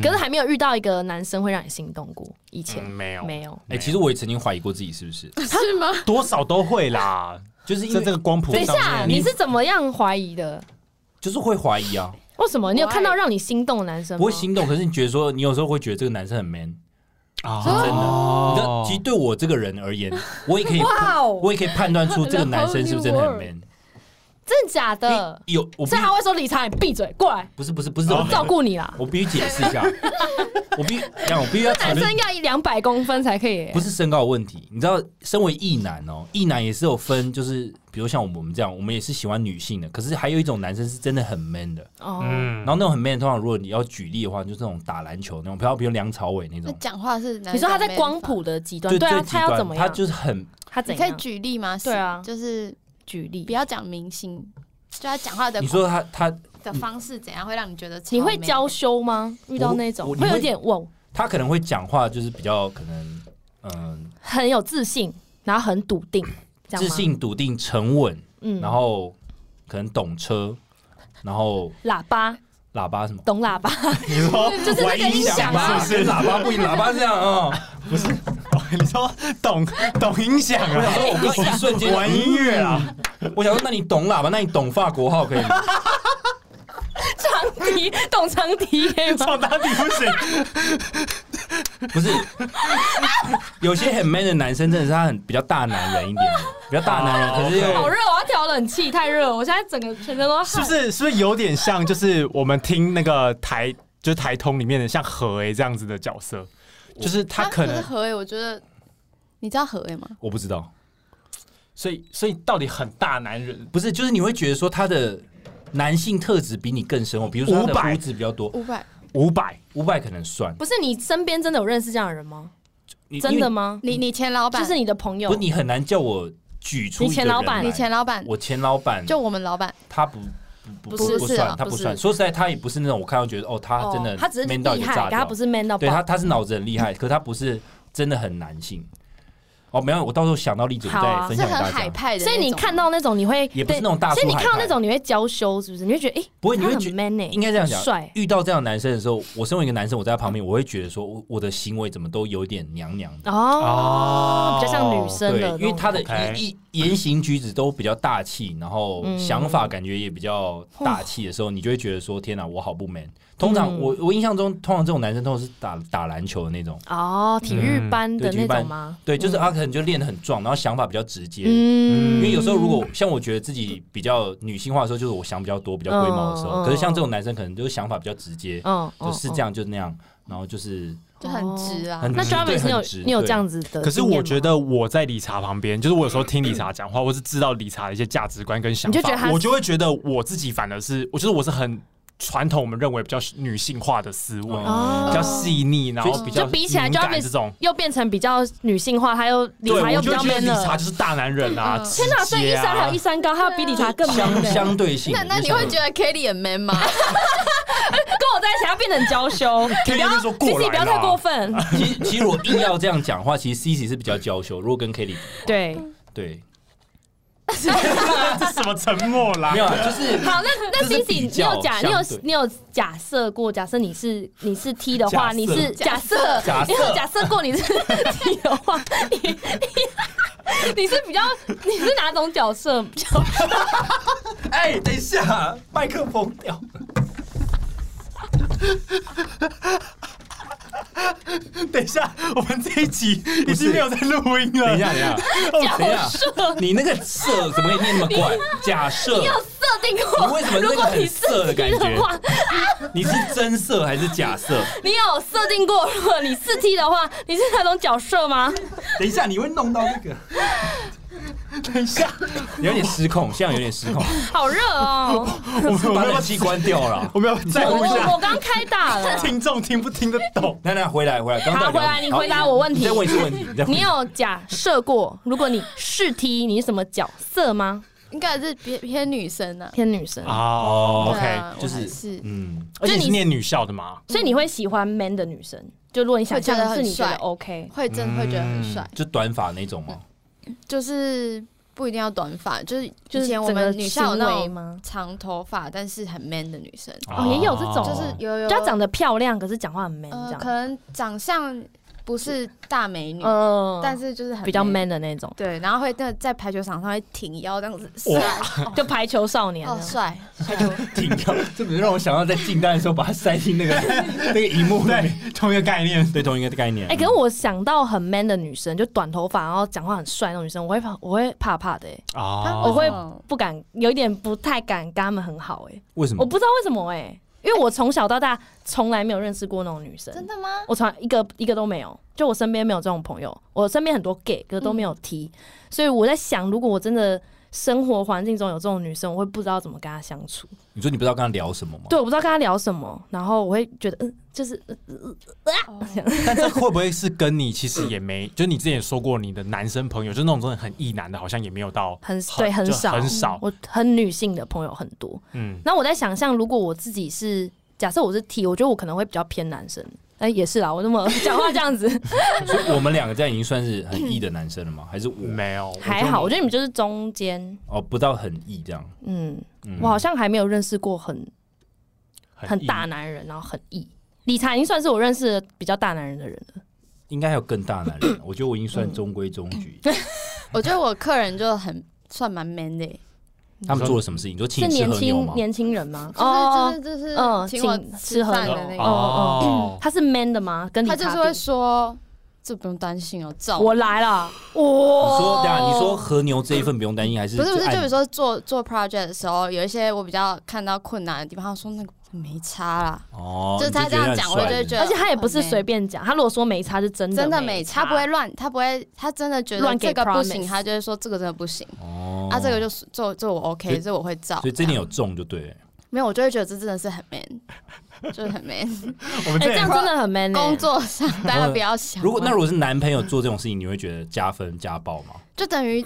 S1: 可是还没有遇到一个男生会让你心动过，以前
S4: 嗯没有
S1: 没有。
S2: 哎，其实我也曾经怀疑过自己是不是，
S3: 是吗？
S4: 多少都会啦，
S2: 就是因
S4: 在这
S2: 为
S4: 个光谱
S1: 等一下，
S4: 上
S1: 你
S4: 面，
S1: 是怎么样怀疑的？
S2: 就是会怀疑啊，
S1: 为什么？你有看到让你心动的男生吗？
S2: 不会心动，可是你觉得说你有时候会觉得这个男生很 man，
S4: 啊
S2: 真的。你知道，
S4: 哦
S2: 其实对我这个人而言，我也可以，我也可以判断出这个男生是不是真的很 man。
S1: 真的假的？
S2: 有，我必
S1: 所以他会说：“理查，你闭嘴，过来，
S2: 不是不是不是这
S1: 我
S2: 种
S1: 照
S2: 人，
S1: 顾你啦。
S2: 我必须解释一下。我必让我必须 要承
S1: 男
S2: 认
S1: 生，要一两百公分才可以
S2: 不，是身高的问题。你知道，身为异男哦，异男也是有分，就是比如像我们这样，我们也是喜欢女性的，可是还有一种男生是真的很 man 的。
S1: 哦，
S4: 嗯
S2: 然后那种很 man，的通常如果你要举例的话，就是那种打篮球那种，比如比如梁朝伟那
S3: 那
S2: 种，
S3: 讲话是哪一种
S1: 你说他在
S3: man
S1: 光
S3: 法，
S1: 谱的极端，
S2: 就
S1: 对啊，
S2: 最极
S1: 他要
S2: 端
S1: 怎么
S2: 他
S1: 样？
S2: 就是很
S1: 他怎
S3: 你可以
S1: 样？
S3: 举例吗？
S1: 对啊
S3: 就是
S1: 举例
S3: 不，要讲明星，就他讲话的
S2: 你说他他
S3: 的方式怎样会让你觉得超
S1: 你会
S3: man
S1: 娇羞吗？遇到那种
S2: 我我
S1: 会
S2: 你
S1: 有
S2: 会
S1: 点哇，
S2: 他可能会讲话就是比较可能嗯、
S1: 很有自信，然后很笃定，这样
S2: 自
S1: 吗，
S2: 信、笃定、沉稳，
S1: 嗯，
S2: 然后可能懂车，然后
S1: 喇叭
S2: 喇叭什么。
S1: 懂喇叭，
S4: 你说
S1: 就是那
S4: 玩
S1: 个音响
S4: 吧
S1: 啊哎
S2: 吧，
S4: 是不是？
S2: 喇叭不一喇叭这样啊、
S4: 你说懂懂音响
S2: 我想
S4: 啊？
S2: 说，我刚一瞬间
S4: 玩音乐啊，
S2: 我想说，那你懂喇叭，那你懂法国号可以吗？
S1: 长笛懂长笛可以 吗？
S4: 唱打底不行，
S2: 不是，有些很 man 的男生，真的是他很比较大男人一点，比较大男人，
S4: 好
S2: 可是又
S1: 好热，我要调冷气，太热了，我现在整个全身都
S4: 是
S1: 汗
S4: 不。是？是不是有点像？就是我们听那个台，就是台通里面的像何诶这样子的角色，就是他
S3: 啊
S4: 可
S3: 是
S4: 能，
S3: 何伟，我觉得你知道何伟吗？
S2: 我不知道，
S4: 所以所以到底很大男人，
S2: 不是，就是你会觉得说他的男性特质比你更深厚，比如说他的
S4: 500
S2: 胡子比较多，
S3: 五百
S4: 伍佰
S2: 五百可能算，
S1: 不是你身边真的有认识这样的人吗？
S2: 你
S1: 真的？
S2: 因为
S1: 吗？
S3: 你你前老板
S1: 就是你的朋友
S2: 不是，你很难叫我举出一个
S1: 你前
S2: 人
S1: 老板
S2: 来
S3: 你前老板，
S2: 我前老板
S3: 就我们老板，
S2: 他不不
S3: 不是
S2: 不
S3: 是
S2: 算，
S3: 啊
S2: 他
S3: 不
S2: 不
S3: 是
S2: 算。说实在，他也不是那种我看到觉得哦，他真的
S1: 哦他只是
S2: man 到一
S1: 厉
S2: 个
S1: 害，
S2: 炸
S1: 但
S2: 掉
S1: 他不是 man 到爆
S2: 对他，他是脑子 很厉害，可他不是真的很男性。哦，没有，我到时候想到例子我
S1: 好啊
S2: 再分
S3: 是
S2: 享给
S3: 很
S2: 大
S3: 海
S2: 家。
S3: 派的那
S1: 所
S3: 种，
S1: 以你看到那种你会
S2: 也不是
S1: 对
S2: 那种大叔
S1: 所以你看到
S2: 海派
S1: 那种你会娇羞，是不是？你会觉得哎，
S2: 不会，你
S1: 他
S2: 会觉
S1: 很 man
S2: 应
S1: 呢，
S2: 该这样讲。
S1: 帅
S2: 遇到这样的男生的时候，我身为一个男生，我在他旁边，我会觉得说，我我的行为怎么都有点娘娘的。
S1: 哦
S4: 哦，
S1: 比较像女生
S2: 对
S1: 的，，
S2: 因为他的
S4: OK
S2: 一一言行举止都比较大气，然后
S1: 嗯哦
S2: 想法感觉也比较大气的时候，你就会觉得说，天哪，我好不 man。通常
S1: 嗯
S2: 我我印象中，通常这种男生通常是打打篮球的那种，
S1: 哦体育班的
S2: 嗯对体
S1: 那
S2: 育班
S1: 种吗？
S2: 对，就是他可能就练得很壮，然后想法比较直接，
S1: 嗯
S2: 因为有时候如果像我觉得自己比较女性化的时候，就是我想比较多、比较龟毛的时候。
S1: 嗯嗯
S2: 可是像这种男生，可能就是想法比较直接，
S1: 嗯
S2: 就是这，样就是那样，然后就是
S3: 就很直啊
S1: 嗯嗯。那
S2: 嗯
S1: Jarvis，
S2: 对
S1: 你有
S2: 很直
S1: 你有
S2: 对
S1: 这样子的经验吗？嗯
S4: 可是我觉得我在理查旁边，就是我有时候听理查讲话，或是知道理查的一些价值观跟想
S1: 你就觉得他
S4: 法，我就会觉得我自己反而是，我觉得我是很传统，我们认为比较女性化的思维，
S2: 嗯
S1: 哦
S4: 比较细腻，然后比较
S1: 就比起来
S4: 敏感
S1: Jarvis
S4: 这种。
S1: 又变成比较女性化，他又理
S4: 对，
S1: 查又
S4: 我
S1: 比
S4: 就
S1: 较
S4: 觉得
S1: man
S4: 理查
S1: 了。
S4: 就是大男人啊！
S1: 嗯天哪，所以一
S4: 直接
S1: 三
S4: 啊
S1: 还有一三高，他比理查更 man
S2: 相
S1: 的，跟
S2: 相对性。
S3: 那那你会觉得 Kelly 很 man 吗？
S1: 我在一起，他 变得很娇 羞。
S2: 啊
S1: 你不
S4: 天天
S1: 要
S4: 就说过来啦
S1: ，Cici 不要太过分。
S2: 其实其实我硬要这样讲话，其实 C C 是比较娇羞。如果跟 Kelly
S1: 对，
S2: 对，
S4: 这什么沉默啦
S2: 没？有啊， 就是
S1: 好，那那
S2: 这是
S1: Cici，
S2: 比
S1: 你
S2: 较
S1: 有假，你有
S2: 相对
S1: 你有假设过？假设你是你是 T 的话，
S4: 假设
S1: 你是假设，
S2: 假
S1: 你
S2: 设
S1: 有假设过你是 T 的话，你你你是比较你是哪种角色？比较
S2: 哎，等一下，麦克风掉。
S4: 等一下，我们这一集已
S2: 不是
S4: 经没有在录音了。
S2: 等一下，等一下，等一下，你那个色怎么可以念那么怪？假设
S1: 你有设定过？
S2: 你为什么那
S1: 如
S2: 个
S1: 果你
S2: 很
S1: 是
S2: 色的
S1: T
S2: 感觉
S1: 的话，
S2: 你是真色还是假色？
S1: 你有设定过，如果你四 T 的话，你是那种角色吗？
S2: 等一下，你会弄到那个。等一下，有点失控，现在有点失控，
S1: 好热哦！
S4: 我们我
S2: 把
S4: 们要
S2: 冷
S4: 不
S2: 气
S4: 要
S2: 关掉了。
S4: 我们要不要
S1: 我
S4: 再录一
S1: 我
S4: 下
S1: 我？刚开打了。
S4: 听众听不听得懂？
S2: 来来，回来回来，刚
S1: 好，
S2: 刚到底
S1: 回
S2: 聊
S1: 来你
S2: 好
S1: 回答我问
S2: 你
S1: 题
S2: 再。问一次问题，你再问
S1: 你有假设过，如果你试 T，你是什么角色吗？
S3: 应该是偏偏女生啊。
S1: 偏女生，
S4: 哦
S3: 对啊
S4: ，OK，
S2: 就
S3: 我
S2: 是
S3: 还是
S2: 嗯，
S4: 而
S1: 就
S4: 且
S1: 你
S4: 你是念女校的嘛？
S1: 所以你会喜欢 man 的女生。就如果你想象的是你觉得
S3: 嗯会觉得很帅
S1: OK，
S3: 会真的会觉得很帅，
S2: 就短发那种吗？
S3: 就是不一定要短发，就是
S1: 就
S3: 之
S1: 是
S3: 前我
S1: 整个
S3: 们女校有那
S1: 行为
S3: 种
S1: 吗？
S3: 长头发但是很 man 的女生，
S1: 哦也有这种
S3: 就是有有
S1: 就她长得漂亮，可是讲话很 man 这
S3: 呃，
S1: 样
S3: 可。能长相不是大美女，
S1: 嗯
S3: 但是就是很
S1: 比较 man 的那种，
S3: 对，然后会那在排球场上会挺腰这样子，
S4: 哇
S3: 帅
S1: 就排球少年那啊
S3: 哦
S1: 样。
S3: 帅，
S2: 挺高，这不是让我想到在进单的时候把它塞 进那个那个荧幕对
S4: 同一个概念。
S2: 对同一个概念。
S1: 哎、可是我想到很 man 的女生，就短头发，然后讲话很帅那种女生，我会怕，我会怕怕的、欸，
S4: 哦
S1: 我会
S3: 哦
S1: 不敢，有一点不太敢跟他们很好、欸，哎，
S2: 为什
S1: 我
S2: 么？
S1: 不知道为什么、欸，因为我从小到大从来没有认识过那种女生，
S3: 真的吗？
S1: 我从来一个一个都没有，就我身边没有这种朋友，我身边很多 gay 可都没有提，所以我在想，如果我真的生活环境中有这种女生，我会不知道怎么跟她相处，
S2: 你说你不知道跟他聊什么吗？
S1: 对，我不知道跟她聊什么，然后我会觉得，嗯，就是呃
S4: 但这会不会是跟你其实也没，就是你之前也说过，你的男生朋友就那种真的很异男的，好像也没有到
S1: 很对很
S4: 就
S1: 少，
S4: 很少，
S1: 我很女性的朋友很多，
S4: 嗯，
S1: 那我在想象，如果我自己是假设我是 T，我觉得我可能会比较偏男生。哎、也是啦，我那么 讲话这样子
S2: 所以我们两个这样已经算是很 E 的男生了
S1: 嗯
S2: 吗？还是我
S4: 没有，
S1: 还好，我觉得你们就是中间，
S2: 哦不到很 E 这样？
S1: 嗯，
S2: 嗯
S1: 我好像还没有认识过很
S4: 得
S1: 很大，男人，然后很 E。理查已经算是我认识的比较大男人的人 了，
S2: 应该还有更大男人，我觉得我已经算中规中矩。
S3: 我觉得我客人就很算蛮 man 的欸，
S2: 他们做了什么事情？你说请
S1: 是
S2: 你吃
S1: 年
S2: 和牛
S1: 轻
S2: 吗？
S1: 年轻人吗？
S3: 就是就是就是
S1: 嗯
S3: 请我
S1: 请
S3: 吃
S1: 吃喝
S3: 饭
S1: 酒
S3: 的那
S1: 哦
S3: 个，
S1: 哦
S4: 哦，
S1: 他是 man 的吗？跟理
S3: 他
S1: 查
S3: 就是会
S1: 比
S3: 说这不用担心哦，照
S1: 我来了，哇、
S2: 你说对啊，你说和牛这一份不用担心，还是
S3: 不是不是，
S2: 按
S3: 就比如说做做 project 的时候，有一些我比较看到困难的地方，他说那个没差啦，
S2: 哦，
S3: 就是
S2: 你就
S3: 他这样讲
S2: 觉得很
S3: 我就
S2: 帅
S3: 觉得
S1: 而且他也不是随便讲，他如果说没差是真的
S3: 啊真的
S1: 没
S3: 没差，他不会乱，他不会，他真的觉得
S1: 乱给
S3: 这个不行，
S1: promise
S3: 他就会说这个真的不行，
S2: 哦，
S3: 啊，这个就是这这我 OK，这我会照。
S2: 所以这点
S3: 样
S2: 有中就对了。
S3: 没有，我就会觉得这真的是很 man，就是 很 man。
S4: 我们
S1: 哎、
S4: 之
S1: 这
S4: 前
S1: 样真的很 man 欸、
S3: 工作上大家不要想，
S2: 如果那如果是男朋友做这种事情，你会觉得加分加爆吗？
S3: 就等于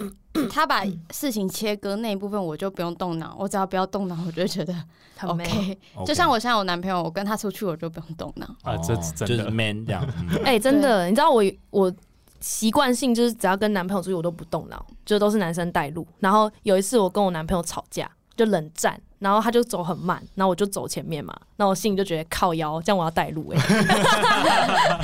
S3: 他把事情切割那一部分，我就不用动脑，我只要不要动脑，我就会觉得
S1: 很 man。
S3: OK。就
S2: OK 哦
S3: 像我现在有男朋友，我跟他出去，我就不用动脑。
S4: 啊，这是
S2: 就
S4: 真
S2: 是
S4: 的，
S2: man 这样。 嗯
S1: 哎、真的，你知道我我习惯性就是只要跟男朋友出去，我都不动脑，就都是男生带路。然后有一次我跟我男朋友吵架，就冷战，然后他就走很慢，然后我就走前面嘛，那我心里就觉得靠腰，这样我要带路哎、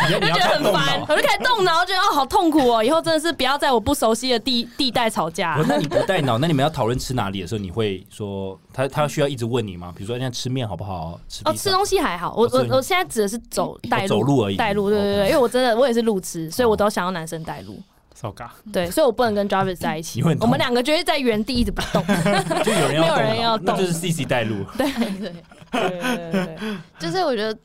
S2: 你要你
S1: 就觉
S2: 要
S1: 得
S2: 看
S1: 很
S2: 动
S1: 烦，
S2: 脑。啊
S1: 我就开始动脑，觉得哦好痛苦哦，以后真的是不要在我不熟悉的地地带吵架、
S2: 不是那你不带脑，那你们要讨论吃哪里的时候，你会说他他需要一直问你吗？比如说现在吃面好不好？吃
S1: 哦，
S2: 披
S1: 吃
S2: 萨
S1: 东西还好，我
S2: 哦吃
S1: 我
S2: 东西哦
S1: 我现在指的是走带路，
S2: 走路而已哦
S1: 带路，对对对，
S2: OK 哦
S1: 因为我真的我也是路痴，所以我都想要男生带路，
S4: 糟糕，
S1: 对，所以我不能跟 Jarvis 在一起
S2: 你会很，
S1: 我
S2: 痛
S1: 们两个就会在原地一直不 动，
S2: 就有人要
S1: 没有
S2: 动
S1: 人要
S2: 脑，
S1: 动
S2: 哦那就是 C C 带路。嗯
S1: 对对对对对。
S3: 就是我觉得，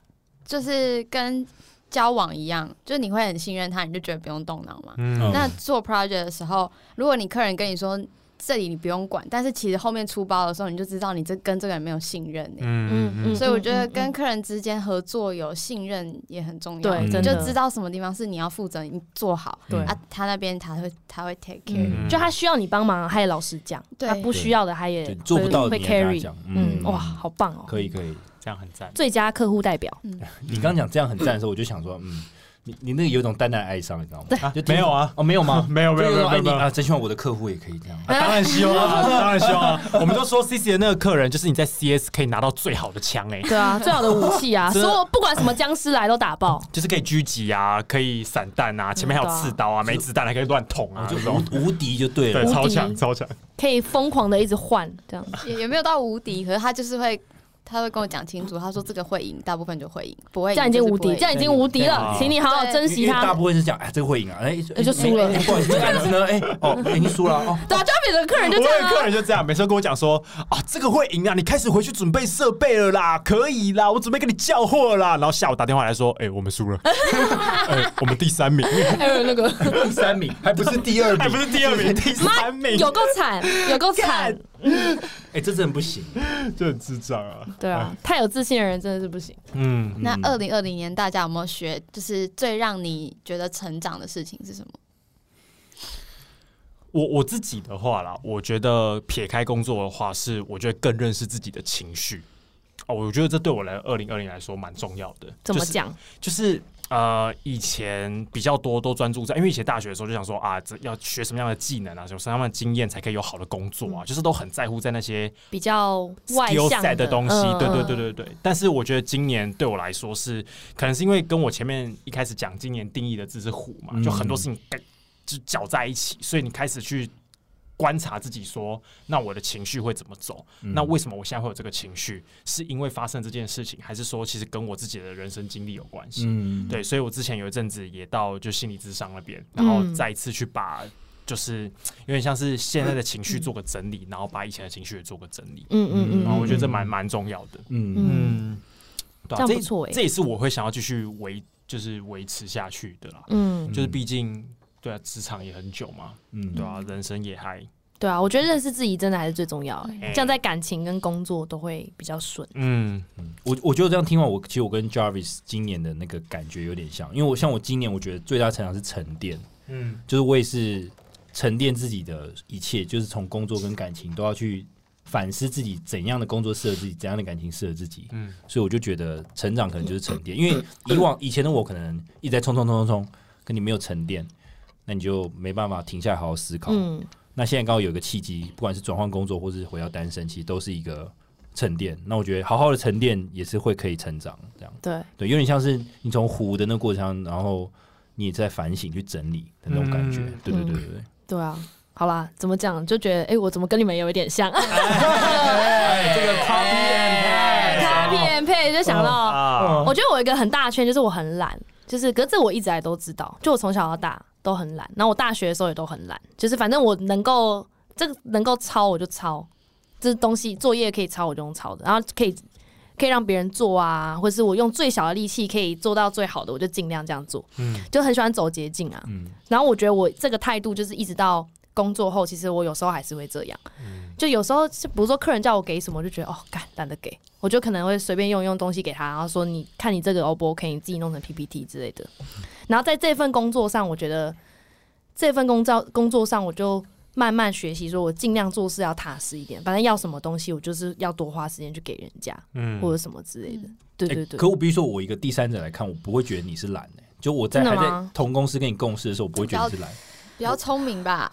S3: 就是跟交往一样，就是你会很信任他，你就觉得不用动脑嘛。
S4: 嗯，
S3: 那做 project 的时候，如果你客人跟你说这里你不用管，但是其实后面出包的时候，你就知道你这跟这个人没有信任、欸
S4: 嗯嗯
S1: 嗯
S4: 嗯，
S3: 所以我觉得跟客人之间合作有信任也很重要，
S1: 对，
S2: 嗯
S1: 真
S3: 你就
S1: 的
S3: 知道什么地方是你要负责，你做好。
S1: 对
S2: 嗯
S3: 啊，他那边他会他会 take care，、
S1: 嗯，就他需要你帮忙，他也老实讲；
S3: 对
S1: 他不需要的，他也
S2: 对
S1: 会
S2: 做不到的
S1: 会
S2: 你也跟他
S1: carry
S2: 讲。
S1: 嗯，哇，好棒哦！
S2: 可以可以。
S4: 这样很赞，
S1: 最佳客户代表，
S2: 你刚刚讲这样很赞的时候，我就想说，嗯，你你那个有一种淡淡的哀伤，你知道吗？
S4: 啊
S2: 就听
S4: 没有啊，
S2: 哦，没有吗？
S4: 没有没有
S2: 就
S4: 没
S2: 是说
S4: 有没
S2: 哎
S4: 有
S2: 你
S4: 没有
S2: 啊，真希望我的客户也可以这样。
S4: 啊当然希望 啊，当然希望啊。我们都说 C C 的那个客人，就是你在 C S 可以拿到最好的枪哎、
S1: 对啊， 最好的武器 啊，所
S4: 真的
S1: 有不管什么僵尸来都打爆。
S4: 就是可以狙击啊，可以散弹
S1: 嗯
S4: 啊，前面还有刺刀啊，没子弹还可以乱捅啊，
S2: 我就
S4: 这种
S2: 无无敌就对了
S4: 对，。
S1: 敌
S4: 超强超强。
S1: 可以疯狂的一直换，这样
S3: 也也没有到无敌，可是他就是会他会跟我讲清楚，他说这个会赢，大部分就会赢，不会
S1: 这
S3: 赢
S1: 样已经
S3: 就是
S1: 无
S3: 不会
S1: 敌，
S3: 赢
S1: 这样已经无敌了，
S4: 对
S1: 请你好好珍
S2: 因为
S1: 惜
S2: 因为大
S1: 他。
S2: 部分是讲，哎，这个会赢啊，哎，
S1: 哎就输了
S2: 哎哎不好意思，这个案子呢，哎，哦，哎你输了哦。
S1: 对啊，就别的客人
S4: 我
S1: 就这
S4: 有
S1: 样
S4: 客
S1: 啊，
S4: 人就这样，每次都跟我讲说啊，这个会赢啊，你开始回去准备设备了啦，可以啦，我准备跟你叫货啦。然后下午打电话来说， 哎、我们 输了，哎、我们第三名，
S1: 还有那个
S2: 第三名，还不是第二
S4: 还不是第二名，第三名，
S1: 有够惨，有够惨，
S2: 哎、这真的不行。
S4: 就很智障啊。
S1: 对
S2: 哎
S1: 啊，太有自信的人真的是不行。
S4: 嗯，
S3: 那二零二零年大家有没有学，就是最让你觉得成长的事情是什么？
S4: 我我自己的话啦，我觉得撇开工作的话，是我觉得更认识自己的情绪。哦，我觉得这对我来二零二零来说蛮重要的。
S1: 怎么
S4: 就是
S1: 讲？
S4: 就是呃，以前比较多都专注在，因为以前大学的时候就想说啊，这要学什么样的技能啊，有什么样的经验才可以有好的工作啊，就是都很在乎在那些
S1: 比较外
S4: skill
S1: 向
S4: set 的东西。
S1: 嗯
S4: 对对
S1: 嗯
S4: 对对对。但是我觉得今年对我来说是，可能是因为跟我前面一开始讲今年定义的字是虎嘛，
S2: 嗯
S4: 就很多事情跟就搅在一起，所以你开始去。观察自己说，那我的情绪会怎么走？
S2: 嗯
S4: 那为什么我现在会有这个情绪？是因为发生这件事情，还是说其实跟我自己的人生经历有关系？
S2: 嗯，
S4: 对，所以我之前有一阵子也到就心理咨商那边，
S1: 嗯
S4: 然后再一次去把就是有点像是现在的 情绪做个整理，然后把以前的情绪也做个整理，
S1: 嗯嗯嗯
S4: 然后我觉得这
S2: 嗯
S4: 蛮蛮重要的。
S2: 嗯，
S1: 嗯
S4: 嗯，对
S1: 这
S4: 啊
S1: 样
S4: 这
S1: 不错欸
S4: 这也是我会想要继续维，就是维持下去的啦。
S1: 嗯，
S4: 就是毕竟对啊，职场也很久嘛，
S2: 嗯，
S4: 对啊，人生也还
S1: 对啊，我觉得认识自己真的还是最重要、欸，
S4: 嗯
S1: 这样在感情跟工作都会比较顺。
S4: 嗯
S2: 我我觉得这样听完，我其实我跟 Jarvis 今年的那个感觉有点像，因为我像我今年，我觉得最大成长是沉淀，
S4: 嗯
S2: 就是我也是沉淀自己的一切，就是从工作跟感情都要去反思自己怎样的工作适合自己，怎样的感情适合自己。
S4: 嗯，
S2: 所以我就觉得成长可能就是沉淀，因为以往以前的我可能一直在冲冲冲冲冲，跟你没有沉淀，那你就没办法停下来好好思
S4: 哦
S2: 考。
S1: 嗯，
S2: 那现在刚好有一个契机，不管是转换工作或是回到单身，其实都是一个沉淀。那我觉得好好的沉淀也是会可以成长，这样
S1: 对，
S2: 对，有点像是你从糊的那个过程中，然后你也在反省去整理的那种感觉。
S4: 嗯
S2: 对对对对对，
S1: 对啊。好啦，怎么讲就觉得，哎、我怎么跟你们有一点像
S2: 哎，这个
S4: 哎
S1: ？copy
S2: copy
S1: and
S2: and paste，
S1: paste 哦就想到，
S4: 啊，
S1: 我觉得我有一个很大的圈就是我很懒，就是可是这我一直来都知道，就我从小到大都很懒，然后我大学的时候也都很懒，就是反正我能够这个能够抄我就抄，这东西作业可以抄我就用抄的，然后可以可以让别人做啊，或是我用最小的力气可以做到最好的，我就尽量这样做，
S4: 嗯
S1: 就很喜欢走捷径啊。
S2: 嗯
S1: 然后我觉得我这个态度就是一直到工作后，其实我有时候还是会这样，
S2: 嗯
S1: 就有时候是比如说客人叫我给什么，我就觉得哦，干懒得给，我就可能会随便用一用东西给他，然后说你看你这个 O 不 OK，你自己弄成 PPT 之类的。然后在这份工作上，我觉得这份工作工作上，我就慢慢学习，说我尽量做事要踏实一点，反正要什么东西，我就是要多花时间去给人家、
S4: 嗯
S1: 或者什么之类的。对
S2: 哎
S1: 对对，
S2: 可我必须说，我一个第三者来看，我不会觉得你是懒的、就我在
S1: 真
S2: 还
S1: 的
S2: 在
S1: 吗
S2: 同公司跟你共事的时候，我不会觉得你是懒。
S3: 比较聪明吧？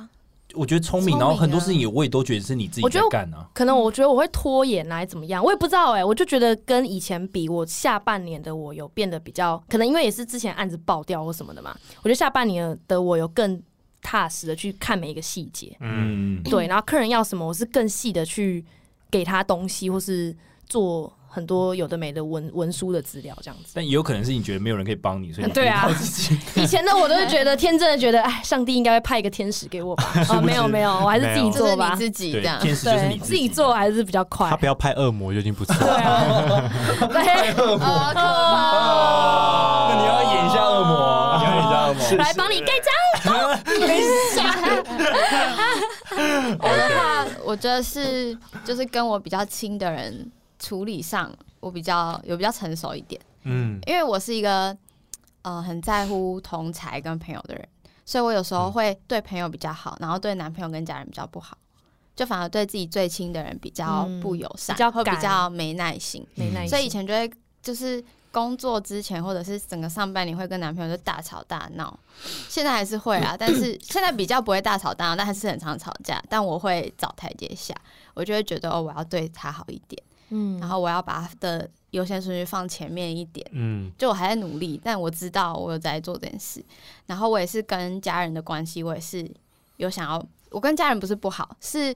S2: 我觉得聪
S3: 聪
S2: 明，
S3: 明
S2: 然后很多
S3: 啊
S2: 事情我也都觉得是你自己
S1: 我觉
S2: 在
S1: 得我
S2: 干啊。
S1: 可能我觉得我会拖延来怎么样，我也不知道哎、我就觉得跟以前比，我下半年的我有变得比较，可能因为也是之前案子爆掉或什么的嘛，我觉得下半年的我有更踏实的去看每一个细节，
S4: 嗯
S2: 嗯，
S1: 对，然后客人要什么，我是更细的去给他东西，或是做很多有的没的文文书的资料这样子。
S2: 但也有可能是你觉得没有人可以帮你，所以你
S1: 对啊
S2: 逼到自己
S1: 以前的我都是觉得天真的觉得，哎，上帝应该会派一个天使给我吧？哦，没有没有，我还是自己
S3: 这是
S1: 做
S3: 你
S1: 吧。
S3: 自己
S2: 对
S3: 这样，
S2: 天使就是
S1: 哦对
S2: 你，
S1: 自己做还是比较快
S4: 他。不要拍恶魔就已经不错
S1: 对
S4: 了，
S1: 啊， 对。
S3: 好可 怕哦！
S2: 那你要演一下恶魔，啊你要演一下恶魔。
S1: 来帮你盖章。
S3: 我的话，我觉得是就是跟我比较亲的人处理上，我比较有比较成熟一点，
S4: 嗯
S3: 因为我是一个呃很在乎同才跟朋友的人，所以我有时候会对朋友比较好，然后对男朋友跟家人比较不好，就反而对自己最亲的人比较
S1: 嗯
S3: 不友善，
S1: 比较
S3: 会比
S1: 敢
S3: 较没耐心。
S1: 没耐心
S3: 所以以前就会就是工作之前或者是整个上半年会跟男朋友就大吵大闹，现在还是会啊，但是现在比较不会大吵大闹，但还是很常吵架。但我会找台阶下，我就会觉得哦，我要对他好一点，
S1: 嗯
S3: 然后我要把他的优先顺序放前面一点。
S4: 嗯
S3: 就我还在努力，但我知道我有在做这件事。然后我也是跟家人的关系，我也是有想要，我跟家人不是不好，是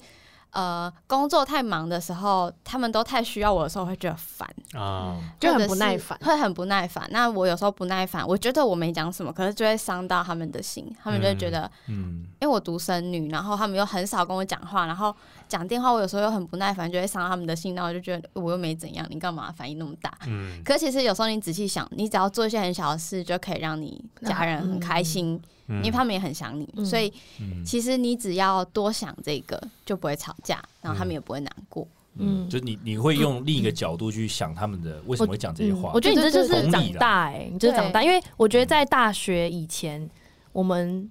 S3: 呃工作太忙的时候，他们都太需要我的时候，我会觉得烦，
S4: 啊，
S1: 就很
S3: 或者是
S1: 不耐烦
S3: 会很不耐烦。那我有时候不耐烦，我觉得我没讲什么，可是就会伤到他们的心，他们就会觉得，
S2: 嗯，
S3: 因为我独生女，然后他们又很少跟我讲话，然后讲电话我有时候又很不耐烦，就会伤到他们的心，然后我就觉得我又没怎样，你干嘛反应那么大？
S4: 嗯
S3: 可其实有时候你仔细想，你只要做一些很小的事，就可以让你家人很开心，因为他们也很想你。
S1: 嗯
S3: 所以
S2: 嗯
S3: 其实你只要多想这个，就不会吵架，然后他们也不会难过。
S2: 嗯，
S1: 嗯
S2: 就你你会用另一个角度去想他们的为什么会讲这些话
S1: 嗯我，觉得你这就
S2: 对对
S1: 是
S2: 对
S1: 长大哎、你就是长大，因为我觉得在大学以前，我们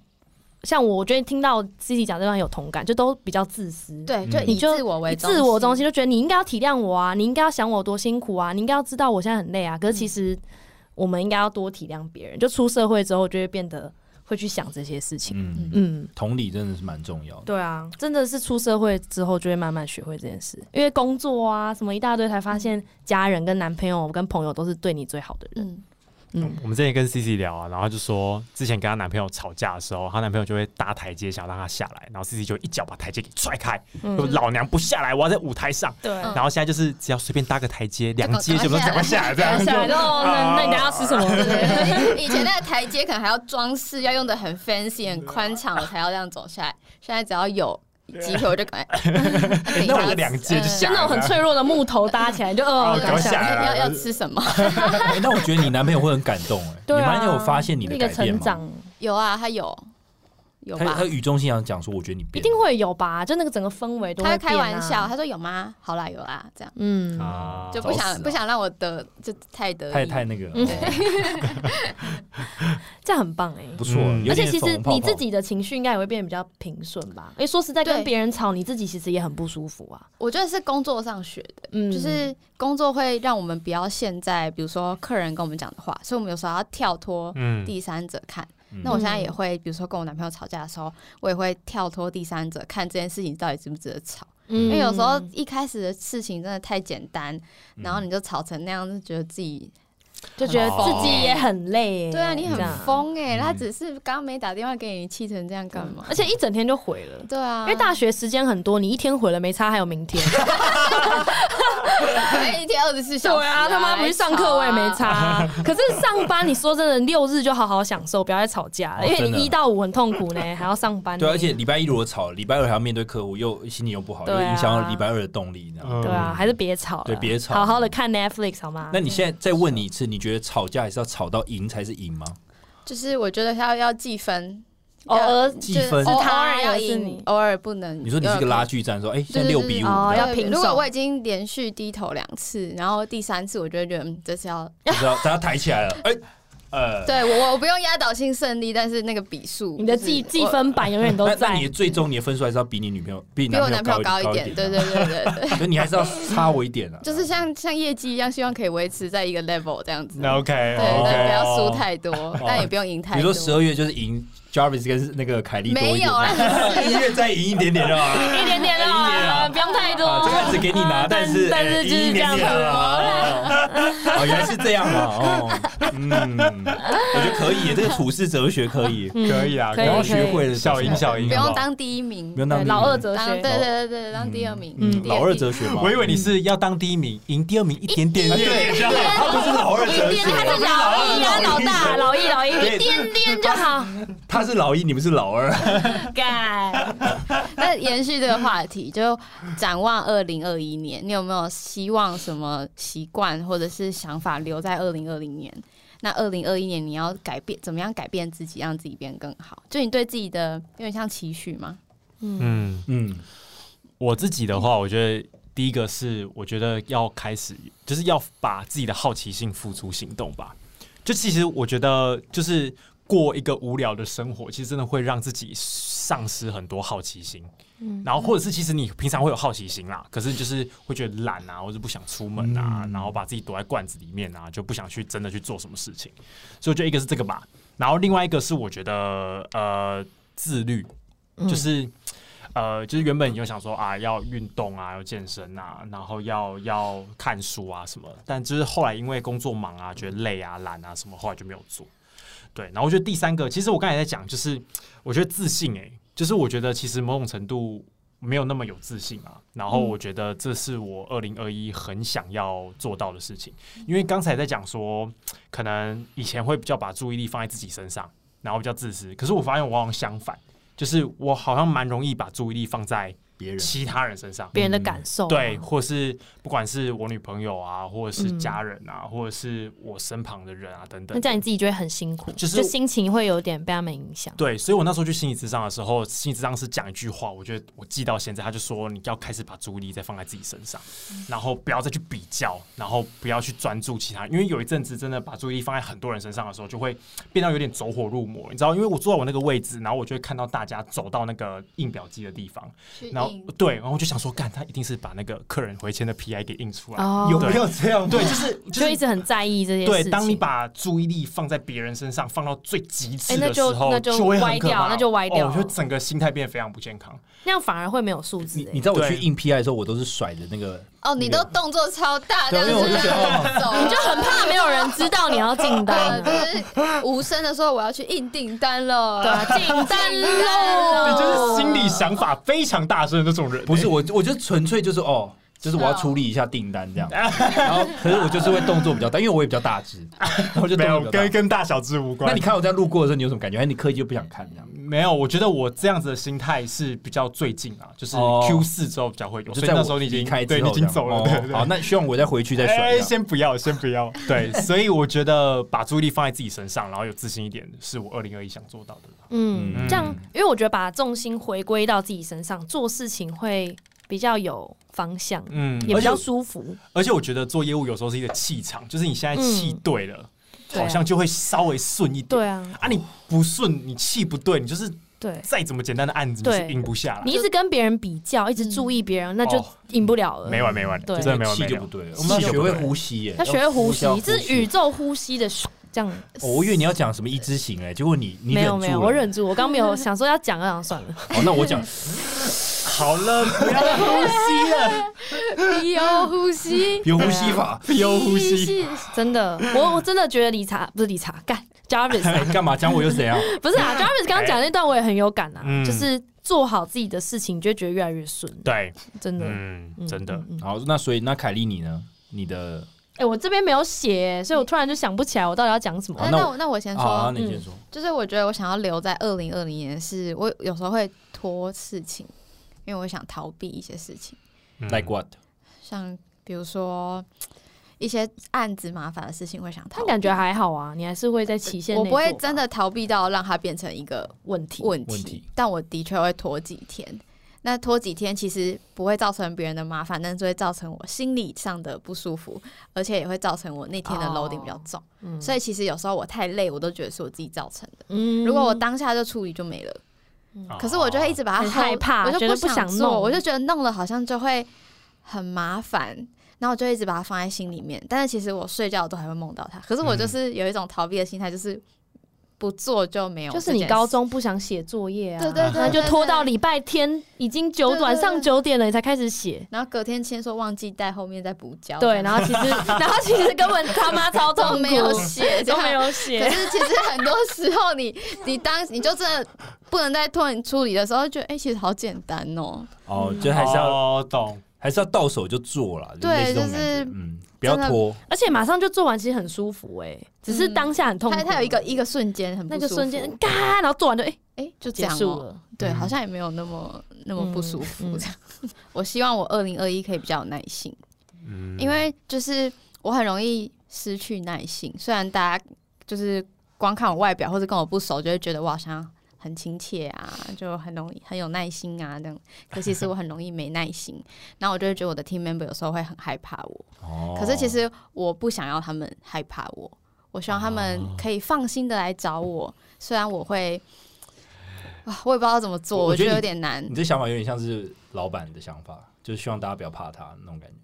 S1: 像我，我觉得听到自己讲这段有同感，就都比较自私，，
S3: 对，就
S2: 嗯
S3: 以
S1: 你就
S3: 自我为
S1: 以
S3: 中
S1: 自我中心，就觉得你应该要体谅我啊，你应该要想我多辛苦啊，你应该要知道我现在很累啊。可是其实我们应该要多体谅别人，就出社会之后就会变得会去想这些事情。
S2: 嗯，
S1: 嗯，
S2: 同理真的是蛮重要的。
S1: 对啊，真的是出社会之后就会慢慢学会这件事，因为工作啊什么一大堆，才发现家人跟男朋友跟朋友都是对你最好的人。
S3: 嗯，
S1: 嗯，
S4: 我们之前跟 C C 聊啊，然后她就说之前跟她男朋友吵架的时候，她男朋友就会搭台阶想让她下来，然后 C C 就一脚把台阶给踹开，说老娘不下来，我要在舞台上。
S1: 对
S3: 嗯
S4: 然后现在就是只要随便搭个台阶，两阶
S3: 赶
S4: 全部
S3: 快
S4: 都
S3: 下来
S4: 赶快下来，这样
S1: 想来
S4: 就
S1: 哦，那那你等一下要吃什
S3: 对
S1: 么？
S3: 对对以前那个
S4: 嗯
S3: 台阶可能还要装饰，要用的很 fancy、很宽敞，我才要这样走下来。现在只要有机会，我就 赶快
S4: 哎啊那我有两
S3: 嗯
S4: 阶就
S1: 就
S4: 下来
S1: 那
S4: 了
S1: 种很脆弱的木头搭起来，就
S4: 哦
S1: 呃，
S4: 赶快下来了
S3: 要要吃什么？
S2: 哎那我觉得你男朋友会很感动 哎、
S1: 对
S2: 你
S1: 啊，
S2: 蛮有发现你的
S1: 那
S2: 改
S1: 个
S2: 变
S1: 成
S2: 吗？
S1: 长，
S3: 有啊，他有有
S2: 他
S3: 吧
S2: 他？语重心长讲说，我觉得你
S1: 一
S2: 变
S1: 定会有吧？就那个整个氛围都
S3: 他
S1: 会
S3: 会开玩
S1: 变啊
S3: 笑，，他说有吗？好啦，有啦，这样
S1: 嗯，
S2: 啊
S3: 就不
S2: 找
S3: 想
S2: 死啊
S3: 不想让我得就太得
S2: 太
S3: 意
S2: 太那个了，
S1: 嗯
S2: 哦
S1: 这样很棒哎。
S2: 不错
S4: 嗯，
S2: 有
S1: 而且
S2: 点
S1: 其
S2: 粉
S1: 实
S2: 红泡
S1: 你自
S2: 泡
S1: 己的情绪应该也会变得比较平顺吧？因为说实在，跟
S3: 对
S1: 别人吵，你自己其实也很不舒服啊。
S3: 我觉得是工作上学的，
S1: 嗯，
S3: 就是工作会让我们不要陷在，比如说客人跟我们讲的话，所以我们有时候要跳脱
S4: 嗯，
S3: 第三者看。
S2: 嗯
S3: 那我现在也会，比如说跟我男朋友吵架的时候，我也会跳脱第三者看这件事情到底值不值得吵。
S1: 因
S3: 因为有时候一开始的事情真的太简单，
S1: 嗯
S3: 然后你就吵成那样，就觉得自己
S1: 就觉得自己也很累欸，
S3: 对啊，你很
S1: 这样，嗯
S3: 疯哎、他只是刚刚没打电话给你，你气成这样干嘛
S1: 而？且一整天就毁了。
S3: 对
S1: 嗯
S3: 啊，
S1: 因为大学时间很多，你一天毁了没差，还有明天。
S3: 学一天二十四小 时、
S1: 对 啊，他妈不去上课我也没差、啊 可是上班，你说真的，六日就好好享受，不要再吵架了，
S2: 哦
S1: 因为
S2: 真的
S1: 你一到五很痛苦呢，还要上班呢。
S2: 对，啊而且礼拜一如果吵，礼拜二还要面对客户，又心情又不好，
S1: 对
S2: 又
S1: 啊
S2: 影响到礼拜二的动力，这样。
S4: 嗯
S1: 对啊，还是别吵了，
S2: 对别吵
S1: 好好的看 Netflix 好吗
S2: 那？你现在再问你一次，你觉得吵架还是要吵到赢才是赢吗？
S1: 嗯
S3: 就是我觉得要要计分，
S1: 偶尔
S2: 计分
S1: 是
S3: 偶
S1: 他
S3: 尔要
S1: 也是
S3: 赢
S1: 你，
S3: 偶尔不能。
S2: 你说你是个拉锯战，说哎，现
S3: 对
S2: 在
S3: 对
S2: 六
S3: 对
S2: 比五，
S1: 哦
S2: 这
S1: 要
S2: 样
S3: 对
S1: 平手
S3: 如果我已经连续低头两次，然后第三次我就会觉得嗯这是要
S2: 就是要大家抬起来了，哎，呃，
S3: 对我我不用压倒性胜利，但是那个比数，
S1: 你的
S3: 就是
S1: 计
S3: 我
S1: 计分板永远 都
S2: 那那
S1: 在
S2: 你。最终你的分数还是要比你女朋友比你
S3: 比我
S2: 男
S3: 男
S2: 朋
S3: 朋友
S2: 友
S3: 高一
S2: 一点，
S3: 点，
S2: 啊
S3: 对对对对对，
S2: 对，可你还是要差我一点啊，
S3: 就是像像业绩一样，希望可以维持在一个 level 这样子。
S4: 那 OK，
S3: 对，
S4: OK
S3: 但不要输太多，但也不用赢
S2: 哦比
S3: 太
S2: 如说
S3: 多。
S2: 十二月就是赢 Jarvis 跟那个凯莉多一
S3: 没
S2: 点
S3: 有，啦，
S2: 一月再赢一点点就好了。
S1: 一点点
S2: 一点
S1: 啦，
S2: 啊
S1: 不用太多。
S2: 啊，这个案子给你拿，但是
S1: 但
S2: 哎
S1: 是就是这样
S2: 一
S1: 子
S2: 年了哦，哦原来是这样啊，哦，嗯，我觉得可以耶，这个处世哲学可以，
S1: 嗯
S4: 可以啊
S1: 可
S4: 可
S2: 然
S4: 以
S2: 后
S1: 以
S2: 学会
S1: 了，
S2: 了
S4: 小赢小赢
S3: 不
S4: 好
S3: 用
S4: 不好
S3: 当第一名
S2: 不，用
S1: 对
S2: 当
S1: 老二哲
S2: 者，
S3: 当对
S1: 学。
S3: 对对对，当第二名，
S1: 嗯
S3: 第
S2: 老二哲学嘛，
S4: 我以为你是要当第一名，赢第二名一点点
S2: 啊，对，他不是老二哲
S1: 一
S2: 学
S1: 点，点他是老一啊，老大，老一，老一，一点点就好。
S2: 他是老一，你们是老二，
S1: 改，
S3: 那延续这个话题，就展望二零二一年，你有没有希望什么习惯或者是想法留在二零二零年？那二零二一年你要改变，怎么样改变自己，让自己变更好？就你对自己的有点像期许吗？
S4: 嗯，
S2: 嗯，
S4: 我自己的话，我觉得第一个是，我觉得要开始，就是要把自己的好奇心付诸行动吧。就其实我觉得，就是过一个无聊的生活，其实真的会让自己丧失很多好奇心。然后或者是其实你平常会有好奇心啦，可是就是会觉得懒啊，或者不想出门啊，
S2: 嗯
S4: 然后把自己躲在罐子里面啊，就不想去真的去做什么事情。所以我觉得一个是这个吧，然后另外一个是我觉得呃自律，就是。呃，就是原本有想说啊，要运动啊，要健身啊，然后要要看书啊什么，但就是后来因为工作忙啊，觉得累啊、懒啊什么，后来就没有做。对，然后我觉得第三个，其实我刚才在讲，就是我觉得自信、欸，就是我觉得其实某种程度没有那么有自信啊。然后我觉得这是我二零二一很想要做到的事情，因为刚才在讲说，可能以前会比较把注意力放在自己身上，然后比较自私，可是我发现我往往相反，就是我好像蛮容易把注意力放在
S2: 别人
S4: 其他人身上。
S1: 别人的感受啊。
S4: 对，或是不管是我女朋友啊，或者是家人啊，或者是我身旁的人啊，等等
S1: 那。这样你自己就会很辛苦，
S4: 就是
S1: 就心情会有点被他们影响。
S4: 对，所以我那时候去心理咨商的时候，心理咨商是讲一句话，我觉得我记到现在，他就说你要开始把注意力再放在自己身上，
S1: 嗯
S4: 然后不要再去比较，然后不要去专注其他，因为有一阵子真的把注意力放在很多人身上的时候，就会变到有点走火入魔，你知道，因为我坐在我那个位置，然后我就会看到大家走到那个印表机的地方，然后对，然后我就想说，干，他一定是把那个客人回签的 PI 给印出来，
S1: 哦
S2: 有没有这样？
S4: 对，就是就
S1: 就是一直很在意这件事
S4: 对，
S1: 情。
S4: 当你把注意力放在别人身上，放到最极致
S1: 哎那
S4: 的时
S1: 就
S4: 候，
S1: 那就
S4: 会
S1: 歪
S4: 很可
S1: 掉
S4: 怕
S1: 那就歪掉哦
S4: 哦我觉得整个心态变得非常不健康。
S1: 那样反而会没有素质
S2: 你
S1: 欸。
S2: 你知道我去
S4: 对
S2: 应 PI 的时候，我都是甩着那个，
S3: 哦，你都动作超大，
S2: 对
S3: 但是
S2: 因为我就觉得哦
S3: 走，
S1: 你就很怕没有人知道你要进单
S3: 对，
S1: 啊，
S3: 就是无声的说我要去印订单了，
S1: 对啊， 进单喽。
S4: 你就是心理想法非常大声的那种人、
S2: 不是
S4: 哎
S2: 我，我就纯粹就是哦，就是我要处理一下订单这 样。然后，可是我就是会动作比较大，因为我也比较大只，我就
S4: 没
S2: 动作
S4: 有
S2: 比较大
S4: 跟跟大小只无关。
S2: 那你看我这样路过的时候，你有什么感觉？还是你刻意就不想看这样？
S4: 没有，我觉得我这样子的心态是比较最近啊，就是
S2: 哦
S4: Q 四之后比较会有，
S2: 就
S4: 所以
S2: 在我
S4: 那时候你已经
S2: 离开之
S4: 对，
S2: 后
S4: 你已经
S2: 这样
S4: 走了，
S2: 哦
S4: 对对对
S2: 好，那希望我再回去再
S4: 哎
S2: 选这样。
S4: 先不要，先不要。对，所以我觉得把注意力放在自己身上，然后有自信一点，是我二零二一想做到的。
S1: 嗯，
S2: 嗯
S1: 这样，因为我觉得把重心回归到自己身上，做事情会比较有方向，
S4: 嗯，
S1: 也
S4: 而
S1: 比
S4: 且
S1: 较舒服。
S4: 而且我觉得做业务有时候是一个气场，就是你现在气对了，
S1: 对啊
S4: 好像就会稍微顺一点。
S1: 对啊，
S4: 啊，你不顺，你气不对，你就是
S1: 对，
S4: 再怎么简单的案子，你就是
S1: 对
S4: 赢不下来。
S1: 你一直跟别人比较，一直注意别人，那就
S4: 哦
S1: 赢不了了。
S4: 没完没完，
S1: 对
S4: 真的没完
S2: 气
S4: 没
S2: 就不
S4: 了。
S2: 对了，
S4: 气
S2: 我们要
S4: 就
S2: 学
S4: 不
S2: 会
S4: 对
S2: 呼吸耶，
S1: 要学会呼吸
S2: 要，
S1: 这是宇宙呼吸的 这样。
S2: 哦我以为你要讲什么一之行哎，结果你你
S1: 没
S2: 忍
S1: 有
S2: 住
S1: 没有，
S2: 了哦
S1: 我。忍住，我刚没有想说要讲，想算 了。
S2: 好，那我讲，
S4: 好了，不要再呼吸了，
S1: 有 E 呼吸，
S2: 有呼吸法，
S4: 不要呼吸。
S1: 真的，我我真的觉得理查不是理查，干 Jarvis 啊
S2: 哎干嘛讲我又怎样？
S1: 不是啊，Jarvis 刚刚讲的那段我也很有感啊，
S4: 嗯
S1: 就是做好自己的事情，你就会觉得越来越顺，
S4: 对，
S1: 真的。
S4: 嗯，
S1: 嗯
S4: 真的。
S1: 嗯嗯
S2: 好，那所以那凯莉你呢？你的
S1: 哎、我这边没有写，所以我突然就想不起来我到底要讲什么。
S2: 好
S3: 那
S2: 那
S3: 那
S2: 我
S3: 我那我先说，
S2: 啊，
S1: 嗯
S2: 你先说。
S3: 就是我觉得我想要留在二零二零年，是我有时候会拖事情，因为我想逃避一些事情，
S4: 嗯
S2: Like what？
S3: 像比如说一些案子麻烦的事情会想逃
S1: 他
S3: 避，
S1: 感觉还好啊，你还是会在期限内
S3: 我
S1: 做吧。
S3: 不会真的逃避到让它变成一个
S1: 问题。
S3: 问题，
S2: 问题
S3: 但我的确会拖几天。那拖几天其实不会造成别人的麻烦，但是会造成我心理上的不舒服，而且也会造成我那天的
S1: 哦
S3: loading 比较重。
S1: 嗯
S3: 所以其实有时候我太累，我都觉得是我自己造成的。
S1: 嗯
S3: 如果我当下就处理就没了，
S4: 哦
S3: 可是我就会一直把它
S1: 很
S3: hold-
S1: 害怕
S3: 我就
S1: 觉得不
S3: 不
S1: 想
S3: 做
S1: 弄
S3: 我就觉得弄了好像就会很麻烦，然后我就一直把它放在心里面。但是其实我睡觉都还会梦到它，可是我就是有一种逃避的心态，就是不做就没有这
S1: 就
S3: 件事。
S1: 是你高中不想写作业啊，
S3: 对对对
S1: 那就
S3: 对
S1: 拖
S3: 对
S1: 到礼拜天已经九
S3: 对对
S1: 晚
S3: 对
S1: 上九点了，你才开始写。
S3: 然后隔天签说忘记带，后面再补交。
S1: 对，然后其 实，然后其实根本他妈超痛
S3: 都
S1: 苦，
S3: 没有写，这
S1: 都
S3: 样
S1: 没。有
S3: 可
S1: 写。
S3: 是其实很多时候你， 你当你就真的不能再拖你处理的时候，觉得哎、其实好简单哦、
S2: 哦，
S1: 嗯
S2: 就还是要
S4: 哦懂，
S2: 还是要到手就做了，就
S3: 对
S2: 类似这种感
S3: 就是
S2: 觉。嗯，不要拖。
S1: 而且马上就做完，其实很舒服哎、只是当下很痛苦。
S3: 嗯
S1: 哦
S3: 它它有一个一个瞬间很不
S1: 那
S3: 舒
S1: 个
S3: 服
S1: 瞬间，嘎，然后做完就哎、
S3: 哎、就这
S1: 结
S3: 样、
S1: 束
S3: 哦。
S1: 了。
S3: 对，
S4: 嗯
S3: 好像也没有那么那么不舒服
S1: 嗯嗯
S3: 这样。 我希望我二零二一可以比较有耐心，
S4: 嗯
S3: 因为就是我很容易失去耐心。虽然大家就是光看我外表或者跟我不熟，就会觉得我好像很亲切啊，就很容易很有耐心啊这样。可其实我很容易没耐心，然后我就会觉得我的 team member 有时候会很害怕我。
S2: 哦
S3: 可是其实我不想要他们害怕我，我希望他们
S2: 哦
S3: 可以放心的来找我。虽然我会，啊，我也不知道怎么做，
S2: 我
S3: 我觉
S2: 觉得
S3: 得有点难
S2: 你，这想法有点像是老板的想法，就是希望大家不要怕他那种感觉。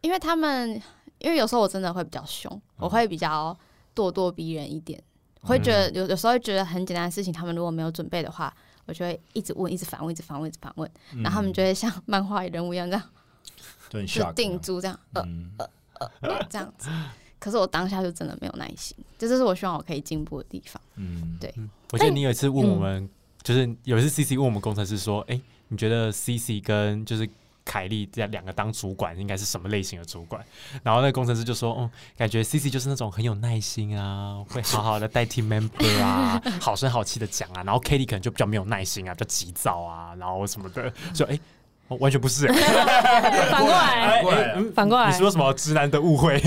S3: 因为他们，因为有时候我真的会比较凶，我会比较咄咄逼人一点，我会觉得
S2: 嗯
S3: 有有时候会觉得很简单的事情，他们如果没有准备的话，我就会一直问，一直反问，一直反问，一直反问，
S2: 嗯
S3: 然后他们就会像漫画人物一样这样，
S2: 就很
S3: 就
S2: shock
S3: 定住这样，
S2: 这
S3: 呃
S2: 样。嗯，
S3: 呃这样子。可是我当下就真的没有耐心，这就是我希望我可以进步的地方。
S2: 嗯，
S3: 对
S4: 我记得你有一次问我们，
S1: 嗯
S4: 就是有一次 CC 问我们工程师说：“哎、你觉得 CC 跟就是凯莉这两个当主管应该是什么类型的主管？”然后那个工程师就说：“哦、感觉 CC 就是那种很有耐心啊，会好好的代替 member 啊，好声好气的讲啊。然后 k a t i e 可能就比较没有耐心啊，比较急躁啊，然后什么的，就哎、哦完全不是、欸，
S1: 反过来，
S2: 过来了啊
S4: 嗯
S1: 反过来
S4: 你是不是有什么直男的误 会？
S2: 哎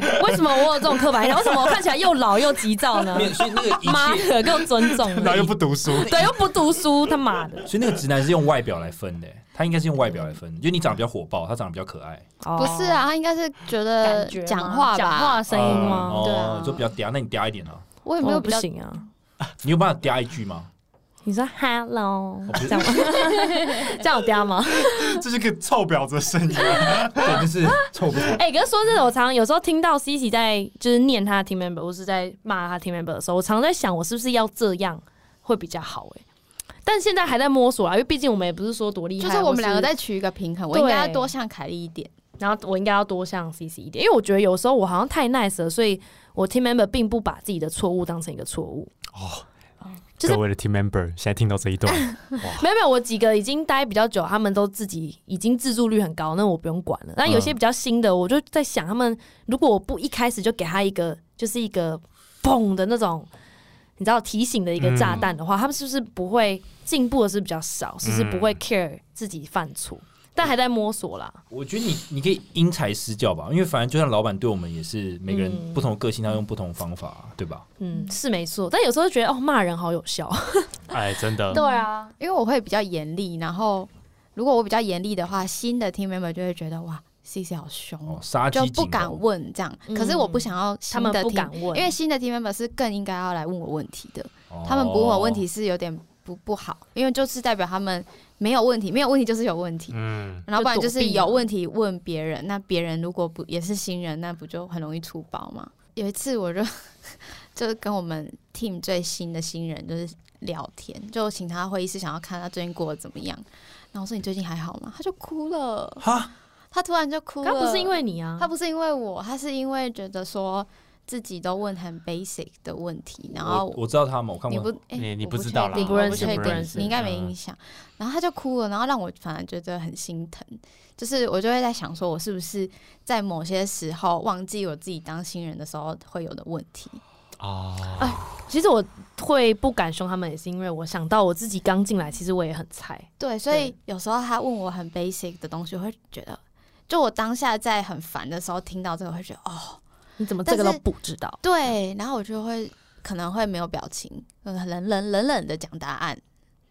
S1: 对，为什么我有这种刻板印象？为什么我看起来又老又急躁呢？
S2: 面所以那个一
S1: 妈
S2: 切，
S1: 的，给我尊重
S4: 然后
S1: 了
S4: 又。不读书，
S1: 对，又不读书，他妈的！
S2: 所以那个直男是用外表来分的，他应该是用外表来分的，就你长得比较火爆，他长得比较可爱，
S1: 哦
S3: 不是啊，，他应该是觉得
S1: 感觉吗
S3: 讲话吧，
S1: 讲话声音吗？
S2: 哦
S3: 对啊
S2: 就比较嗲。那你嗲一点啊，
S3: 我也
S1: 有
S3: 没有
S1: 不
S3: 比较，
S1: 行啊？
S2: 你有办法嗲一句吗？
S1: 你说 hello
S2: 哦不是
S1: 这样吗？ 这样有嗲吗？
S4: 这是个臭婊子的声音。啊
S2: 对，就是凑不来。
S1: 哎、可是说真的，我常常有时候听到 Cici 在就是念他的 team member 或是在骂他 team member 的时候，我常常在想，我是不是要这样会比较好、哎，但现在还在摸索啊，因为毕竟我们也不是说多厉害，
S3: 就是我
S1: 或
S3: 们两个在，取一个平衡，我
S1: 对
S3: 应该要多向凯莉一点。
S1: 然后我应该要多向 Cici 一点，因为我觉得有时候我好像太 nice 了，所以我 team member 并不把自己的错误当成一个错误。
S4: 哦
S1: 就就是
S4: 各位的 team member 现在听到这一段，
S1: 没有没有，我几个已经待比较久，他们都自己已经自助率很高，那我不用管了。那有些比较新的，我就在想，他们如果我不一开始就给他一个就是一个砰的那种，你知道提醒的一个炸弹的话，他们是不是不会进步的是比较少，是不是不会 care 自己犯错？但还在摸索啦，
S2: 我觉得你你可以因材施教吧，因为反正就像老板对我们也是每个人
S1: 嗯
S2: 不同的个性，他用不同的方法啊、对吧？
S1: 嗯，是没错。但有时候觉得哦，骂人好有 效，
S4: 哎，真的，
S3: 啊，因为我会比较严厉，然后如果我比较严厉的话，新的 team member 就会觉得哇，C C 好凶
S2: 哦
S3: 哦，，
S2: 杀鸡
S3: 就
S2: 儆猴
S3: 不敢问这样。
S1: 嗯
S3: 可是我不想要
S1: 他
S3: 新
S1: 们
S3: 的
S1: 不
S3: team，
S1: 敢问，
S3: 因为新的 team member 是更应该要来问我问题的，
S2: 哦
S3: 他们不问我问题是有点不不好，因为就是代表他们没有问题，没有问题就是有问题。
S4: 嗯，
S3: 然后不然就
S1: 就躲
S3: 是
S1: 避嘛
S3: 有问题问别人，那别人如果不也是新人，那不就很容易出包吗？有一次我就 就是跟我们 team 最新的新人就是聊天，就请他会议室，想要看他最近过得怎么样。然后我说你最近还好吗？他就哭了，
S2: 哈，
S3: 他突然就哭了。
S1: 他不是因为你啊，
S3: 他不是因为我，他是因为觉得说自己都问很 basic 的问题，然后
S2: 我我知道他们，我看
S3: 你
S2: 过
S3: 不，哎
S4: 你你
S3: 我
S4: 不
S3: 不
S4: 知
S3: 确
S4: 道啦
S3: 定
S1: 你不
S3: 我
S1: 认识
S3: 确
S1: 不
S3: 定
S1: 认识
S3: 你应该没
S4: 嗯
S3: 印象。然后他就哭了，然后让我反而觉得很心疼，就是我就会在想，说我是不是在某些时候忘记我自己当新人的时候会有的问题？
S4: 啊，
S1: 其实我会不敢凶他们，也是因为我想到我自己刚进来，其实我也很菜。
S3: 对，所以有时候他问我很 basic 的东西，我会觉得，就我当下在很烦的时候听到这个，会觉得哦，
S1: 你怎么这个
S3: 但
S1: 都
S3: 是
S1: 不知道？
S3: 对，然后我就会可能会没有表情，呃冷冷冷冷的讲答案，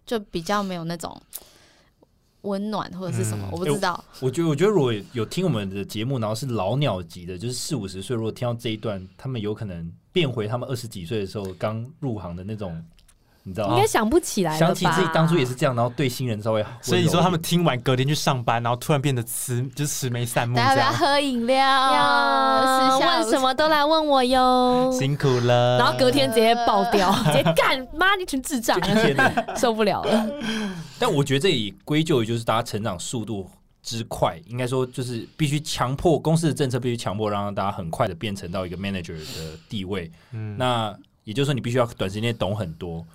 S3: 就比较没有那种温暖或者是什么，
S4: 嗯
S3: 我不知道。
S2: 我觉得，我觉得如果有听我们的节目，然后是老鸟级的，就是四五十岁，如果听到这一段，他们有可能变回他们二十几岁的时候刚入行的那种，你知道
S1: 应
S2: 吗
S1: 该？想不起来了吧
S2: 想起自己当初也是这样，然后对新人稍微温柔一点，
S4: 所以你说他们听完隔天去上班，然后突然变得慈，就是慈眉善目
S3: 大家
S4: 这
S3: 不要
S4: 样，
S3: 喝饮料，
S1: 哦呀，
S3: 私下
S2: 嗯
S1: 问什么都来问我哟。
S4: 辛苦了。
S1: 然后隔天直接爆 掉，直接干妈你群智障，受不了了。
S2: 但我觉得这里归咎于就是大家成长速度之快，应该说就是必须强迫公司的政策必须强迫让大家很快的变成到一个 manager 的地位。
S4: 嗯
S2: 那也就是说，你必须要短时间内懂很多。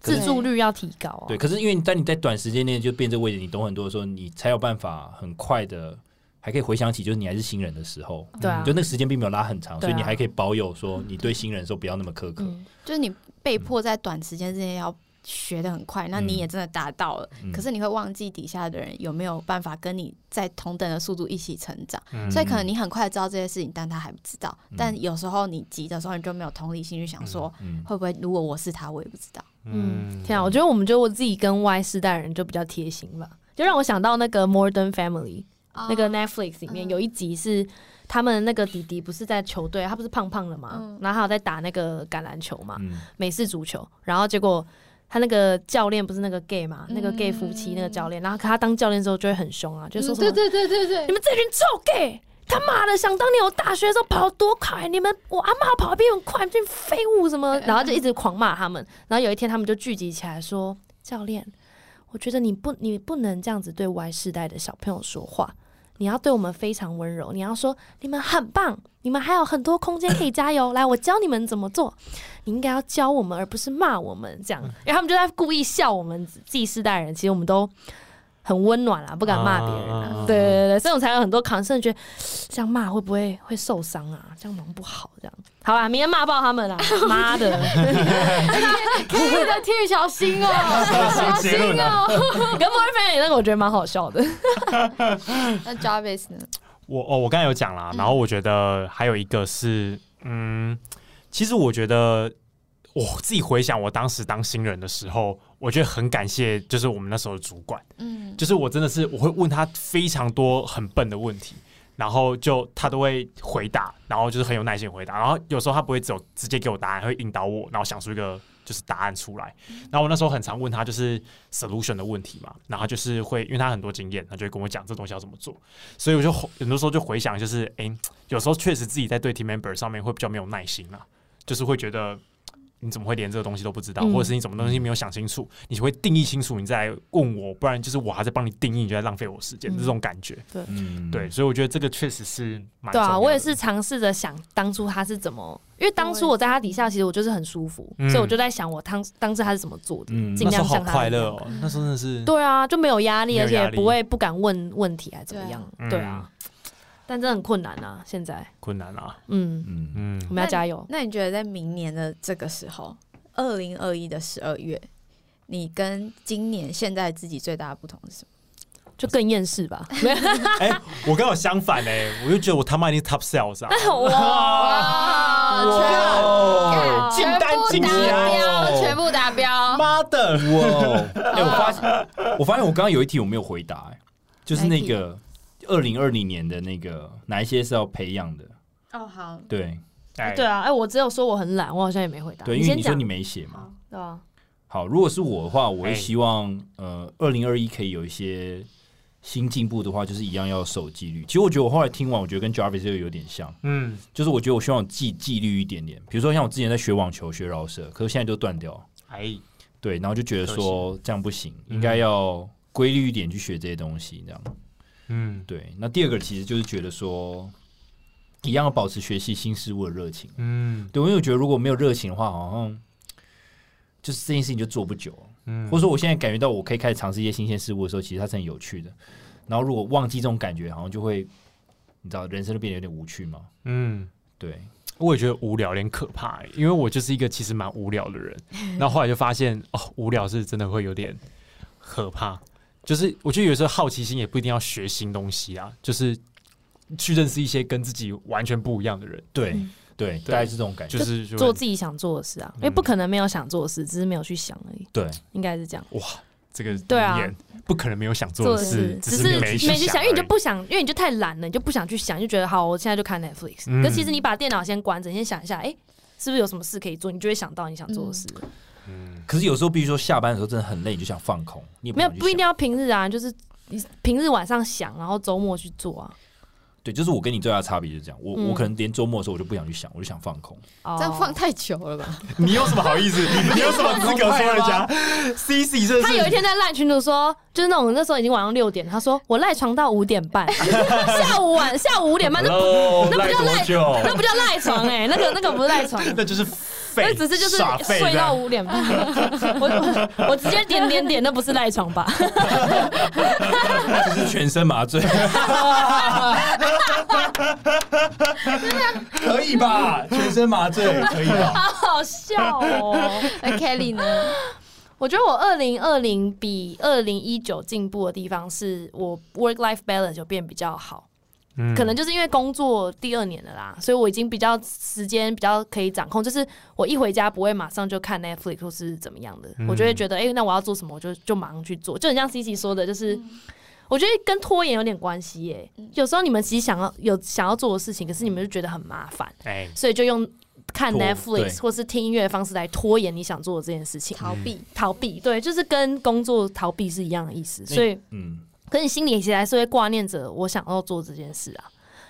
S3: 可是
S1: 自助率要提高啊
S2: 对，可是因为在你在短时间内就变这个位置，你懂很多的时候，你才有办法很快的，还可以回想起就是你还是新人的时候，嗯
S1: 对啊
S2: 就，那个时间并没有拉很长，所
S1: 对啊
S2: 以你还可以保有说你对新人的时候不要那么苛刻。
S1: 嗯，
S3: 就是你被迫在短时间之内要学的很快，那你也真的达到了，
S2: 嗯
S3: 可是你会忘记底下的人有没有办法跟你在同等的速度一起成长。
S4: 嗯
S3: 所以可能你很快知道这些事情，但他还不知道。但有时候你急的时候，你就没有同理心去想说，
S2: 嗯，
S3: 会不会如果我是他，我也不知 道。
S1: 嗯，天啊，我觉得我们觉得我自己跟 Y 世代人就比较贴心吧，就让我想到那个 Modern Family 那个 Netflix 里面
S3: 嗯
S1: 有一集是他们那个弟弟不是在球队，他不是胖胖的嘛
S3: 嗯，
S1: 然后还有在打那个橄榄球嘛，
S2: 嗯
S1: 美式足球，然后结果他那个教练不是那个 gay 嘛，
S3: 嗯
S1: 那个 gay 夫妻那个教练，然后可他当教练之后就会很凶啊，就说什么、
S3: 对对对对
S1: 你
S3: 对，
S1: 们这群臭 gay。他妈的！想当年我大学的时候跑得多快，你们我阿妈跑得比你们快，这群废物什么？然后就一直狂骂他们。然后有一天，他们就聚集起来说：“教练，我觉得你不，你不能这样子对 Y 世代的小朋友说话，你要对我们非常温柔，你要说你们很棒，你们还有很多空间可以加油。 来，我教你们怎么做。你应该要教我们，而不是骂我们这样。因为他们就在故意笑我们自己世代人，其实我们都很温暖啦，不敢骂别人啊
S4: 啊。
S1: 对对对，所以我才有很多 concern，觉得这样骂会不会会受伤啊？这样忙不好，这样。好啦，明天骂爆他们啦！妈 的，
S3: 可以的，铁小心哦，
S4: 结论啊
S3: 哦。
S1: 跟 m o r f a n 那个我觉得蛮好笑的。
S3: 那 Jarvis 呢？
S4: 我哦，我刚才有讲
S3: 嗯
S4: 啦，然后我觉得还有一个是，嗯，其实我觉得我自己回想我当时当新人的时候，我觉得很感谢，就是我们那时候的主管，
S3: 嗯，
S4: 就是我真的是我会问他非常多很笨的问题，然后就他都会回答，然后就是很有耐心地回答，然后有时候他不会只有直接给我答案，会引导我，然后想出一个就是答案出来。然后我那时候很常问他就是 solution 的问题嘛，然后他就是会因为他很多经验，他就会跟我讲这东西要怎么做，所以我就回很多时候就回想就是，诶，有时候确实自己在对 team member 上面会比较没有耐心啦，就是会觉得。你怎么会连这个东西都不知道，
S1: 嗯
S4: 或者是你什么东西没有想清楚？你会定义清楚，你再来问我，不然就是我还在帮你定义，你就在浪费我时间，
S1: 嗯
S4: 这种感觉。
S2: 嗯，
S4: 对，所以我觉得这个确实是蛮
S1: 对
S4: 重
S1: 啊，
S4: 要
S1: 我也
S4: 的
S1: 是尝试着想当初他是怎么，因为当初我在他底下，其实我就是很舒服，
S4: 嗯
S1: 所以我就在想我当当时他是怎么做的，
S2: 嗯
S1: 尽
S4: 那时
S1: 量
S4: 候好
S1: 像他
S4: 快
S1: 一样
S4: 乐哦，那时候真的是
S1: 对啊，就没有压力，
S4: 没有
S1: 而且
S4: 压力
S1: 也不会不敢问问题还怎么样，
S4: 对啊
S1: 对啊，但真的很困难啊，现在，
S4: 困难啊。
S1: 嗯，
S2: 嗯，
S4: 嗯
S1: 我，们要加油。
S3: 那你觉得在明年的这个时候，二零二一的十二月，你跟今年现在自己最大的不同是什么？
S1: 就更厌世 吧。
S4: 哎、我刚好相反哎、我就觉得我他妈一定是 top sales 啊。
S1: 哇
S2: 哇，
S3: 全部
S4: 单进击
S3: 达
S4: 啊
S3: 标，全部达标。
S4: 妈的！
S2: 哇！哎、我发现，我发现我刚刚有一题我没有回答、哎，就是那个二零二零年的那个哪一些是要培养的？
S3: 哦，好，
S2: 对
S4: 哎
S1: 对啊，哎，我只有说我很懒，我好像也没回答。
S2: 对，
S1: 你
S2: 因为
S1: 先
S2: 你说
S1: 讲
S2: 你，没写嘛。
S1: 对啊，
S2: 好，如果是我的话，我会
S4: 哎
S2: 希望、呃，二零二一可以有一些新进步的话，就是一样要守纪律。其实我觉得我后来听完，我觉得跟 Jarvis 又有点像，
S4: 嗯，
S2: 就是我觉得我希望有纪纪律一点点。比如说像我之前在学网球、学饶舌，可是现在都断掉了，
S4: 哎，
S2: 对，然后就觉得说这样不行，
S4: 嗯
S2: 应该要规律一点去学这些东西，这样。
S4: 嗯
S2: 对，那第二个其实就是觉得说，一样要保持学习新事物的热情。
S4: 嗯
S2: 对，因为我觉得如果没有热情的话，好像就是这件事情就做不久了。
S4: 嗯，
S2: 或者说我现在感觉到我可以开始尝试一些新鲜事物的时候，其实它是很有趣的。然后如果忘记这种感觉，好像就会，你知道，人生就变得有点无趣嘛。
S4: 嗯，
S2: 对，
S4: 我也觉得无聊有点可怕、欸，因为我就是一个其实蛮无聊的 人。然后后来就发现，哦，无聊是真的会有点可怕。就是我觉得有时候好奇心也不一定要学新东西啊，就是去认识一些跟自己完全不一样的人，
S2: 对，
S1: 嗯
S2: 对，大概是这种感觉。
S4: 就是就
S1: 做
S4: 会
S1: 自己想做的事啊，
S4: 嗯
S1: 因为不可能没有想做的事，只是没有去想而已，
S2: 对，
S1: 应该是这样。
S4: 这个
S1: 对啊
S4: 语言，不可能没有想做的事，
S1: 只
S4: 是
S1: 没
S4: 没
S1: 去想，因为你就
S4: 而已
S1: 不想，因为你就太懒了，你就不想去想，你就觉得好，我现在就看 Netflix。
S4: 嗯
S1: 可其实你把电脑先关着，你先想一下，哎，是不是有什么事可以做？你就会想到你想做的事。
S4: 嗯
S2: 可是有时候，比如说下班的时候真的很累，你就想放空，你也
S1: 没有，
S2: 想去
S1: 不一定
S2: 想
S1: 要平日啊，就是你平日晚上想，然后周末去做啊。
S2: 对，就是我跟你最大的差别就是这样。我、
S1: 嗯
S2: 我可能连周末的时候我就不想去想，我就想放空。
S1: 哦
S3: 这样放太久了吧？
S4: 你有什么好 意思？你有什么资格说人家 C C 这是？
S1: 他有一天在赖群主说，就是那种那时候已经晚上六点，他说我赖床到五点半， 下午晚下午五点半，啊那
S4: Hello，
S1: 那不叫赖
S4: 赖多久？
S1: 那不叫赖床哎、那个那个不是赖床，
S4: 那就是废，
S1: 那只是就是
S4: 耍废
S1: 睡
S4: 这
S1: 到
S4: 样
S1: 五点半， 我我我直接点点点，那不是赖床吧？
S2: 那只是全身麻醉， 可以吧？全身麻醉可以吧？
S1: 好笑 哦！
S3: 那 Kelly 呢？
S1: 我觉得我二零二零比二零一九进步的地方是我 work life balance 有变比较好。
S4: 嗯
S1: 可能就是因为工作第二年了啦，所以我已经比较时间比较可以掌控，就是我一回家不会马上就看 Netflix 或是怎么样的，
S4: 嗯
S1: 我就会觉得，哎、那我要做什么，我就就马上去做，就很像 C C 说的，就是。我觉得跟拖延有点关系耶、有时候你们其实想要有想要做的事情，可是你们就觉得很麻烦，
S4: 哎，
S1: 所以就用看
S2: 拖
S1: Netflix
S2: 对
S1: 或是听音乐的方式来拖延你想做的这件事情，
S3: 逃避，
S1: 逃避。对，就是跟工作逃避是一样的意思，所以
S2: 嗯，
S1: 可是你心里其实还是会挂念着我想要做这件事啊。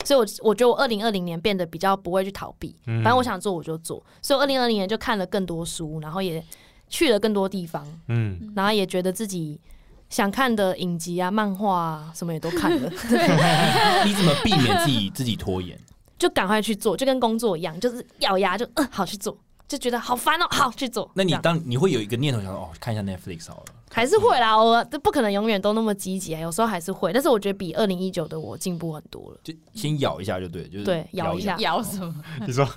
S1: 所以我，我觉得我二零二零年变得比较不会去逃避，
S4: 嗯
S1: 反正我想做我就做。所以，二零二零年就看了更多书，然后也去了更多地方，
S4: 嗯，
S1: 然后也觉得自己想看的影集啊、漫画啊什么也都看了，
S2: 你怎么避免自己自己拖延？
S1: 就赶快去做，就跟工作一样，就是咬牙就嗯好去做，就觉得好烦哦，好去做。
S2: 那你
S1: 这样
S2: 当你会有一个念头想说，哦，看一下 Netflix 好了。
S1: 还是会啦，我不可能永远都那么积极啊，有时候还是会，但是我觉得比二零一九的我进步很多了。
S2: 就先咬一下就对，就是
S1: 对咬一下
S3: 咬什么？
S1: 嗯
S4: 你说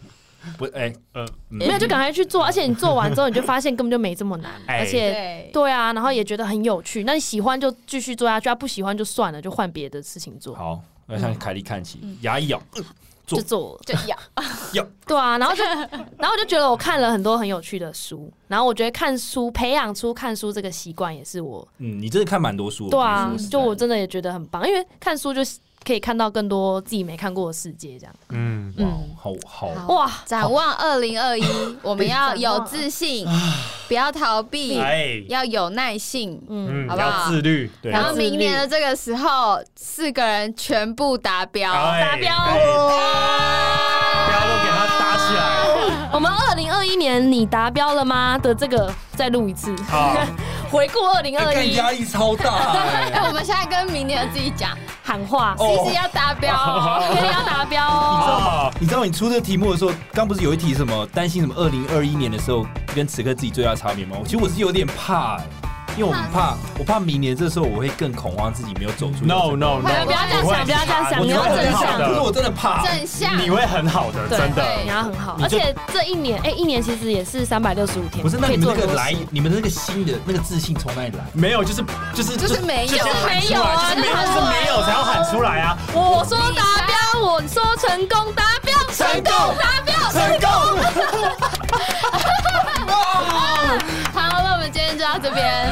S2: 不哎、
S4: 呃
S2: 嗯
S1: 没有，就赶快去做，而且你做完之后，你就发现根本就没这么难，
S4: 哎
S1: 而且
S3: 对，
S1: 对啊，然后也觉得很有趣。那你喜欢就继续做下去，啊不喜欢就算了，就换别的事情做，
S2: 嗯好，要
S1: 嗯
S2: 向凯莉看齐，牙一咬，嗯做
S1: 就做了。
S3: 就 咬。
S1: 对啊，然后就 然后我就觉得我看了很多很有趣的书，然后我觉得看书培养出看书这个习惯也是我，
S2: 嗯，你真的看蛮多书的，
S1: 对啊
S2: 必须说实，在
S1: 就我真的也觉得很棒，因为看书就是可以看到更多自己没看过的世界，这样
S4: 嗯，
S2: 哇，好好
S3: 好
S1: 哇，
S3: 展望二零二一，我们要有自信，不要逃避，
S4: 哎，
S3: 要有耐性。
S1: 嗯，
S4: 嗯，
S3: 好不好
S4: 要自律，
S2: 对
S3: 然
S1: 要
S3: 后
S1: 自律
S3: 明年的这个时候，四个人全部达标。
S4: 哎
S1: 达标
S4: 哎标都给他搭起来，
S1: 我们二零二一年你达标了吗的这个再录一次，
S2: 啊，
S1: 回顾二零二
S2: 哎干
S1: 一
S2: 压力超大
S3: 哎，
S2: 哎。
S3: 我们现在跟明年的自己讲，
S1: 喊话，
S2: 哦
S3: 其实要达标哦，
S1: 今天要达标哦。
S4: 啊，
S2: 你知道你出这个题目的时候，刚不是有一题什么担心什么二零二一年的时候跟此刻自己最大差别吗？我其实我是有点怕、哎因为我很怕，我怕明年这时候我会更恐慌自己没有走出。
S4: No no
S3: 不要
S4: no，
S1: 不要这样想，不要这样想，
S4: 我
S1: 你
S4: 觉
S1: 要
S4: 得
S1: 正
S4: 很好
S1: 向
S4: 的，
S2: 可是我真的怕。啊
S3: 正向。
S4: 你会很好的，
S1: 对
S4: 真
S1: 你
S4: 的。
S1: 要很好。
S4: 你
S1: 而
S4: 就
S1: 且这一年，哎，一年其实也是三百六十五天，
S2: 不是，
S1: 可
S2: 那你
S1: 以
S2: 们
S1: 做
S2: 那
S1: 很
S2: 个
S1: 多
S2: 来
S1: 事，
S2: 你们那个新的那个自信从哪里来？
S4: 没有，就是就是
S3: 就是没有就
S4: 就
S3: 是
S1: 没有啊
S4: 就是没有，
S1: 就是
S4: 就是没有才要喊出来啊！
S1: 我说达标，我说成功，达标，成功，达标，
S4: 成功，
S3: 好，那我们今天就到这边。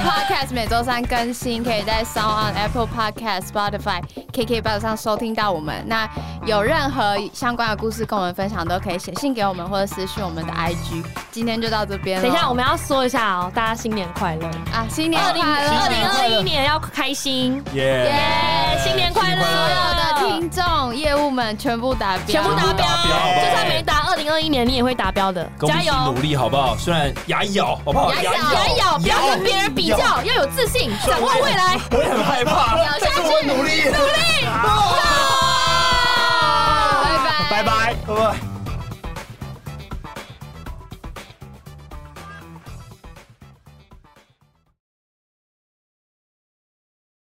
S3: Podcast 每周三更新，可以在 Sound on Apple Podcast、Spotify、KK Box 上收听到我们。那有任何相关的故事跟我们分享，都可以写信给我们或者私讯我们的 IG。今天就到这边了。
S1: 等一下，我们要说一下哦，大家新年快乐！
S3: 啊，新年
S1: 二零
S3: 快乐！
S1: 二零二一年要开心，
S2: 耶
S1: 耶！新年快乐！
S3: 所有的听众、业务们全部达标，
S1: 全部达标，
S4: 标好不好
S1: 就算没达，二零二一年你也会达标的，
S2: 跟我
S1: 加
S2: 们一起
S1: 油！
S2: 努力好哦不好？虽然牙一咬，好不好？
S3: 牙一咬
S1: 牙咬，不要跟别人比较，要有自信，掌握未来。
S2: 我也很害怕
S3: 咬，下
S2: 但
S3: 去
S2: 是啊我努力，努力，
S4: 好
S3: 拜拜，
S4: 拜拜。
S2: 拜拜。